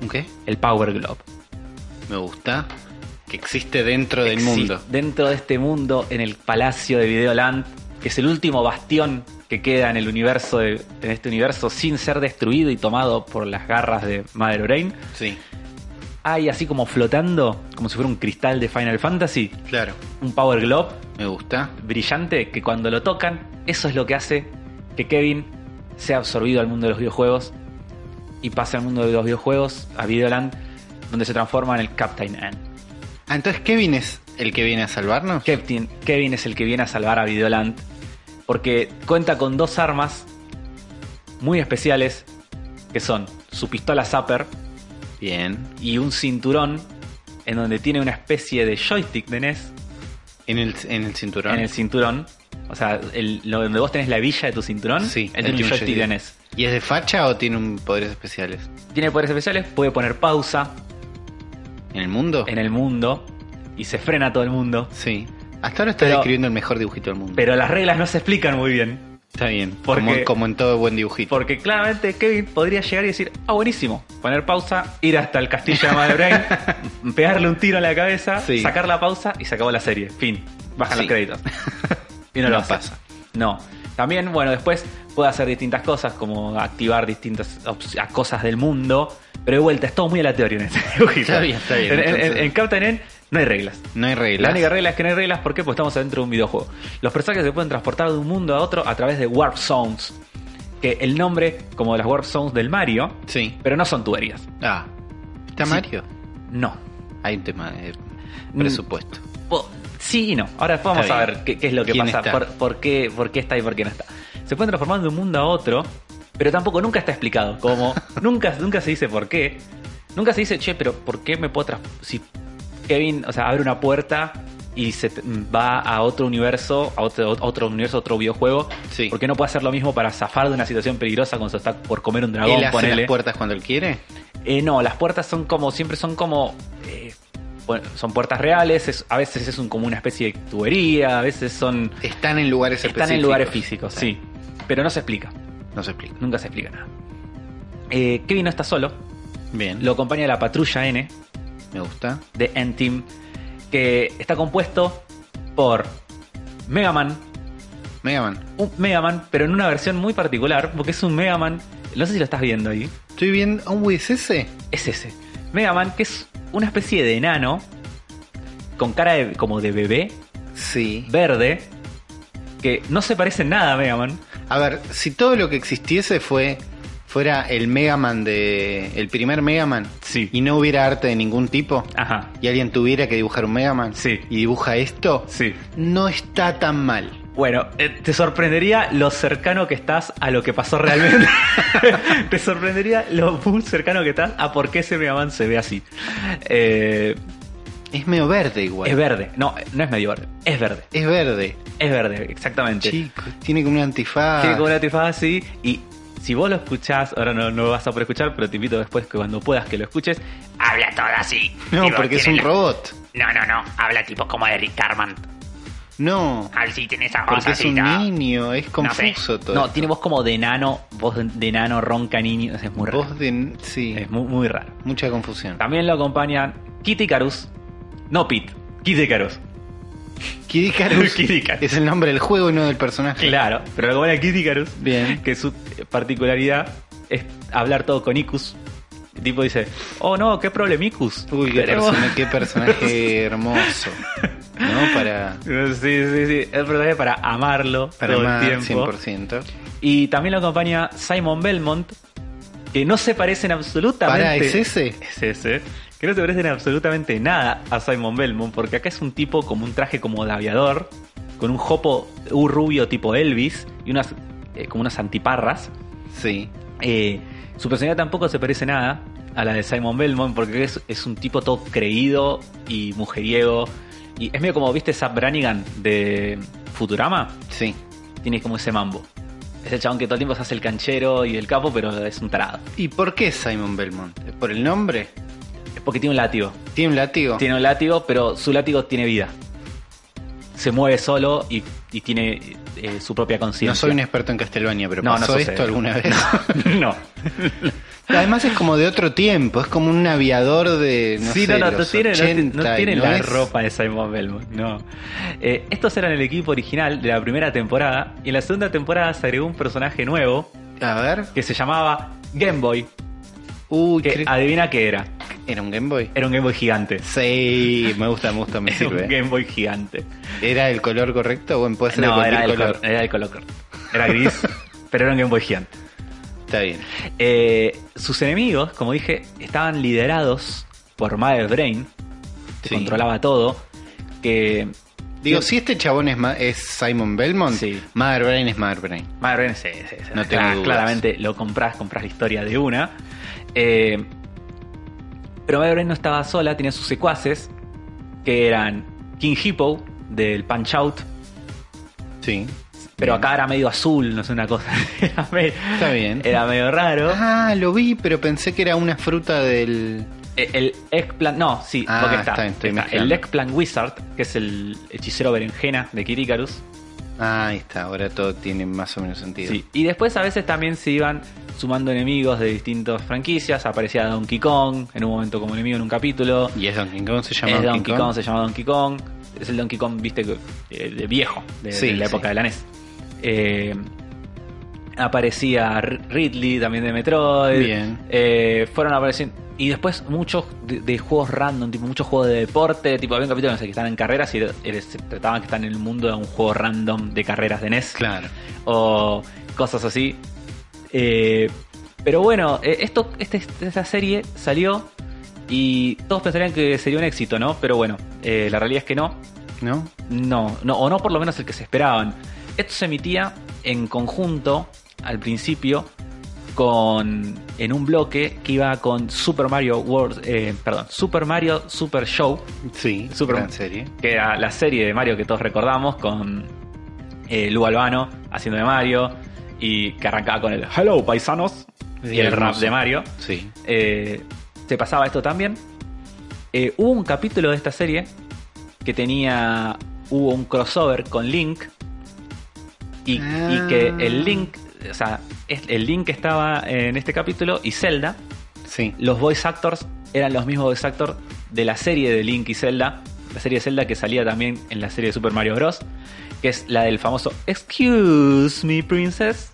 Speaker 1: ¿Un qué?
Speaker 2: el power globe
Speaker 1: Me gusta. que existe dentro del
Speaker 2: exi-
Speaker 1: mundo.
Speaker 2: Dentro de este mundo, en el palacio de Videoland, que es el último bastión que queda en el universo de- en este universo sin ser destruido y tomado por las garras de Madre Lorraine,
Speaker 1: Sí,
Speaker 2: hay así como flotando, como si fuera un cristal de Final Fantasy,
Speaker 1: claro.
Speaker 2: un Power Globe
Speaker 1: Me gusta.
Speaker 2: brillante que cuando lo tocan, eso es lo que hace que Kevin sea absorbido al mundo de los videojuegos y pase al mundo de los videojuegos, a Videoland, donde se transforma en el Captain Ann.
Speaker 1: Ah, entonces Kevin es el que viene a salvarnos.
Speaker 2: Kevin, Kevin es el que viene a salvar a Videoland. Porque cuenta con dos armas muy especiales. Que son su pistola Zapper
Speaker 1: Bien.
Speaker 2: y un cinturón. En donde tiene una especie de joystick de NES
Speaker 1: En el, en el cinturón.
Speaker 2: en el cinturón. O sea, el- lo donde vos tenés la villa de tu cinturón,
Speaker 1: Sí,
Speaker 2: él tiene un joystick de E NES.
Speaker 1: ¿Y es de facha o tiene un poderes especiales?
Speaker 2: Tiene poderes especiales, puede poner pausa
Speaker 1: ¿En el mundo?
Speaker 2: en el mundo y se frena a todo el mundo.
Speaker 1: Sí. Hasta ahora está
Speaker 2: Pero-
Speaker 1: describiendo el mejor dibujito del mundo.
Speaker 2: Pero las reglas no se explican muy bien.
Speaker 1: está bien. Como,
Speaker 2: porque-
Speaker 1: como en todo buen dibujito.
Speaker 2: Porque claramente Kevin podría llegar y decir, ah, buenísimo, poner pausa, ir hasta el castillo de Madrebrain, pegarle un tiro en la cabeza,
Speaker 1: Sí.
Speaker 2: sacar la pausa y se acabó la serie. Fin. Bajan
Speaker 1: Sí.
Speaker 2: los créditos. Y no,
Speaker 1: No
Speaker 2: lo hace.
Speaker 1: pasa.
Speaker 2: No. También, bueno, después puede hacer distintas cosas, como activar distintas ops- a cosas del mundo. Pero de vuelta, es todo muy aleatorio en este dibujito.
Speaker 1: Está bien, está bien,
Speaker 2: En, en-
Speaker 1: entonces-
Speaker 2: en Captain N no hay reglas.
Speaker 1: No hay
Speaker 2: La
Speaker 1: reglas.
Speaker 2: única regla es que no hay reglas, ¿por qué? Porque estamos adentro de un videojuego. Los personajes se pueden transportar de un mundo a otro a través de Warp Zones. Que el nombre, como las Warp Zones del Mario,
Speaker 1: Sí.
Speaker 2: pero no son tuberías.
Speaker 1: Ah. ¿Está
Speaker 2: Sí.
Speaker 1: Mario?
Speaker 2: No.
Speaker 1: Hay un tema de
Speaker 2: Mm.
Speaker 1: presupuesto.
Speaker 2: Po- sí y no. Ahora vamos
Speaker 1: Está
Speaker 2: a
Speaker 1: bien.
Speaker 2: ver qué, qué es lo que
Speaker 1: ¿Quién
Speaker 2: pasa,
Speaker 1: está?
Speaker 2: por, por qué, por qué está y por qué no está. Se pueden transformar de un mundo a otro, pero tampoco nunca está explicado. Como nunca, nunca se dice por qué. Nunca se dice, che, pero ¿por qué me puedo tras- Si Kevin, o sea, abre una puerta y se t- va a otro universo, a otro, otro universo, otro videojuego,
Speaker 1: Sí.
Speaker 2: ¿por qué no puede hacer lo mismo para zafar de una situación peligrosa cuando se está por comer un dragón?
Speaker 1: ¿Él hace
Speaker 2: Ah, ponele?
Speaker 1: las puertas cuando él quiere?
Speaker 2: Eh, no, las puertas son como, siempre son como, eh, bueno, son puertas reales, es- a veces es un- como una especie de tubería, a veces son...
Speaker 1: Están en lugares específicos.
Speaker 2: Están en lugares físicos, sí. Pero no se explica,
Speaker 1: No se explica.
Speaker 2: nunca se explica nada. Eh, Kevin no está solo,
Speaker 1: Bien.
Speaker 2: lo acompaña la patrulla N
Speaker 1: Me gusta.
Speaker 2: de N-Team, que está compuesto por Mega Man,
Speaker 1: Mega Man.
Speaker 2: un Mega Man, pero en una versión muy particular, porque es un Mega Man, no sé si lo estás viendo ahí,
Speaker 1: Estoy viendo. un es ese?
Speaker 2: es ese. Mega Man, que es una especie de enano con cara de- como de bebé,
Speaker 1: Sí.
Speaker 2: verde, que no se parece en nada a Mega Man.
Speaker 1: A ver, si todo lo que existiese fue fuera el Mega Man de el primer Mega Man
Speaker 2: Sí.
Speaker 1: y no hubiera arte de ningún tipo
Speaker 2: Ajá.
Speaker 1: y alguien tuviera que dibujar un Mega Man
Speaker 2: Sí.
Speaker 1: y dibuja esto,
Speaker 2: Sí.
Speaker 1: no está tan mal.
Speaker 2: Bueno, eh, te sorprendería lo cercano que estás a lo que pasó realmente. te sorprendería lo muy cercano que estás a por qué ese Mega Man se ve así. Eh,
Speaker 1: Es medio verde igual.
Speaker 2: es verde. No, no es medio verde. Es verde.
Speaker 1: Es verde.
Speaker 2: Es verde, exactamente.
Speaker 1: Chico, tiene como un antifaz.
Speaker 2: Tiene como una tifada así y si vos lo escuchás, ahora no, no lo vas a poder escuchar, pero te invito después que cuando puedas que lo escuches,
Speaker 4: Habla todo así.
Speaker 1: No,
Speaker 4: Tipo,
Speaker 1: porque es un
Speaker 4: tiene la-
Speaker 1: robot.
Speaker 4: No, no, no. Habla tipo como de Rick Carman.
Speaker 1: No,
Speaker 4: Así tiene esa voz
Speaker 1: porque es
Speaker 4: así.
Speaker 1: un
Speaker 4: ¿no?
Speaker 1: niño, es
Speaker 4: sé.
Speaker 1: confuso todo.
Speaker 2: No, tiene voz como de enano, voz de- de enano, ronca niño. Es muy raro.
Speaker 1: voz de sí,
Speaker 2: Es muy, muy raro.
Speaker 1: mucha confusión.
Speaker 2: También lo acompañan Kitty Carus. No Pete, Kitty Carus.
Speaker 1: Kid Icarus
Speaker 2: Kid Icarus.
Speaker 1: es el nombre del juego y no del personaje.
Speaker 2: Claro, pero lo acompañan Kitty Carus.
Speaker 1: Bien.
Speaker 2: Que su particularidad es hablar todo con Icus. El tipo dice, oh no, qué problemicus.
Speaker 1: Uy, qué,
Speaker 2: Tenemos-
Speaker 1: persona- qué personaje hermoso. ¿No? Para,
Speaker 2: Sí, sí, sí. El personaje para amarlo
Speaker 1: para
Speaker 2: todo
Speaker 1: más
Speaker 2: el tiempo.
Speaker 1: 100%.
Speaker 2: Y también lo acompaña Simon Belmont, que no se parecen absolutamente.
Speaker 1: Para, ¿es ese?
Speaker 2: Es ese. Que no se parecen absolutamente nada a Simon Belmont, porque acá es un tipo como un traje como de aviador, con un jopo, un rubio tipo Elvis, y unas eh, como unas antiparras.
Speaker 1: Sí.
Speaker 2: Eh, su personalidad tampoco se parece nada a la de Simon Belmont, porque es, es un tipo todo creído y mujeriego. Y es medio como, ¿viste Zap Brannigan de Futurama?
Speaker 1: Sí.
Speaker 2: tiene como ese mambo. Es el chabón que todo el tiempo se hace el canchero y el capo, pero es un tarado.
Speaker 1: ¿Y por qué Simon Belmont? ¿Por el nombre?
Speaker 2: Es porque tiene un látigo.
Speaker 1: ¿Tiene un látigo?
Speaker 2: Tiene un látigo, pero su látigo tiene vida. Se mueve solo y, y tiene eh, su propia conciencia.
Speaker 1: no soy un experto en Castelvania, pero
Speaker 2: No, no
Speaker 1: ¿pasó
Speaker 2: sucede.
Speaker 1: esto alguna vez?
Speaker 2: no.
Speaker 1: Además es como de otro tiempo, es como un aviador de. No
Speaker 2: sí,
Speaker 1: sé,
Speaker 2: no, no, no
Speaker 1: los
Speaker 2: tiene, no ti- no
Speaker 1: 80 y
Speaker 2: tiene
Speaker 1: no
Speaker 2: la
Speaker 1: es-
Speaker 2: ropa de Simon Belmont, no. Eh, estos eran el equipo original de la primera temporada y en la segunda temporada se agregó un personaje nuevo
Speaker 1: A ver.
Speaker 2: que se llamaba Game Boy.
Speaker 1: Uy, cre-
Speaker 2: Que adivina qué era.
Speaker 1: ¿Era un Game Boy?
Speaker 2: Era un Game Boy gigante.
Speaker 1: Sí, me gusta, me gusta, me
Speaker 2: Era un
Speaker 1: sirve.
Speaker 2: Game Boy gigante.
Speaker 1: ¿Era el color correcto? Bueno, puede ser de
Speaker 2: No,
Speaker 1: cualquier
Speaker 2: era el
Speaker 1: color.
Speaker 2: color. Era el color. correcto. Era gris, pero era un Game Boy gigante.
Speaker 1: Está bien.
Speaker 2: Eh, sus enemigos, como dije, estaban liderados por Mother Brain, que
Speaker 1: Sí.
Speaker 2: controlaba todo. Que
Speaker 1: Digo, si este chabón es, ma- es Simon Belmont,
Speaker 2: Sí.
Speaker 1: Mother Brain es Mother Brain.
Speaker 2: Mother Brain se, se- se-
Speaker 1: No tengo dudas.
Speaker 2: claramente lo compras, compras la historia de una. Eh, pero Mother Brain no estaba sola, tenía sus secuaces, que eran King Hippo del Punch Out.
Speaker 1: Sí.
Speaker 2: Pero
Speaker 1: Bien.
Speaker 2: acá era medio azul, no sé, una cosa. Era medio,
Speaker 1: Está bien.
Speaker 2: Era medio raro.
Speaker 1: Ah, lo vi, pero pensé que era una fruta del.
Speaker 2: Eh, El Eggplant, no, sí,
Speaker 1: Ah,
Speaker 2: porque está.
Speaker 1: está bien, estoy
Speaker 2: está. El
Speaker 1: mezclando.
Speaker 2: Eggplant Wizard, que es el hechicero berenjena de Kid Icarus.
Speaker 1: Ah, ahí está, ahora todo tiene más o menos sentido.
Speaker 2: Sí. Y después a veces también se iban sumando enemigos de distintas franquicias. Aparecía Donkey Kong en un momento como enemigo en un capítulo.
Speaker 1: ¿Y es Donkey Kong? ¿Se llama
Speaker 2: Es Donkey Kong, se llama Donkey Kong. Es el Donkey Kong, viste, que- eh, de viejo, de,
Speaker 1: Sí,
Speaker 2: de la
Speaker 1: sí.
Speaker 2: época de la NES. Eh, aparecía R- Ridley también de Metroid.
Speaker 1: Bien.
Speaker 2: Eh, fueron apareciendo. Y después muchos de, de juegos random, tipo muchos juegos de deporte. Tipo, había un capítulo en el que están en carreras y eh, se trataban que están en el mundo de un juego random de carreras de E NES
Speaker 1: Claro.
Speaker 2: o cosas así. Eh, pero bueno, eh, esto, este- esta serie salió y todos pensarían que sería un éxito, ¿no? Pero bueno, eh, la realidad es que no.
Speaker 1: ¿No?
Speaker 2: No, no, o no por lo menos el que se esperaban. Esto se emitía en conjunto al principio con en un bloque que iba con Super Mario World, eh, perdón, Super Mario Super Show,
Speaker 1: Sí.
Speaker 2: Super-
Speaker 1: gran serie.
Speaker 2: que era la serie de Mario que todos recordamos con eh, Lu Albano haciendo de Mario y que arrancaba con el Hello paisanos y
Speaker 1: Sí,
Speaker 2: el rap
Speaker 1: hermoso.
Speaker 2: de Mario.
Speaker 1: Sí.
Speaker 2: Eh, se pasaba esto también. Eh, hubo un capítulo de esta serie que tenía hubo un crossover con Link y,
Speaker 1: Ah.
Speaker 2: y que el Link, o sea, es- el Link estaba en este capítulo y Zelda
Speaker 1: Sí.
Speaker 2: los voice actors eran los mismos voice actors de la serie de Link y Zelda, la serie de Zelda que salía también en la serie de Super Mario Bros, que es la del famoso Excuse me, princess,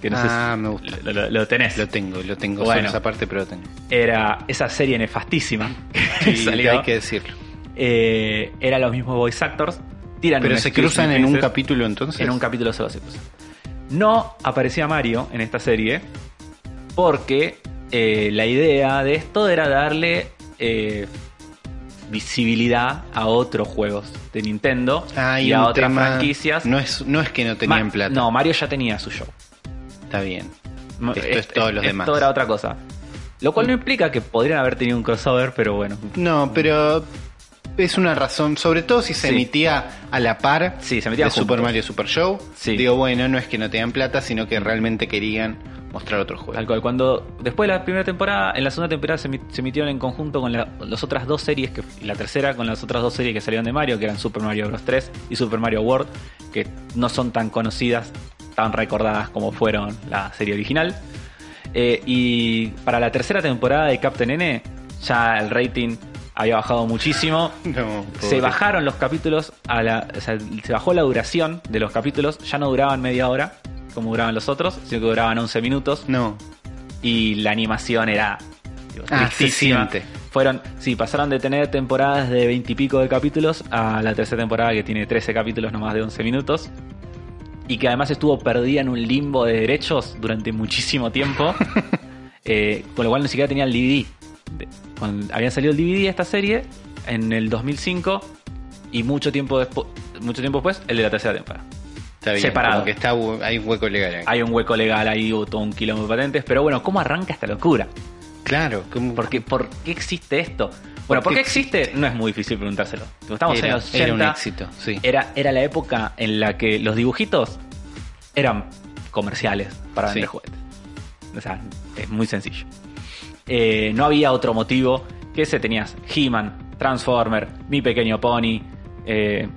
Speaker 2: que no sé
Speaker 1: ah,
Speaker 2: si
Speaker 1: me gusta.
Speaker 2: lo, lo- lo tenés.
Speaker 1: Lo tengo, lo tengo.
Speaker 2: Bueno.
Speaker 1: Solo esa parte, pero lo tengo.
Speaker 2: Era esa serie nefastísima que
Speaker 1: Sí,
Speaker 2: salió.
Speaker 1: hay que decirlo.
Speaker 2: Eh, eran los mismos voice actors. Tiran
Speaker 1: Pero
Speaker 2: un
Speaker 1: se
Speaker 2: Excuse
Speaker 1: cruzan
Speaker 2: me,
Speaker 1: en un
Speaker 2: princess,
Speaker 1: capítulo entonces.
Speaker 2: En un capítulo solo se cruzan. No aparecía Mario en esta serie porque eh, la idea de esto era darle eh, visibilidad a otros juegos de Nintendo
Speaker 1: Hay
Speaker 2: Ah, y a
Speaker 1: Ah, un
Speaker 2: otras
Speaker 1: tema-
Speaker 2: franquicias.
Speaker 1: No es, no es que no tenían
Speaker 2: Ma-
Speaker 1: plata.
Speaker 2: No, Mario ya tenía su show.
Speaker 1: Está bien.
Speaker 2: Ma-
Speaker 1: Esto
Speaker 2: eh,
Speaker 1: es todos los
Speaker 2: eh,
Speaker 1: demás. Mm.
Speaker 2: Esto era otra cosa. Lo cual no implica que podrían haber tenido un crossover, pero bueno.
Speaker 1: No, pero es una razón, sobre todo si se
Speaker 2: Sí.
Speaker 1: emitía a la par
Speaker 2: Sí, se metían
Speaker 1: de Super
Speaker 2: juntos.
Speaker 1: Mario Super Show.
Speaker 2: Sí.
Speaker 1: Digo, bueno, no es que no te dan plata, sino que realmente querían mostrar otro
Speaker 2: Tal
Speaker 1: juego.
Speaker 2: cual, cuando después de la primera temporada, en la segunda temporada se, emi- se emitieron en conjunto con la- las otras dos series, que, y la tercera con las otras dos series que salieron de Mario, que eran Super Mario Bros. 3 y Super Mario World, que no son tan conocidas, tan recordadas como fueron la serie original. Eh, y para la tercera temporada de Captain N, ya el rating había bajado muchísimo.
Speaker 1: No,
Speaker 2: Se
Speaker 1: pobre.
Speaker 2: bajaron los capítulos, a la, o sea, se bajó la duración de los capítulos, ya no duraban media hora como duraban los otros, sino que duraban 11 minutos
Speaker 1: No,
Speaker 2: y la animación era digo,
Speaker 1: Ah,
Speaker 2: tristísima.
Speaker 1: se siente.
Speaker 2: Fueron, sí, pasaron de tener temporadas de 20 y pico de capítulos a la tercera temporada que tiene 13 capítulos nomás de 11 minutos. Y que además estuvo perdida en un limbo de derechos durante muchísimo tiempo. eh, con lo cual ni siquiera tenía el DVD. De- con- había salido el DVD de esta serie en el 2005 y mucho tiempo, despo- mucho tiempo después el de la tercera temporada
Speaker 1: está bien.
Speaker 2: Separado.
Speaker 1: como que está, hu- hay un hueco legal ahí.
Speaker 2: hay un hueco legal, hay todo un quilombo de patentes, pero bueno, ¿cómo arranca esta locura?
Speaker 1: Claro, como
Speaker 2: ¿Por qué, por qué existe esto? Bueno, ¿por qué existe? No es muy difícil preguntárselo. Como Estamos en
Speaker 1: era,
Speaker 2: los
Speaker 1: era un
Speaker 2: 80,
Speaker 1: éxito. Sí.
Speaker 2: Era, era la época en la que los dibujitos eran comerciales para vender
Speaker 1: Sí.
Speaker 2: juguetes. O sea, es muy sencillo. Eh, no había otro motivo que ese tenías He-Man, Transformer, Mi Pequeño Pony, eh,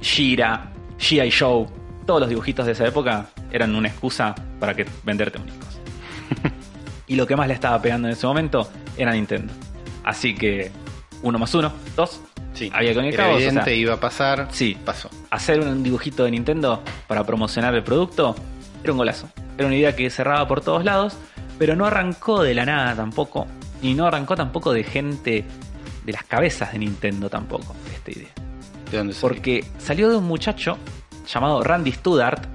Speaker 2: Shira, G.I. Show. Todos los dibujitos de esa época eran una excusa para que venderte muñecos. Y lo que más le estaba pegando en ese momento era Nintendo. Así que uno más uno, dos.
Speaker 1: Sí.
Speaker 2: Había que unir
Speaker 1: Era
Speaker 2: cabos, o sea,
Speaker 1: evidente, iba a pasar.
Speaker 2: Sí.
Speaker 1: Pasó.
Speaker 2: hacer un dibujito de Nintendo para promocionar el producto era un golazo. Era una idea que cerraba por todos lados, pero no arrancó de la nada tampoco. Y no arrancó tampoco de gente de las cabezas de Nintendo tampoco, esta idea.
Speaker 1: ¿De dónde salió?
Speaker 2: Porque salió de un muchacho llamado Randy Studart,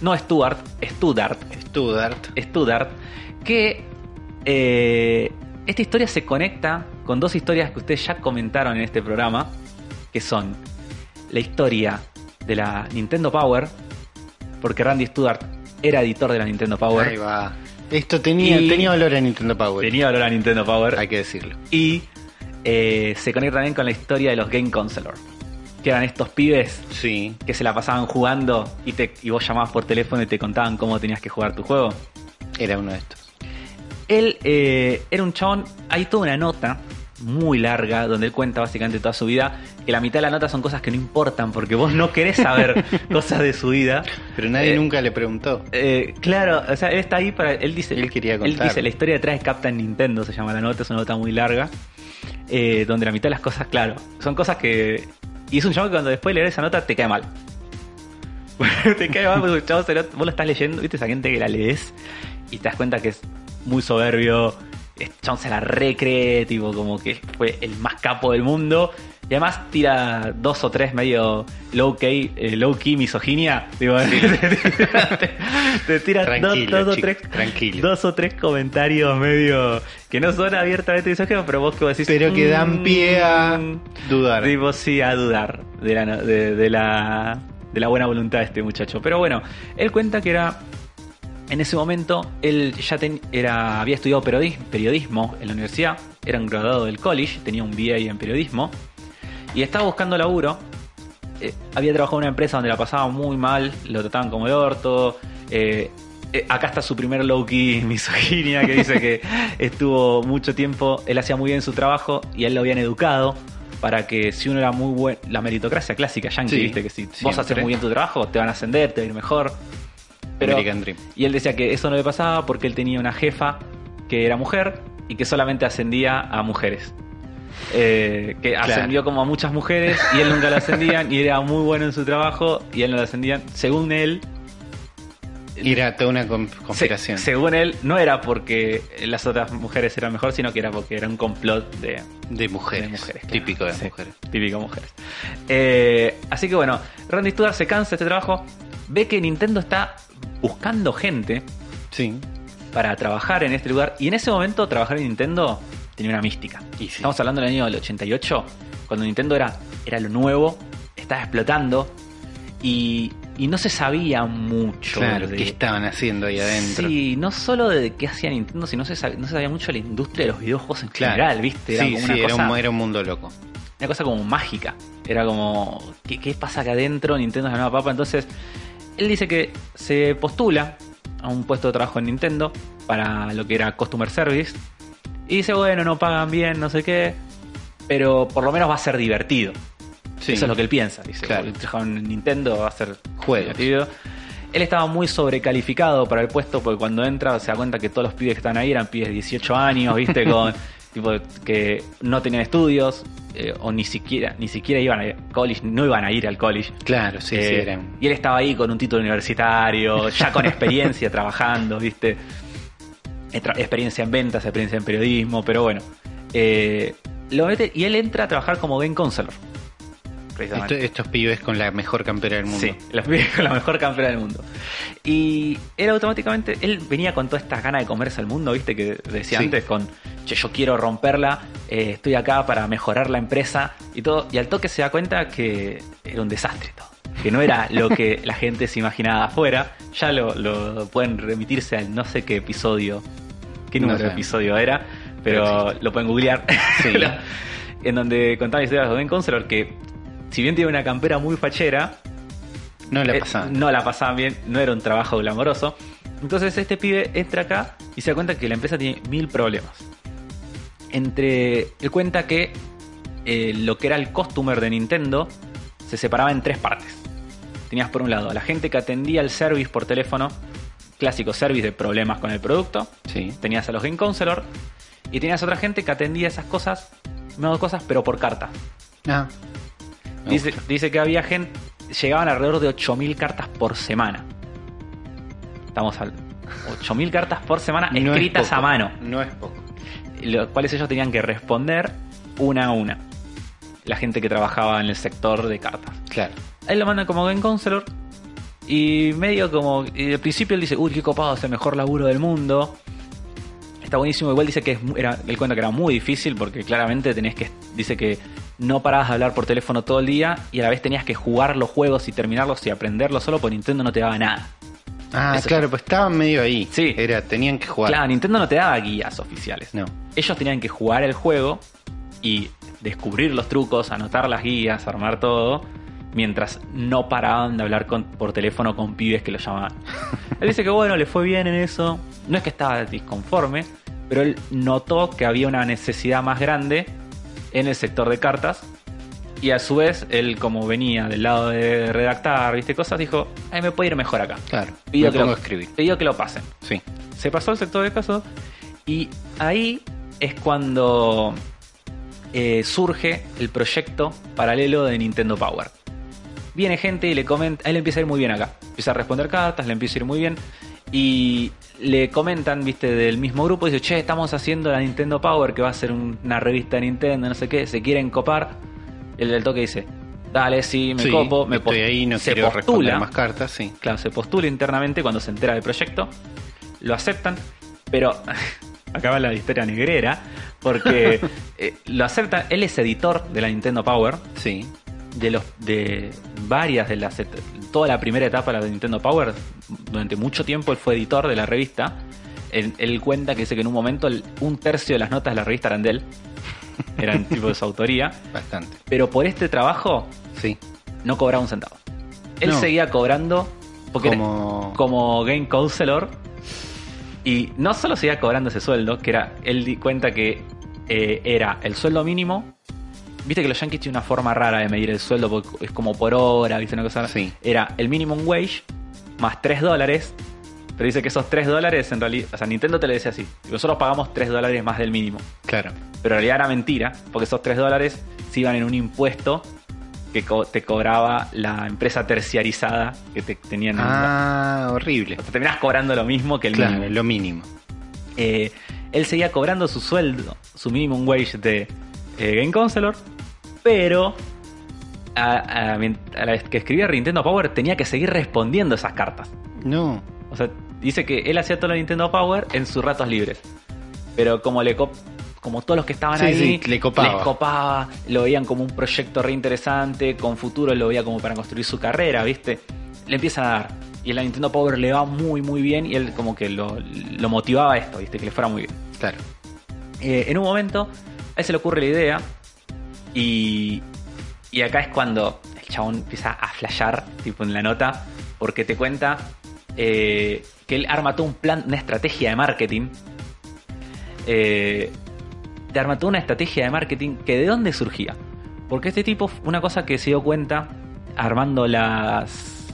Speaker 2: no Stuart, Studart,
Speaker 1: Stuttgart.
Speaker 2: Studart, que eh, esta historia se conecta con dos historias que ustedes ya comentaron en este programa, que son la historia de la Nintendo Power, porque Randy Studart era editor de la Nintendo
Speaker 1: Ahí
Speaker 2: Power,
Speaker 1: va. Esto tenía,
Speaker 2: Y-
Speaker 1: tenía olor a Nintendo Power.
Speaker 2: tenía olor a Nintendo Power,
Speaker 1: Hay que decirlo.
Speaker 2: y eh, se conecta también con la historia de los Game Counselor, que eran estos pibes
Speaker 1: Sí.
Speaker 2: que se la pasaban jugando y, te, y vos llamabas por teléfono y te contaban cómo tenías que jugar tu juego.
Speaker 1: Era uno de estos.
Speaker 2: Él eh, era un chabón. Hay toda una nota muy larga donde él cuenta básicamente toda su vida. Que la mitad de la nota son cosas que no importan porque vos no querés saber cosas de su vida.
Speaker 1: Pero nadie
Speaker 2: Eh,
Speaker 1: nunca le preguntó.
Speaker 2: Eh, claro, o sea, él está ahí para. Él dice.
Speaker 1: Él quería contar.
Speaker 2: dice: La historia detrás de Captain Nintendo se llama la nota, es una nota muy larga. eh, donde la mitad de las cosas, claro, son cosas que. Y es un chavo que cuando después de leer esa nota te cae mal. te cae mal porque es un chavo, se lo- vos lo estás leyendo, viste esa gente que la lees y te das cuenta que es muy soberbio. Este chabón se la recree, tipo, como que fue el más capo del mundo. Y además tira dos o tres medio low key, eh, low key misoginia. Digo, te, te tira
Speaker 1: Tranquilo,
Speaker 2: dos, dos o
Speaker 1: chico,
Speaker 2: tres,
Speaker 1: tranquilo.
Speaker 2: dos o tres comentarios medio que no son abiertamente misóginos, pero vos que vos decís.
Speaker 1: Pero que dan pie a
Speaker 2: "Mm".
Speaker 1: dudar.
Speaker 2: Tipo, sí, a dudar de la, de, de la, de la buena voluntad de este muchacho. Pero bueno, él cuenta que era. En ese momento, él ya ten- era, había estudiado periodi- periodismo en la universidad, era un graduado del college, tenía un BA en periodismo, y estaba buscando laburo. Eh, había trabajado en una empresa donde la pasaba muy mal, lo trataban como el orto. eh, eh, acá está su primer low-key misoginia que dice que estuvo mucho tiempo, él hacía muy bien su trabajo y a él lo habían educado para que si uno era muy bueno, la meritocracia clásica, yankee,
Speaker 1: Sí,
Speaker 2: viste que si vos
Speaker 1: siempre.
Speaker 2: haces muy bien tu trabajo, te van a ascender, te va a ir mejor. Pero,
Speaker 1: American Dream.
Speaker 2: y él decía que eso no le pasaba porque él tenía una jefa que era mujer y que solamente ascendía a mujeres. Eh, que
Speaker 1: Claro.
Speaker 2: ascendió como a muchas mujeres y él nunca la ascendían y era muy bueno en su trabajo y él no la ascendían. Según él,
Speaker 1: Y Era toda una con-
Speaker 2: se-
Speaker 1: conspiración.
Speaker 2: según él, no era porque las otras mujeres eran mejor, sino que era porque era un complot de,
Speaker 1: de mujeres.
Speaker 2: de mujeres, claro.
Speaker 1: Típico de las
Speaker 2: Sí,
Speaker 1: mujeres.
Speaker 2: Típico de mujeres. Eh, así que bueno, Randy Studdard se cansa de este trabajo, ve que Nintendo está buscando gente
Speaker 1: Sí.
Speaker 2: para trabajar en este lugar. Y en ese momento, trabajar en Nintendo tenía una mística.
Speaker 1: Y sí.
Speaker 2: Estamos hablando del año del 88, cuando Nintendo era, era lo nuevo, estaba explotando y, y no se sabía mucho.
Speaker 1: Claro,
Speaker 2: de-
Speaker 1: ¿qué estaban haciendo ahí adentro?
Speaker 2: Sí, no solo de qué hacía Nintendo, sino se sab- no se sabía mucho de la industria de los videojuegos en
Speaker 1: Claro.
Speaker 2: general, ¿viste? Era
Speaker 1: sí,
Speaker 2: como
Speaker 1: sí,
Speaker 2: una
Speaker 1: era,
Speaker 2: cosa
Speaker 1: un, era un mundo loco.
Speaker 2: una cosa como mágica. Era como, ¿qué, qué pasa acá adentro? Nintendo es la nueva papa. Entonces, él dice que se postula a un puesto de trabajo en Nintendo para lo que era Customer Service. Y dice, bueno, no pagan bien, no sé qué, pero por lo menos va a ser divertido.
Speaker 1: Sí.
Speaker 2: Eso es lo que él piensa. Dice,
Speaker 1: Claro.
Speaker 2: porque trabajar en Nintendo va a ser
Speaker 1: Juegos.
Speaker 2: divertido. Él estaba muy sobrecalificado para el puesto porque cuando entra se da cuenta que todos los pibes que están ahí eran pibes de 18 años, ¿viste? Con tipo que no tenían estudios eh, o ni siquiera ni siquiera iban a ir al college, no iban a ir al college.
Speaker 1: Claro, sí, sí,
Speaker 2: Eh,
Speaker 1: era un-
Speaker 2: Y él estaba ahí con un título universitario, ya con experiencia trabajando, ¿viste? Eh, tra- Experiencia en ventas, experiencia en periodismo, pero bueno. Eh, lo mete- y él entra a trabajar como game counselor.
Speaker 1: Esto-
Speaker 2: Precisamente.
Speaker 1: estos pibes con la mejor campera del mundo.
Speaker 2: Sí, la, con la mejor campera del mundo. Y él automáticamente, él venía con todas estas ganas de comerse al mundo, viste, que decía
Speaker 1: Sí.
Speaker 2: antes, con, che, yo quiero romperla, eh, estoy acá para mejorar la empresa y todo. Y al toque se da cuenta que era un desastre todo. Que no era lo que la gente se imaginaba afuera. Ya lo, lo pueden remitirse al no sé qué episodio, qué
Speaker 1: No
Speaker 2: número de
Speaker 1: sé.
Speaker 2: episodio era, pero lo pueden googlear. Lo- en donde contaba historias de Ben Counselor que, si bien tiene una campera muy fachera,
Speaker 1: No la
Speaker 2: eh,
Speaker 1: pasaban.
Speaker 2: no la pasaban bien, no era un trabajo glamoroso. Entonces este pibe entra acá y se da cuenta que la empresa tiene mil problemas. Entre. Él cuenta que eh, lo que era el customer de Nintendo se separaba en tres partes. Tenías por un lado a la gente que atendía el service por teléfono, clásico service de problemas con el producto.
Speaker 5: Sí.
Speaker 2: Tenías a los Game Counselor y tenías otra gente que atendía esas cosas, no cosas, pero por carta.
Speaker 1: Ah,
Speaker 5: Me
Speaker 2: Dice, dice que había gente, llegaban alrededor de 8.000 cartas por semana. Estamos hablando. 8.000 cartas por semana
Speaker 1: no es
Speaker 2: escritas
Speaker 1: poco,
Speaker 2: a mano,
Speaker 1: No es poco.
Speaker 2: los cuales ellos tenían que responder una a una. La gente que trabajaba en el sector de cartas.
Speaker 1: Claro.
Speaker 2: Él lo manda como Game Counselor. Y medio como. Y al principio él dice, uy, qué copado, es el mejor laburo del mundo. Está buenísimo. Igual dice que es, mu- era, él cuenta que era muy difícil porque claramente tenés que. Dice que no parabas de hablar por teléfono todo el día y a la vez tenías que jugar los juegos y terminarlos y aprenderlos solo porque Nintendo no te daba nada.
Speaker 1: Ah,
Speaker 2: Eso
Speaker 1: claro, pues estaban medio ahí.
Speaker 2: Sí.
Speaker 1: Era, tenían que jugar.
Speaker 2: Claro, Nintendo no te daba guías oficiales.
Speaker 1: No.
Speaker 2: Ellos tenían que jugar el juego y descubrir los trucos, anotar las guías, armar todo, mientras no paraban de hablar con- por teléfono con pibes que lo llamaban. él dice que bueno, le fue bien en eso. No es que estaba disconforme, pero él notó que había una necesidad más grande en el sector de cartas. Y a su vez, él como venía del lado de redactar, viste cosas, dijo, "Ay, me puede ir mejor acá.
Speaker 1: Claro.
Speaker 2: Pidió
Speaker 1: Yo
Speaker 2: que lo-
Speaker 1: tengo que escribir.
Speaker 2: pidió que lo pasen
Speaker 1: Sí.
Speaker 2: se pasó al sector de casos y ahí es cuando eh, surge el proyecto paralelo de Nintendo Power. Viene gente y le comenta, a él le empieza a ir muy bien acá, empieza a responder cartas, le empieza a ir muy bien y le comentan, viste, del mismo grupo, dice, che, estamos haciendo la Nintendo Power, que va a ser un- una revista de Nintendo, no sé qué, se quieren copar. El del toque dice, dale, sí, me
Speaker 1: Sí,
Speaker 2: copo, me
Speaker 1: estoy
Speaker 2: pos-
Speaker 1: ahí, no
Speaker 2: se
Speaker 1: quiero responder
Speaker 2: postula.
Speaker 1: más cartas, sí.
Speaker 2: Claro, se postula internamente cuando se entera del proyecto, lo aceptan, pero acaba la historia negrera, porque eh, lo aceptan, él es editor de la Nintendo Power,
Speaker 1: Sí.
Speaker 2: de los de varias de las et- toda la primera etapa de la Nintendo Power, durante mucho tiempo él fue editor de la revista. Él, él cuenta que dice que en un momento el- un tercio de las notas de la revista eran de él, eran tipo de su autoría,
Speaker 1: Bastante.
Speaker 2: pero por este trabajo
Speaker 1: Sí.
Speaker 2: no cobraba un centavo. Él
Speaker 1: No.
Speaker 2: seguía cobrando porque era-
Speaker 1: Como-
Speaker 2: como game counselor y no solo seguía cobrando ese sueldo, que era él di cuenta que eh, era el sueldo mínimo. Viste que los Yankees tienen una forma rara de medir el sueldo porque es como por hora, viste una cosa.
Speaker 1: Sí.
Speaker 2: Era el minimum wage más 3 dólares. Pero dice que esos 3 dólares en realidad, o sea, Nintendo te lo decía así. Nosotros pagamos 3 dólares más del mínimo.
Speaker 1: Claro.
Speaker 2: Pero en realidad era mentira, porque esos 3 dólares se iban en un impuesto que co- te cobraba la empresa terciarizada que te tenían.
Speaker 1: Ah, horrible.
Speaker 2: O sea, terminás cobrando lo mismo que el
Speaker 1: claro,
Speaker 2: mínimo.
Speaker 1: lo mínimo.
Speaker 2: Eh, él seguía cobrando su sueldo, su minimum wage de eh, Game Counselor, pero a, a- mien- a la vez que escribía Nintendo Power tenía que seguir respondiendo esas cartas.
Speaker 1: No.
Speaker 2: O sea, dice que él hacía todo lo de Nintendo Power en sus ratos libres. Pero como le cop- como todos los que estaban
Speaker 1: Sí,
Speaker 2: ahí,
Speaker 1: sí, le copaba.
Speaker 2: les copaba, lo veían como un proyecto re interesante, con futuro lo veía como para construir su carrera, ¿viste? Le empieza a dar. Y la Nintendo Power le va muy, muy bien. Y él como que lo, lo motivaba a esto, ¿viste? Que le fuera muy bien.
Speaker 1: Claro.
Speaker 2: Eh, en un momento, a él se le ocurre la idea. Y, y acá es cuando el chabón empieza a flashear, tipo en la nota, porque te cuenta eh, que él arma todo un plan, una estrategia de marketing. Eh, te arma toda una estrategia de marketing que de dónde surgía. Porque este tipo, una cosa que se dio cuenta armando las.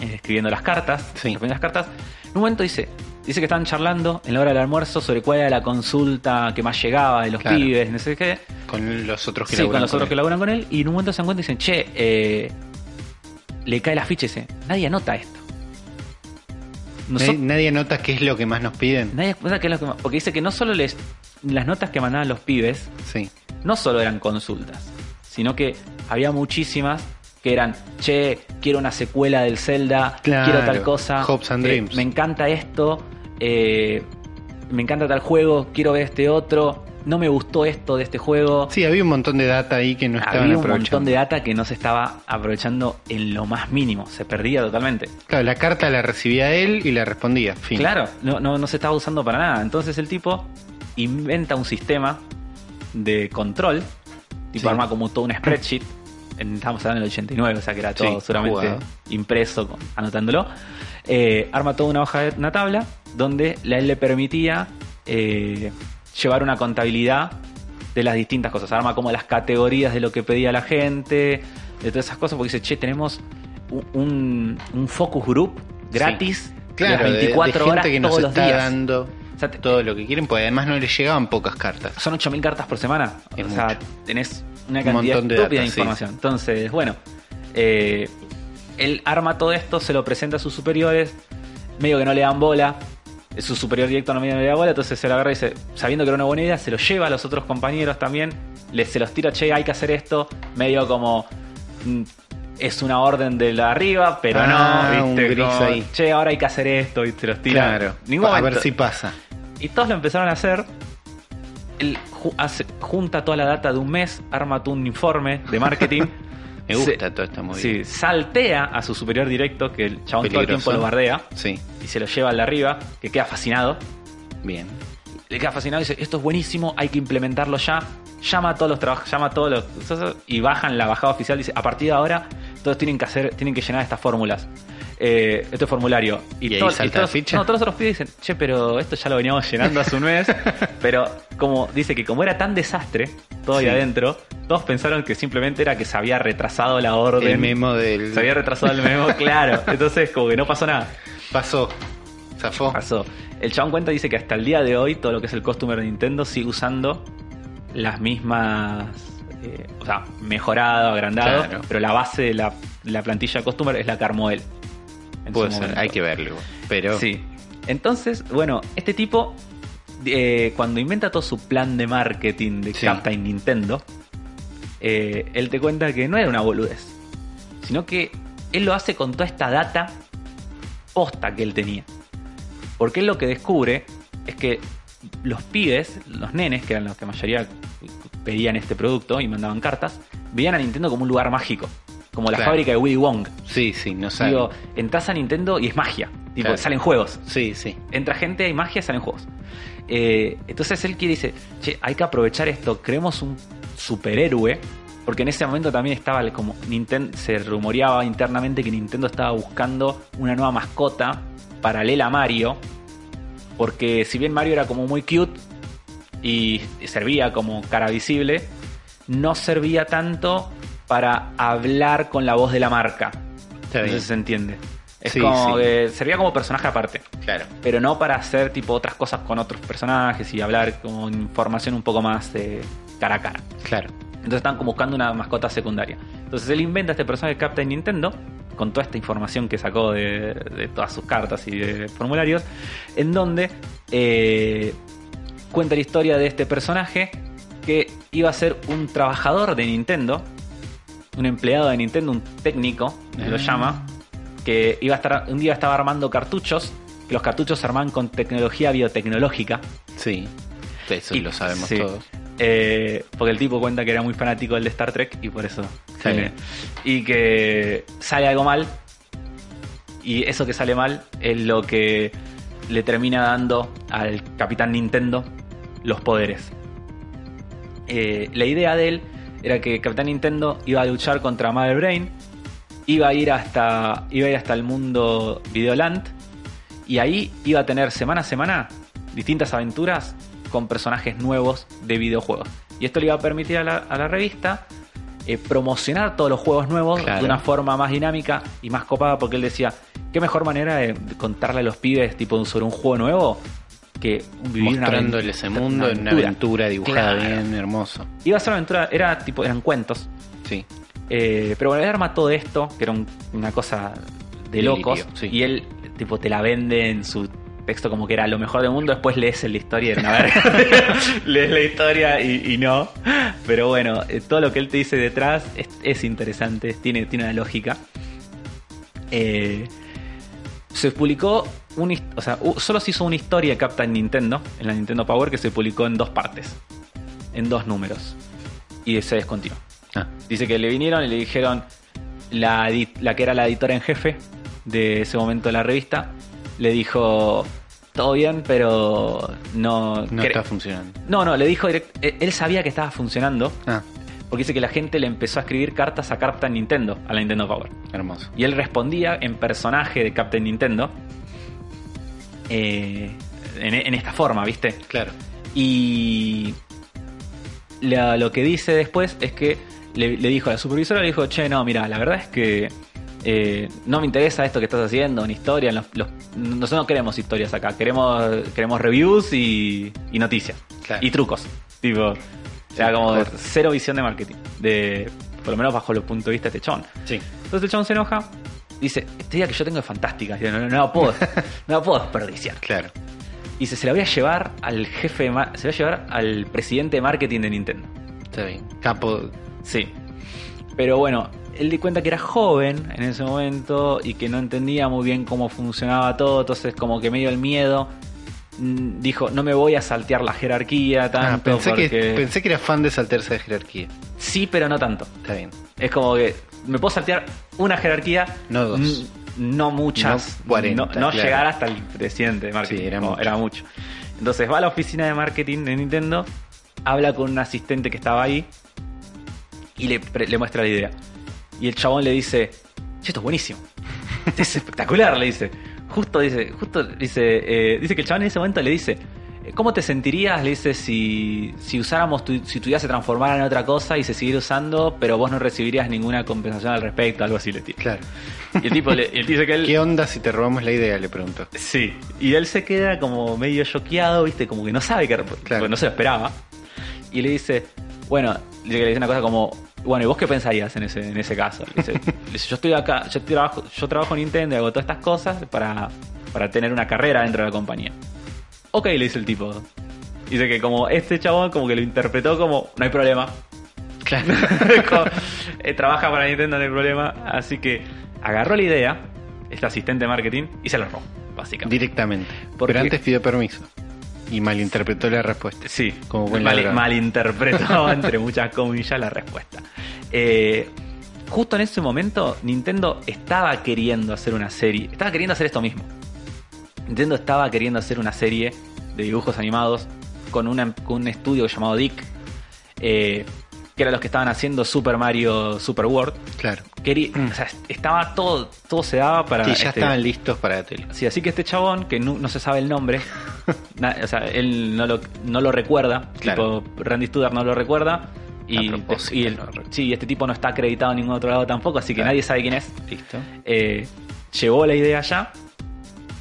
Speaker 2: eh, escribiendo las cartas,
Speaker 1: Sí.
Speaker 2: respondiendo las cartas, en un momento dice. Dice que estaban charlando en la hora del almuerzo sobre cuál era la consulta que más llegaba de los
Speaker 1: Claro.
Speaker 2: pibes, no sé qué.
Speaker 1: Con los otros que
Speaker 2: Sí, con
Speaker 1: laburan
Speaker 2: los otros que
Speaker 1: él.
Speaker 2: laburan con él. Y en un momento se encuentran y dicen, che, eh, le cae la ficha y dice, nadie anota esto. Nosot-
Speaker 1: Nadie, nadie nota qué es lo que más nos piden.
Speaker 2: nadie cuenta que es lo que ma- Porque dice que no solo les, las notas que mandaban los pibes
Speaker 1: Sí.
Speaker 2: no solo eran consultas, sino que había muchísimas que eran, che, quiero una secuela del Zelda,
Speaker 1: Claro,
Speaker 2: quiero tal cosa,
Speaker 1: hopes and
Speaker 2: eh,
Speaker 1: dreams.
Speaker 2: me encanta esto, eh, me encanta tal juego, quiero ver este otro, no me gustó esto de este juego.
Speaker 1: Sí, había un montón de data ahí que no estaban
Speaker 2: Había un
Speaker 1: aprovechando.
Speaker 2: montón de data que no se estaba aprovechando en lo más mínimo, se perdía totalmente.
Speaker 1: Claro, la carta la recibía él y la respondía. Fin.
Speaker 2: Claro, no, no, no se estaba usando para nada. Entonces el tipo inventa un sistema de control, tipo
Speaker 1: Sí.
Speaker 2: arma como todo un spreadsheet. En- estamos hablando del 89, o sea que era todo
Speaker 1: Sí,
Speaker 2: seguramente
Speaker 1: jugado.
Speaker 2: impreso, con- anotándolo. Eh, arma toda una hoja de una tabla donde la- él le permitía eh, llevar una contabilidad de las distintas cosas. Arma como las categorías de lo que pedía la gente, de todas esas cosas, porque dice, che, tenemos un, un- un focus group gratis
Speaker 1: Claro,
Speaker 5: las
Speaker 1: de- de
Speaker 5: 24
Speaker 1: gente
Speaker 5: horas
Speaker 1: que nos
Speaker 5: todos los
Speaker 1: está
Speaker 5: días.
Speaker 1: dando
Speaker 2: O sea, te-
Speaker 1: todo lo que quieren, porque además no les llegaban pocas cartas.
Speaker 2: Son 8.000 cartas por semana.
Speaker 1: Es
Speaker 2: o sea,
Speaker 1: mucho.
Speaker 2: tenés una
Speaker 1: Un
Speaker 2: cantidad
Speaker 1: montón de
Speaker 2: estúpida de
Speaker 1: datos, sí.
Speaker 2: información. Entonces, bueno, eh, él arma todo esto, se lo presenta a sus superiores, medio que no le dan bola. Su superior directo no medio no le da bola, entonces se lo agarra y dice, sabiendo que era una buena idea, se lo lleva a los otros compañeros también, les, se los tira, che, hay que hacer esto, medio como mm, es una orden de la arriba, pero
Speaker 1: Ah,
Speaker 2: no,
Speaker 1: un
Speaker 2: viste,
Speaker 1: gris
Speaker 2: como,
Speaker 1: ahí.
Speaker 2: che, ahora hay que hacer esto, y se los tira.
Speaker 1: Claro,
Speaker 2: Ningún
Speaker 1: a ver
Speaker 2: momento-
Speaker 1: si pasa.
Speaker 2: y todos lo empezaron a hacer. Él ju- hace- junta toda la data de un mes, arma todo un informe de marketing.
Speaker 1: Me
Speaker 2: Se-
Speaker 1: gusta toda esta movida.
Speaker 2: sí, saltea a su superior directo, que el chabón todo el
Speaker 1: Peligroso.
Speaker 2: tiempo lo bardea,
Speaker 1: Sí,
Speaker 2: y se lo lleva al de arriba, que queda fascinado.
Speaker 1: bien.
Speaker 2: Le queda fascinado y dice, esto es buenísimo, hay que implementarlo ya. Llama a todos los trabajos, llama a todos los... Y bajan la bajada oficial, dice, a partir de ahora todos tienen que hacer, tienen que llenar estas fórmulas. Eh, este formulario.
Speaker 1: ¿Y ahí
Speaker 2: todos-
Speaker 1: salta la
Speaker 2: todos,
Speaker 1: ficha?
Speaker 2: No, todos los otros pibes dicen, che, pero esto ya lo veníamos llenando hace un mes. pero como dice que como era tan desastre todo ahí
Speaker 1: Sí.
Speaker 2: adentro, todos pensaron que simplemente era que se había retrasado la orden.
Speaker 1: El memo del...
Speaker 2: Se había retrasado el memo, claro. Entonces como que no pasó nada.
Speaker 1: Pasó. Zafó.
Speaker 2: Pasó. El chabón cuenta dice que hasta el día de hoy todo lo que es el customer de Nintendo sigue usando las mismas. eh, o sea, mejorado, agrandado.
Speaker 1: Claro.
Speaker 2: Pero la base de la, la plantilla customer es la Carmoel. En
Speaker 1: Puede
Speaker 2: su
Speaker 1: ser,
Speaker 2: momento.
Speaker 1: hay que verlo. igual. Pero
Speaker 2: Sí. Entonces, bueno, este tipo, eh, cuando inventa todo su plan de marketing de
Speaker 1: Sí.
Speaker 2: Captain Nintendo, eh, él te cuenta que no era una boludez, sino que él lo hace con toda esta data posta que él tenía. Porque él lo que descubre es que los pibes, los nenes, que eran los que mayoría pedían este producto y mandaban cartas, veían a Nintendo como un lugar mágico, como la
Speaker 1: Claro.
Speaker 2: fábrica de Willy Wong.
Speaker 1: sí, sí, no sabe.
Speaker 2: Digo, entras a Nintendo y es magia. Tipo,
Speaker 1: Claro.
Speaker 2: salen juegos.
Speaker 1: Sí, sí.
Speaker 2: Entra gente, hay magia, salen juegos. Eh, entonces él quiere dice, che, hay que aprovechar esto, creemos un superhéroe. Porque en ese momento también estaba el- como Ninten- se rumoreaba internamente que Nintendo estaba buscando una nueva mascota paralela a Mario. Porque si bien Mario era como muy cute y servía como cara visible, no servía tanto para hablar con la voz de la marca.
Speaker 1: Está
Speaker 2: Entonces
Speaker 1: bien.
Speaker 2: se entiende. Es
Speaker 1: Sí,
Speaker 2: como
Speaker 1: sí.
Speaker 2: que servía como personaje aparte
Speaker 1: Claro.
Speaker 2: pero no para hacer tipo otras cosas con otros personajes y hablar con información un poco más eh, cara a cara.
Speaker 1: Claro.
Speaker 2: Entonces están como buscando una mascota secundaria. Entonces él inventa este personaje de Captain Nintendo con toda esta información que sacó de, de todas sus cartas y de formularios, en donde eh, cuenta la historia de este personaje que iba a ser un trabajador de Nintendo, un empleado de Nintendo, un técnico, que lo
Speaker 1: Ah.
Speaker 2: llama, que iba a estar, un día estaba armando cartuchos, que los cartuchos se armaban con tecnología biotecnológica.
Speaker 1: Sí. Eso
Speaker 2: Y-
Speaker 1: lo sabemos
Speaker 2: sí.
Speaker 1: todos.
Speaker 2: Eh, porque el tipo cuenta que era muy fanático del de Star Trek y por eso.
Speaker 1: Está
Speaker 2: tiene-
Speaker 1: bien.
Speaker 2: Y que sale algo mal. Y eso que sale mal es lo que le termina dando al Capitán Nintendo los poderes. Eh, la idea de él era que Capitán Nintendo iba a luchar contra Mother Brain, iba a ir hasta, iba a ir hasta el mundo Videoland y ahí iba a tener semana a semana distintas aventuras con personajes nuevos de videojuegos. Y esto le iba a permitir a la, a la revista eh, promocionar todos los juegos nuevos
Speaker 1: Claro.
Speaker 2: de una forma más dinámica y más copada, porque él decía, ¿qué mejor manera de contarle a los pibes tipo sobre un juego nuevo? que vivir una
Speaker 1: Mostrándoles ese
Speaker 2: aventura-
Speaker 1: mundo en una aventura dibujada
Speaker 2: Claro.
Speaker 1: bien, hermoso.
Speaker 2: Iba a ser una aventura, era tipo, eran cuentos.
Speaker 1: Sí.
Speaker 2: Eh, pero bueno, él arma todo esto, que era un- una cosa de
Speaker 1: Delirio,
Speaker 2: locos.
Speaker 1: sí.
Speaker 2: Y él, tipo, te la vende en su texto como que era lo mejor del mundo. Después lees la historia y no, a ver, lees la historia y, y no. Pero bueno, eh, todo lo que él te dice detrás es, es interesante, tiene, tiene una lógica. Eh, se publicó un, his- o sea, u- solo se hizo una historia de Captain Nintendo en la Nintendo Power que se publicó en dos partes, en dos números. Y se descontinuó.
Speaker 1: Ah,
Speaker 2: Dice que le vinieron y le dijeron la, edi- la que era la editora en jefe de ese momento de la revista, le dijo todo bien, pero no
Speaker 1: no
Speaker 2: cre-
Speaker 1: está funcionando.
Speaker 2: no, no, le dijo direct- eh, él sabía que estaba funcionando,
Speaker 1: Ah,
Speaker 2: porque dice que la gente le empezó a escribir cartas a Captain Nintendo, a la Nintendo Power.
Speaker 1: hermoso.
Speaker 2: Y él respondía en personaje de Captain Nintendo. eh, en, en esta forma, ¿viste?
Speaker 1: Claro.
Speaker 2: Y la- lo que dice después es que le, le dijo a la supervisora, le dijo, che, no, mira, la verdad es que eh, no me interesa esto que estás haciendo, ni historia. los- los- nosotros no queremos historias acá, queremos, queremos reviews y, y noticias.
Speaker 1: Claro.
Speaker 2: Y trucos. Tipo, era como
Speaker 1: mejor.
Speaker 2: cero visión de marketing. De, por lo menos bajo el punto de vista de este chon.
Speaker 5: Sí.
Speaker 2: Entonces el chon se enoja. Dice, esta idea que yo tengo es fantástica. dice, No, no, no la puedo, no la puedo desperdiciar.
Speaker 1: Claro.
Speaker 2: Dice, se la voy a llevar al jefe de ma- Se la voy a llevar al presidente de marketing de Nintendo.
Speaker 1: Está bien. Capo.
Speaker 2: Sí. Pero bueno, él di cuenta que era joven en ese momento y que no entendía muy bien cómo funcionaba todo, entonces como que medio el miedo. mm, Dijo, no me voy a saltear la jerarquía
Speaker 1: Ah,
Speaker 2: tanto.
Speaker 1: pensé,
Speaker 2: porque...
Speaker 1: que, pensé que era fan de saltarse de jerarquía.
Speaker 2: Sí, pero no tanto.
Speaker 1: Está bien.
Speaker 2: Es como que me puedo saltear una jerarquía.
Speaker 1: No dos.
Speaker 2: n- No muchas.
Speaker 1: No 40,
Speaker 2: No, no
Speaker 1: claro.
Speaker 2: llegar hasta el presidente de marketing.
Speaker 1: Sí, era
Speaker 2: como-
Speaker 1: mucho.
Speaker 2: Entonces va a la oficina de marketing de Nintendo, habla con un asistente que estaba ahí y le, pre- le muestra la idea. Y el chabón le dice, "Che, esto es buenísimo. Esto es espectacular, le dice. Justo dice, justo dice, eh, dice que el chabón en ese momento le dice, "Eh, ¿cómo te sentirías? Le dice, si, si usáramos, tu, si tu idea se transformara en otra cosa y se siguiera usando, pero vos no recibirías ninguna compensación al respecto, algo así le tira.
Speaker 1: Claro.
Speaker 2: Y el tipo le, y él dice que él...
Speaker 1: ¿Qué onda si te robamos la idea? Le pregunto.
Speaker 2: Sí, y él se queda como medio choqueado, ¿viste? Como que no sabe que porque no se lo esperaba. Y le dice, bueno, le le dice una cosa como, bueno, ¿y vos qué pensarías en ese, en ese caso? Le dice, le dice, yo estoy acá, yo trabajo, yo trabajo en Nintendo y hago todas estas cosas para, para tener una carrera dentro de la compañía. Ok, le dice el tipo. Dice que como este chabón como que lo interpretó como, no hay problema,
Speaker 1: Claro.
Speaker 2: Como, eh, trabaja para Nintendo, no hay problema. Así que agarró la idea, este asistente de marketing, y se la robó, básicamente.
Speaker 1: Directamente.
Speaker 2: Porque-
Speaker 1: Pero antes pidió permiso. Y malinterpretó la respuesta.
Speaker 2: Sí,
Speaker 1: Como buen
Speaker 2: mal-
Speaker 1: ladrón.
Speaker 2: malinterpretó entre muchas comillas la respuesta. Eh, justo en ese momento, Nintendo estaba queriendo hacer una serie, estaba queriendo hacer esto mismo. Nintendo estaba queriendo hacer una serie de dibujos animados con, una- con un estudio llamado Dick, eh, que eran los que estaban haciendo Super Mario Super World.
Speaker 1: Claro.
Speaker 2: Quería- o sea, estaba todo, todo se daba para.
Speaker 1: Mm. Sí, ya
Speaker 2: este-
Speaker 1: estaban listos para la tele.
Speaker 2: Sí, así que este chabón, que nu- no, se sabe el nombre, na- o sea, él no lo, no lo recuerda,
Speaker 1: Claro.
Speaker 2: tipo, Randy Studdard no lo recuerda. Y,
Speaker 1: A propósito,
Speaker 2: y el-
Speaker 1: no lo recuerda.
Speaker 2: sí, y este tipo no está acreditado en ningún otro lado tampoco, así que
Speaker 1: Claro.
Speaker 2: nadie sabe quién es.
Speaker 1: Listo.
Speaker 2: Eh, llevó la idea allá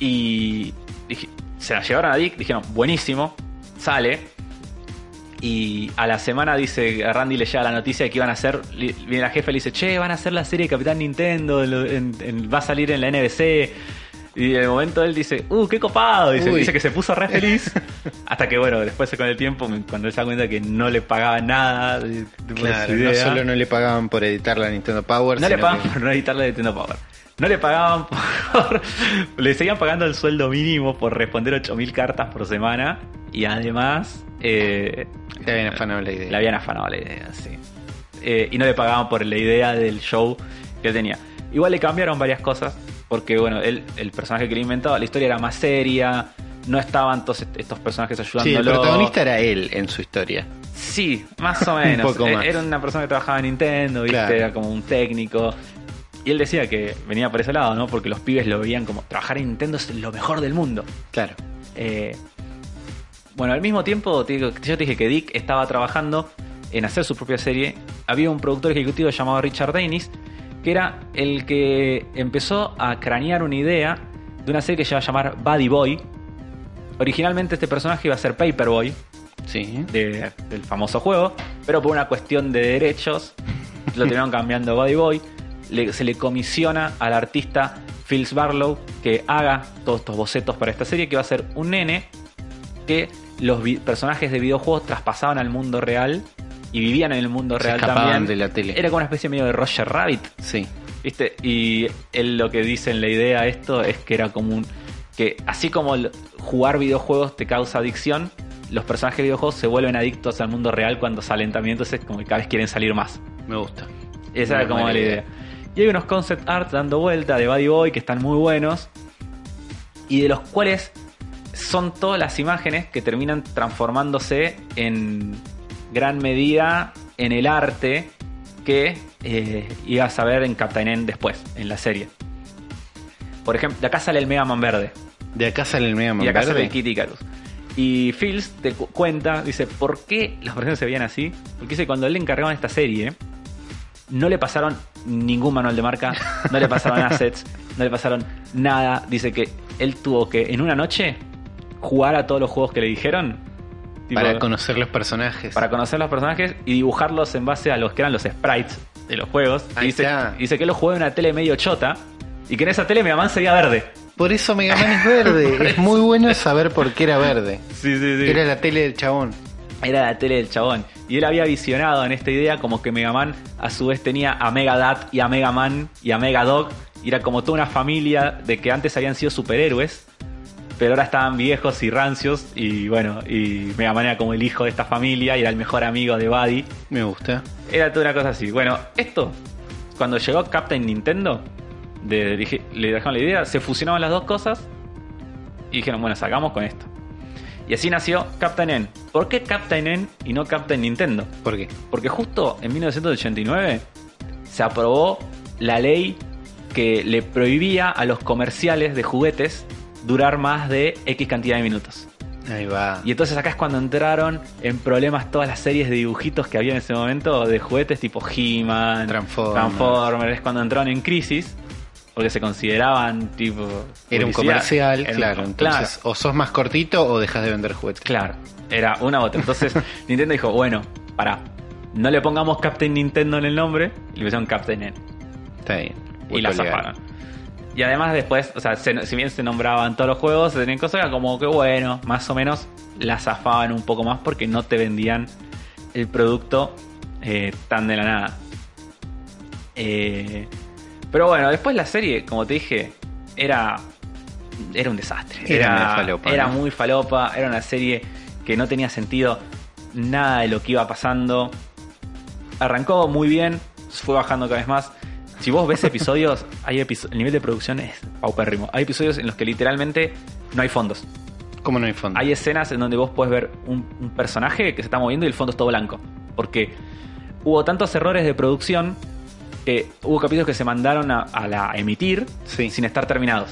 Speaker 2: y dije- se la llevaron a Dick, dijeron, buenísimo, sale. Y a la semana dice, a Randy le llega la noticia de que iban a hacer, li- viene la jefa y le dice, che, van a hacer la serie de Capitán Nintendo, lo- en- en- va a salir en la NBC. Y de momento él dice, uh, qué copado. Dice,
Speaker 1: Uy.
Speaker 2: dice que se puso re feliz. Hasta que bueno, después con el tiempo, cuando él se da cuenta que no le pagaba nada. de- de por
Speaker 1: Claro,
Speaker 2: su
Speaker 1: no
Speaker 2: idea.
Speaker 1: solo no le pagaban por editar la Nintendo Power,
Speaker 2: No le
Speaker 1: sino
Speaker 2: pagaban
Speaker 1: que-
Speaker 2: por no editar la de Nintendo Power. No le pagaban por... le seguían pagando el sueldo mínimo por responder 8.000 cartas por semana. Y además... eh,
Speaker 1: Le habían afanado la idea.
Speaker 2: Le habían afanado la idea, sí. Eh, y no le pagaban por la idea del show que él tenía. Igual le cambiaron varias cosas. Porque, bueno, él, el personaje que le inventaba, la historia era más seria. No estaban todos est- estos personajes ayudándolo.
Speaker 1: Sí, el protagonista era él en su historia.
Speaker 2: Sí, más o menos.
Speaker 1: poco
Speaker 2: E-
Speaker 1: más.
Speaker 2: Era una persona que trabajaba en Nintendo, ¿viste?
Speaker 1: Claro.
Speaker 2: Era como un técnico. Y él decía que venía por ese lado, ¿no? Porque los pibes lo veían como trabajar en Nintendo es lo mejor del mundo.
Speaker 1: Claro.
Speaker 2: Eh, bueno, al mismo tiempo, te digo- yo te dije que Dick estaba trabajando en hacer su propia serie. Había un productor ejecutivo llamado Richard Dennis, que era el que empezó a cranear una idea de una serie que se iba a llamar Buddy Boy. Originalmente este personaje iba a ser Paperboy,
Speaker 1: Sí. ¿eh?
Speaker 2: de- del famoso juego, pero por una cuestión de derechos lo terminaron cambiando a Body Boy. Le- se le comisiona al artista Phil Barlow que haga todos estos bocetos para esta serie, que va a ser un nene que los vi- personajes de videojuegos traspasaban al mundo real y vivían en el mundo
Speaker 1: Se
Speaker 2: real
Speaker 1: escapaban
Speaker 2: también.
Speaker 1: de la tele.
Speaker 2: Era como una especie medio de Roger Rabbit,
Speaker 1: Sí.
Speaker 2: ¿Viste? Y él lo que dice en la idea de esto es que era como un. que así como el jugar videojuegos te causa adicción, los personajes de videojuegos se vuelven adictos al mundo real cuando salen también, entonces como que cada vez quieren salir más.
Speaker 1: Me gusta.
Speaker 2: Esa era
Speaker 1: Una
Speaker 2: como
Speaker 1: mala
Speaker 2: la idea.
Speaker 1: idea.
Speaker 2: Y hay unos concept art dando vuelta de Buddy Boy que están muy buenos. Y de los cuales son todas las imágenes que terminan transformándose en gran medida en el arte que eh, ibas a ver en Captain N después, en la serie. Por ejemplo, de acá sale el Mega Man verde.
Speaker 1: De acá sale el Mega Man
Speaker 2: Y acá
Speaker 1: verde.
Speaker 2: sale Kitty Icarus. Y Fields te cu- cuenta, dice, ¿por qué los personajes se veían así? Porque dice, cuando a él le encargaban esta serie, No le pasaron ningún manual de marca, no le pasaron assets, no le pasaron nada. Dice que él tuvo que en una noche jugar a todos los juegos que le dijeron. tipo,
Speaker 1: para conocer los personajes.
Speaker 2: para conocer los personajes y dibujarlos en base a los que eran los sprites de los juegos. Y
Speaker 1: Ahí
Speaker 2: dice,
Speaker 1: está.
Speaker 2: dice que él lo jugó en una tele medio chota y que en esa tele Mega Man sería verde.
Speaker 1: Por eso Mega Man es verde. es muy bueno saber por qué era verde.
Speaker 2: Sí, sí,
Speaker 1: Era la tele del chabón.
Speaker 2: Era la tele del chabón. Y él había visionado en esta idea como que Mega Man a su vez tenía a Mega Dad y a Mega Man y a Mega Dog. Y era como toda una familia de que antes habían sido superhéroes, pero ahora estaban viejos y rancios. Y bueno, y Mega Man era como el hijo de esta familia y era el mejor amigo de Buddy.
Speaker 1: Me gusta.
Speaker 2: Era toda una cosa así. Bueno, esto, cuando llegó Captain Nintendo, de- dije- le dejaron la idea, se fusionaban las dos cosas y dijeron, bueno, sacamos con esto. Y así nació Captain N. ¿Por qué Captain N y no Captain Nintendo?
Speaker 1: ¿Por qué?
Speaker 2: Porque justo en 1989 se aprobó la ley que le prohibía a los comerciales de juguetes durar más de X cantidad de minutos.
Speaker 1: Ahí va.
Speaker 2: Y entonces acá es cuando entraron en problemas todas las series de dibujitos que había en ese momento de juguetes tipo He-Man,
Speaker 1: Transformers.
Speaker 2: Transformers, es cuando entraron en crisis porque se consideraban tipo
Speaker 1: Era un
Speaker 2: publicidad.
Speaker 1: comercial,
Speaker 2: Era un-
Speaker 1: claro. Entonces, o sos más cortito o dejas de vender juguetes.
Speaker 2: claro, claro, era una u otra. Entonces Nintendo dijo, bueno, pará, no le pongamos Captain Nintendo en el nombre, y le pusieron Captain N
Speaker 1: Está bien.
Speaker 2: y la
Speaker 1: Legal.
Speaker 2: zafaron. Y además después, o sea, se- si bien se nombraban todos los juegos, se tenían cosas, era como que bueno, más o menos la zafaban un poco más porque no te vendían el producto eh, tan de la nada. Eh, pero bueno, después la serie, como te dije, era era un desastre.
Speaker 1: Era medio falopa,
Speaker 2: era
Speaker 1: ¿no?
Speaker 2: muy falopa, era una serie que no tenía sentido nada de lo que iba pasando. Arrancó muy bien, fue bajando cada vez más. Si vos ves episodios, hay episo- el nivel de producción es paupérrimo. Hay episodios en los que literalmente no hay fondos.
Speaker 1: ¿Cómo no hay fondo?
Speaker 2: Hay escenas en donde vos puedes ver un, un personaje que se está moviendo y el fondo es todo blanco. Porque hubo tantos errores de producción que hubo capítulos que se mandaron a, a la a emitir
Speaker 1: Sí.
Speaker 2: sin estar terminados.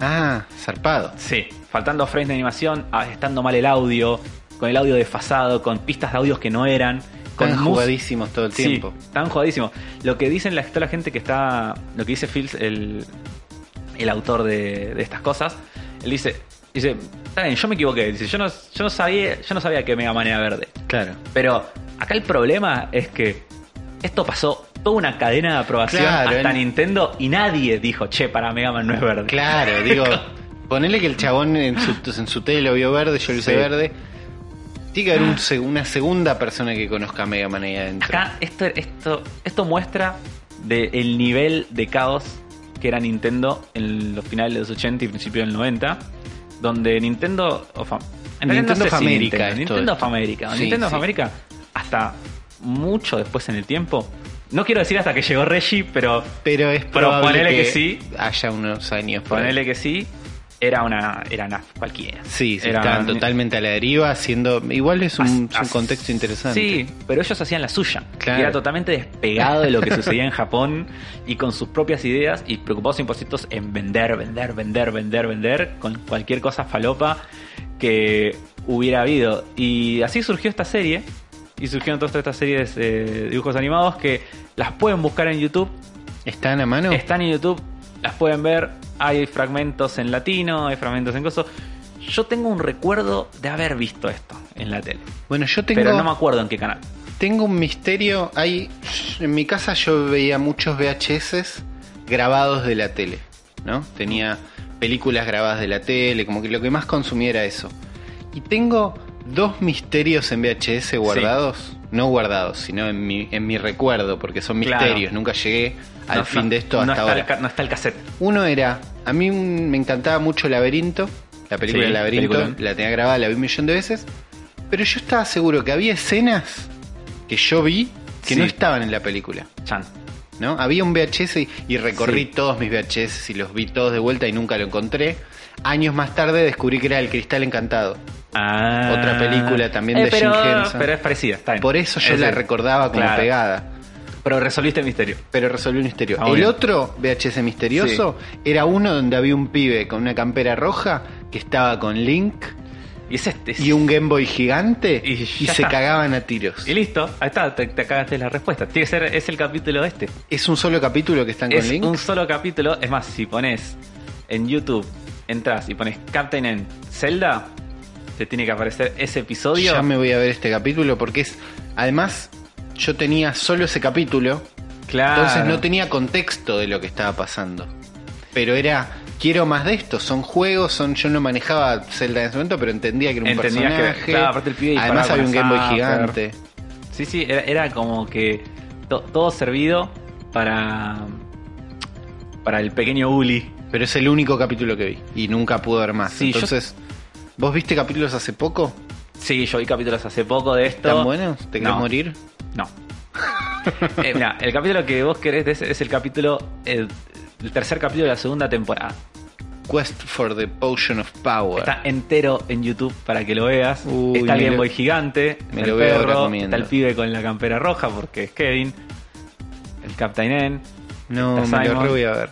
Speaker 1: Ah, zarpado.
Speaker 2: Sí, faltando frames de animación, ah, estando mal el audio, con el audio desfasado, con pistas de audios que no eran, con
Speaker 1: Con
Speaker 2: mus-
Speaker 1: jugadísimos todo el
Speaker 2: Sí,
Speaker 1: tiempo.
Speaker 2: tan jugadísimo. Lo que dicen la, toda la gente que está. Lo que dice Phil, el, el autor de, de estas cosas, él dice. Dice, está bien, yo me equivoqué. Dice, yo no, yo no sabía, yo no sabía que Mega Man era verde.
Speaker 1: Claro.
Speaker 2: Pero acá el problema es que esto pasó toda una cadena de aprobación
Speaker 1: Claro,
Speaker 2: hasta
Speaker 1: en-
Speaker 2: Nintendo y nadie dijo, che, para Mega Man no es verde.
Speaker 1: Claro, digo, ponele que el chabón en su, en su tele lo vio verde, yo lo hice
Speaker 2: Sí.
Speaker 1: verde. Tiene que haber un seg- una segunda persona que conozca a Mega Man ahí adentro.
Speaker 2: Acá esto, esto, esto muestra de el nivel de caos que era Nintendo en los finales de los 80 y principios del 90, donde Nintendo... o fa- en realidad
Speaker 1: Nintendo
Speaker 2: no sé si
Speaker 1: Famérica
Speaker 2: Nintendo,
Speaker 1: es todo
Speaker 2: Nintendo
Speaker 1: esto.
Speaker 2: Famérica.
Speaker 1: Sí,
Speaker 2: Nintendo
Speaker 1: sí.
Speaker 2: Famérica hasta mucho después en el tiempo. No quiero decir hasta que llegó Reggie, pero
Speaker 1: Pero es
Speaker 2: Pero
Speaker 1: probable
Speaker 2: ponele
Speaker 1: que,
Speaker 2: que sí.
Speaker 1: haya unos años. por ahí.
Speaker 2: ponele que sí, era una era una cualquiera.
Speaker 1: Sí, sí
Speaker 2: Era-
Speaker 1: estaban totalmente a la deriva, siendo. Igual es un,
Speaker 2: As-
Speaker 1: es un
Speaker 2: as-
Speaker 1: contexto interesante.
Speaker 2: Sí, pero ellos hacían la suya.
Speaker 1: Claro.
Speaker 2: Y era totalmente despegado de lo que sucedía en Japón y con sus propias ideas y preocupados impuestos en vender, vender, vender, vender, vender, con cualquier cosa falopa que hubiera habido. Y así surgió esta serie. Y surgieron todas estas series eh, de dibujos animados que las pueden buscar en YouTube.
Speaker 1: ¿Están a mano?
Speaker 2: Están en YouTube, las pueden ver. Hay fragmentos en latino, hay fragmentos en coso. Yo tengo un recuerdo de haber visto esto en la tele.
Speaker 1: Bueno, yo tengo.
Speaker 2: Pero no me acuerdo en qué canal.
Speaker 1: Tengo un misterio. Hay, en mi casa yo veía muchos VHS grabados de la tele, ¿no? Tenía películas grabadas de la tele, como que lo que más consumía era eso. Y tengo dos misterios en VHS guardados, no guardados, sino en mi, en mi recuerdo, porque son
Speaker 2: Claro.
Speaker 1: misterios. Nunca llegué al
Speaker 2: No-
Speaker 1: fin
Speaker 2: no-
Speaker 1: de esto hasta
Speaker 2: no está
Speaker 1: ahora.
Speaker 2: El, ca- no está el cassette.
Speaker 1: Uno era, a mí un- me encantaba mucho Laberinto, la película
Speaker 2: Sí,
Speaker 1: de Laberinto,
Speaker 2: peliculón.
Speaker 1: la tenía grabada, la vi un millón de veces, pero yo estaba seguro que había escenas que yo vi que
Speaker 2: Sí.
Speaker 1: no estaban en la película,
Speaker 2: Chan.
Speaker 1: ¿no? Había un VHS y, y recorrí
Speaker 2: Sí.
Speaker 1: todos mis VHS y los vi todos de vuelta y nunca lo encontré. Años más tarde descubrí que era El Cristal Encantado.
Speaker 2: Ah.
Speaker 1: Otra película también de
Speaker 2: Eh, pero,
Speaker 1: Jim Henson.
Speaker 2: Pero es parecida, está bien.
Speaker 1: Por eso yo
Speaker 2: Es
Speaker 1: la
Speaker 2: decir,
Speaker 1: recordaba como
Speaker 2: claro,
Speaker 1: pegada.
Speaker 2: Pero resolviste el misterio.
Speaker 1: pero resolvió un misterio.
Speaker 2: Ah,
Speaker 1: el
Speaker 2: bueno.
Speaker 1: otro VHS misterioso era uno donde había un pibe con una campera roja que estaba con Link
Speaker 2: Y es este. es-
Speaker 1: y un Game Boy gigante
Speaker 2: Y
Speaker 1: y,
Speaker 2: ya
Speaker 1: se
Speaker 2: está.
Speaker 1: cagaban a tiros.
Speaker 2: y listo, ahí está, te, te acabaste la respuesta. Tiene que ser, es el capítulo este.
Speaker 1: ¿Es un solo capítulo que están
Speaker 2: Es
Speaker 1: con Link?
Speaker 2: un solo capítulo. Es más, si pones en YouTube, entras y pones Captain en Zelda, te tiene que aparecer ese episodio.
Speaker 1: Ya me voy a ver este capítulo porque es. Además, yo tenía solo ese capítulo,
Speaker 2: Claro.
Speaker 1: entonces no tenía contexto de lo que estaba pasando. Pero era. Quiero más de esto, son juegos, son yo no manejaba Zelda en ese momento, pero entendía que era un
Speaker 2: Entendías que-
Speaker 1: personaje.
Speaker 2: claro, aparte el pibe disparaba
Speaker 1: Además había
Speaker 2: con
Speaker 1: un
Speaker 2: la
Speaker 1: Game Boy
Speaker 2: zapper.
Speaker 1: gigante.
Speaker 2: Sí, sí, era, era como que to- todo servido para. para el pequeño Uli.
Speaker 1: Pero es el único capítulo que vi y nunca pude ver más.
Speaker 2: Sí, yo-
Speaker 1: Entonces, ¿vos viste capítulos hace poco?
Speaker 2: Sí, yo vi capítulos hace poco de esto.
Speaker 1: ¿Tan buenos? ¿Te querés
Speaker 2: No.
Speaker 1: morir?
Speaker 2: No. Eh, mira, el capítulo que vos querés es, es el capítulo. El, el tercer capítulo de la segunda temporada.
Speaker 1: Quest for the Potion of Power.
Speaker 2: Está entero en YouTube para que lo veas.
Speaker 1: Uy,
Speaker 2: está el
Speaker 1: me
Speaker 2: Game
Speaker 1: lo-
Speaker 2: Boy gigante, está
Speaker 1: me
Speaker 2: el
Speaker 1: lo veo ahora
Speaker 2: perro,
Speaker 1: comiendo.
Speaker 2: está el pibe con la campera roja porque es Kevin, el Captain N.
Speaker 1: no,
Speaker 2: está
Speaker 1: me lo
Speaker 2: Simon.
Speaker 1: re voy a ver.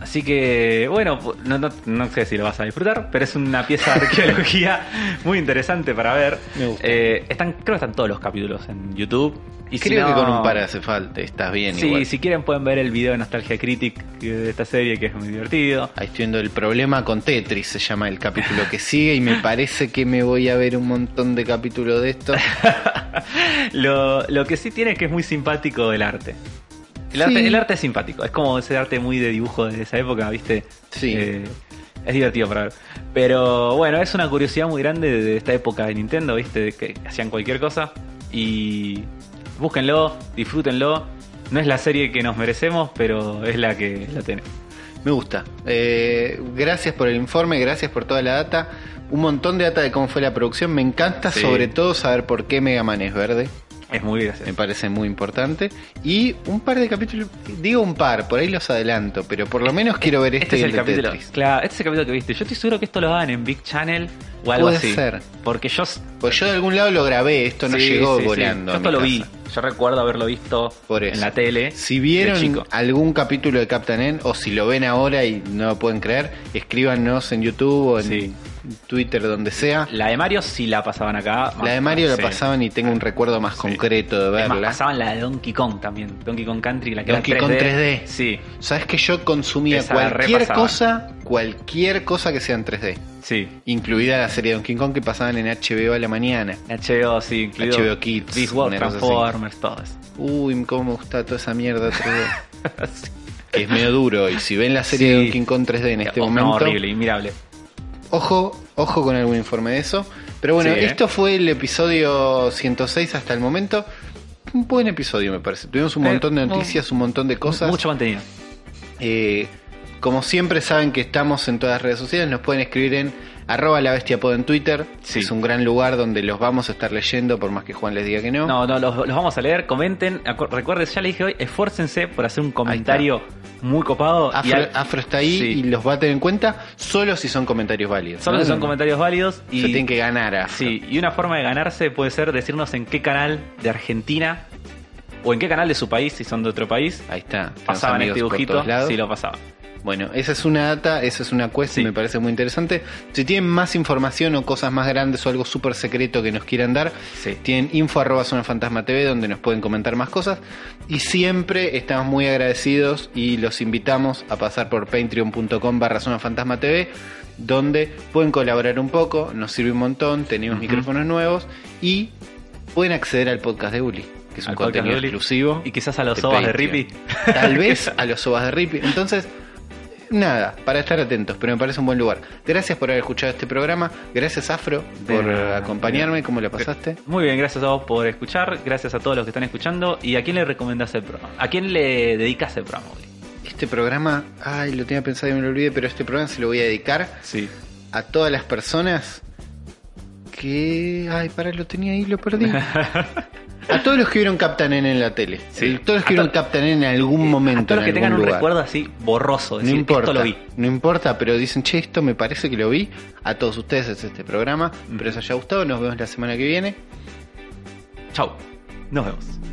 Speaker 2: Así que, bueno, no, no- no sé si lo vas a disfrutar, pero es una pieza de arqueología muy interesante para ver.
Speaker 1: Me gusta.
Speaker 2: Eh, están, creo que están todos los capítulos en YouTube. Y si
Speaker 1: Creo que
Speaker 2: no-
Speaker 1: con un par hace falta, estás bien
Speaker 2: Sí,
Speaker 1: igual.
Speaker 2: si quieren pueden ver el video de Nostalgia Critic de esta serie que es muy divertido.
Speaker 1: Ahí estoy viendo el problema con Tetris, se llama el capítulo que sigue y me parece que me voy a ver un montón de capítulos de esto.
Speaker 2: Lo, lo que sí tiene es que es muy simpático el arte. El,
Speaker 1: Sí.
Speaker 2: arte. el arte es simpático, es como ese arte muy de dibujo de esa época, ¿viste?
Speaker 1: Sí.
Speaker 2: Eh, es divertido para ver. Pero bueno, es una curiosidad muy grande de esta época de Nintendo, ¿viste? De que hacían cualquier cosa. Y búsquenlo, disfrútenlo. No es la serie que nos merecemos, pero es la que la tenemos.
Speaker 1: Me gusta. Eh, gracias por el informe, gracias por toda la data. Un montón de data de cómo fue la producción. Me encanta
Speaker 2: Sí.
Speaker 1: sobre todo saber por qué Mega Man es verde.
Speaker 2: Es muy gracioso.
Speaker 1: Me parece muy importante. Y un par de capítulos, digo un par, por ahí los adelanto, pero por lo menos quiero ver este,
Speaker 2: Este es
Speaker 1: y
Speaker 2: el
Speaker 1: de
Speaker 2: capítulo.
Speaker 1: Tetris.
Speaker 2: Claro, este es el capítulo que viste. Yo estoy seguro que esto lo dan en Big Channel o algo
Speaker 1: Puede
Speaker 2: así.
Speaker 1: ser.
Speaker 2: Porque yo.
Speaker 1: Pues yo de algún lado lo grabé, esto no
Speaker 2: Sí,
Speaker 1: llegó
Speaker 2: sí, sí.
Speaker 1: volando.
Speaker 2: Yo
Speaker 1: a
Speaker 2: esto
Speaker 1: mi
Speaker 2: lo
Speaker 1: casa.
Speaker 2: vi. Yo recuerdo haberlo visto
Speaker 1: Por eso.
Speaker 2: en la tele.
Speaker 1: Si
Speaker 2: de
Speaker 1: vieron
Speaker 2: chico.
Speaker 1: algún capítulo de Captain N o si lo ven ahora y no lo pueden creer, escríbanos en YouTube o en
Speaker 2: Sí.
Speaker 1: Twitter, donde sea.
Speaker 2: La de Mario sí la pasaban acá. más-
Speaker 1: La de Mario la
Speaker 2: sí.
Speaker 1: pasaban y tengo un recuerdo más concreto de
Speaker 2: Es más,
Speaker 1: verla.
Speaker 2: pasaban la de Donkey Kong también. Donkey Kong Country, la que
Speaker 1: Donkey
Speaker 2: era
Speaker 1: Kong
Speaker 2: 3D.
Speaker 1: 3D.
Speaker 2: Sí,
Speaker 1: Sabes que yo consumía
Speaker 2: Esa la
Speaker 1: cualquier
Speaker 2: repasaban.
Speaker 1: cosa, cualquier cosa que sea en 3D,
Speaker 2: sí.
Speaker 1: incluida la serie Donkey Kong que pasaban en HBO a la mañana.
Speaker 2: HBO, sí, incluido.
Speaker 1: HBO Kids,
Speaker 2: Beast Wars,
Speaker 1: una cosa así.
Speaker 2: Transformers, todo eso.
Speaker 1: Uy, cómo me gusta toda esa mierda 3D. Que es medio duro y si ven la serie
Speaker 2: Sí.
Speaker 1: de Donkey Kong 3D en este
Speaker 2: Oh, no,
Speaker 1: momento,
Speaker 2: horrible, inmirable.
Speaker 1: Ojo, ojo con algún informe de eso. Pero bueno,
Speaker 2: Sí, ¿eh?
Speaker 1: esto fue el episodio 106 hasta el momento. Un buen episodio, me parece. Tuvimos un
Speaker 2: Eh,
Speaker 1: montón de
Speaker 2: un-
Speaker 1: noticias, un montón de cosas.
Speaker 2: Mucho contenido.
Speaker 1: Eh, como siempre, saben que estamos en todas las redes sociales. Nos pueden escribir en arroba la bestia pod en Twitter.
Speaker 2: Sí.
Speaker 1: Es un gran lugar donde los vamos a estar leyendo, por más que Juan les diga que no.
Speaker 2: No, no, los, los vamos a leer, comenten. acu- Recuerden, ya le dije hoy, esfuércense por hacer un comentario muy copado. y
Speaker 1: Afro,
Speaker 2: al-
Speaker 1: Afro está ahí
Speaker 2: Sí.
Speaker 1: y los va a tener en cuenta solo si son comentarios válidos.
Speaker 2: Solo
Speaker 1: ¿no?
Speaker 2: que son comentarios válidos y.
Speaker 1: Mm. Se tienen que ganar. Afro.
Speaker 2: Sí, y una forma de ganarse puede ser decirnos en qué canal de Argentina o en qué canal de su país, si son de otro país,
Speaker 1: Ahí está. Tenemos
Speaker 2: pasaban este
Speaker 1: amigos por
Speaker 2: dibujito.
Speaker 1: todos lados.
Speaker 2: Sí, lo pasaban.
Speaker 1: Bueno, esa es una data, esa es una quest,
Speaker 2: Sí.
Speaker 1: me parece muy interesante. Si tienen más información o cosas más grandes o algo súper secreto que nos quieran dar,
Speaker 2: Sí.
Speaker 1: tienen info arroba Zona fantasma TV donde nos pueden comentar más cosas. Y siempre estamos muy agradecidos y los invitamos a pasar por patreon.com barra zona fantasma TV donde pueden colaborar un poco, nos sirve un montón, tenemos
Speaker 2: Ujú.
Speaker 1: micrófonos nuevos y pueden acceder al podcast de Uli, que es un
Speaker 2: Al podcast
Speaker 1: contenido
Speaker 2: de Uli.
Speaker 1: exclusivo
Speaker 2: Y quizás a los
Speaker 1: de
Speaker 2: ovas de
Speaker 1: Patreon.
Speaker 2: Rippy.
Speaker 1: Tal vez a los ovas de Rippy. Entonces, nada, para estar atentos, pero me parece un buen lugar. Gracias por haber escuchado este programa. Gracias, Afro,
Speaker 2: De
Speaker 1: por
Speaker 2: nada,
Speaker 1: acompañarme. ¿Cómo la pasaste?
Speaker 2: Muy bien, gracias a vos por escuchar, gracias a todos los que están escuchando. ¿Y a quién le recomendás el programa? ¿A quién le dedicas el programa? Uli?
Speaker 1: Este programa, ay, lo tenía pensado y me lo olvidé, pero este programa se lo voy a dedicar
Speaker 2: Sí.
Speaker 1: a todas las personas que. Ay, para, lo tenía ahí, lo perdí. A todos los que vieron Captain N en la tele.
Speaker 2: Sí.
Speaker 1: El- Todos los
Speaker 2: A
Speaker 1: que vieron
Speaker 2: to- eh,
Speaker 1: Captain N en algún momento.
Speaker 2: a todos los
Speaker 1: en
Speaker 2: que tengan un
Speaker 1: algún lugar.
Speaker 2: recuerdo así borroso,
Speaker 1: No
Speaker 2: decir,
Speaker 1: importa,
Speaker 2: esto lo vi.
Speaker 1: no importa, pero dicen, che, esto me parece que lo vi. A todos ustedes es este programa. Espero les haya gustado. Nos vemos la semana que viene.
Speaker 2: Chau. Nos vemos.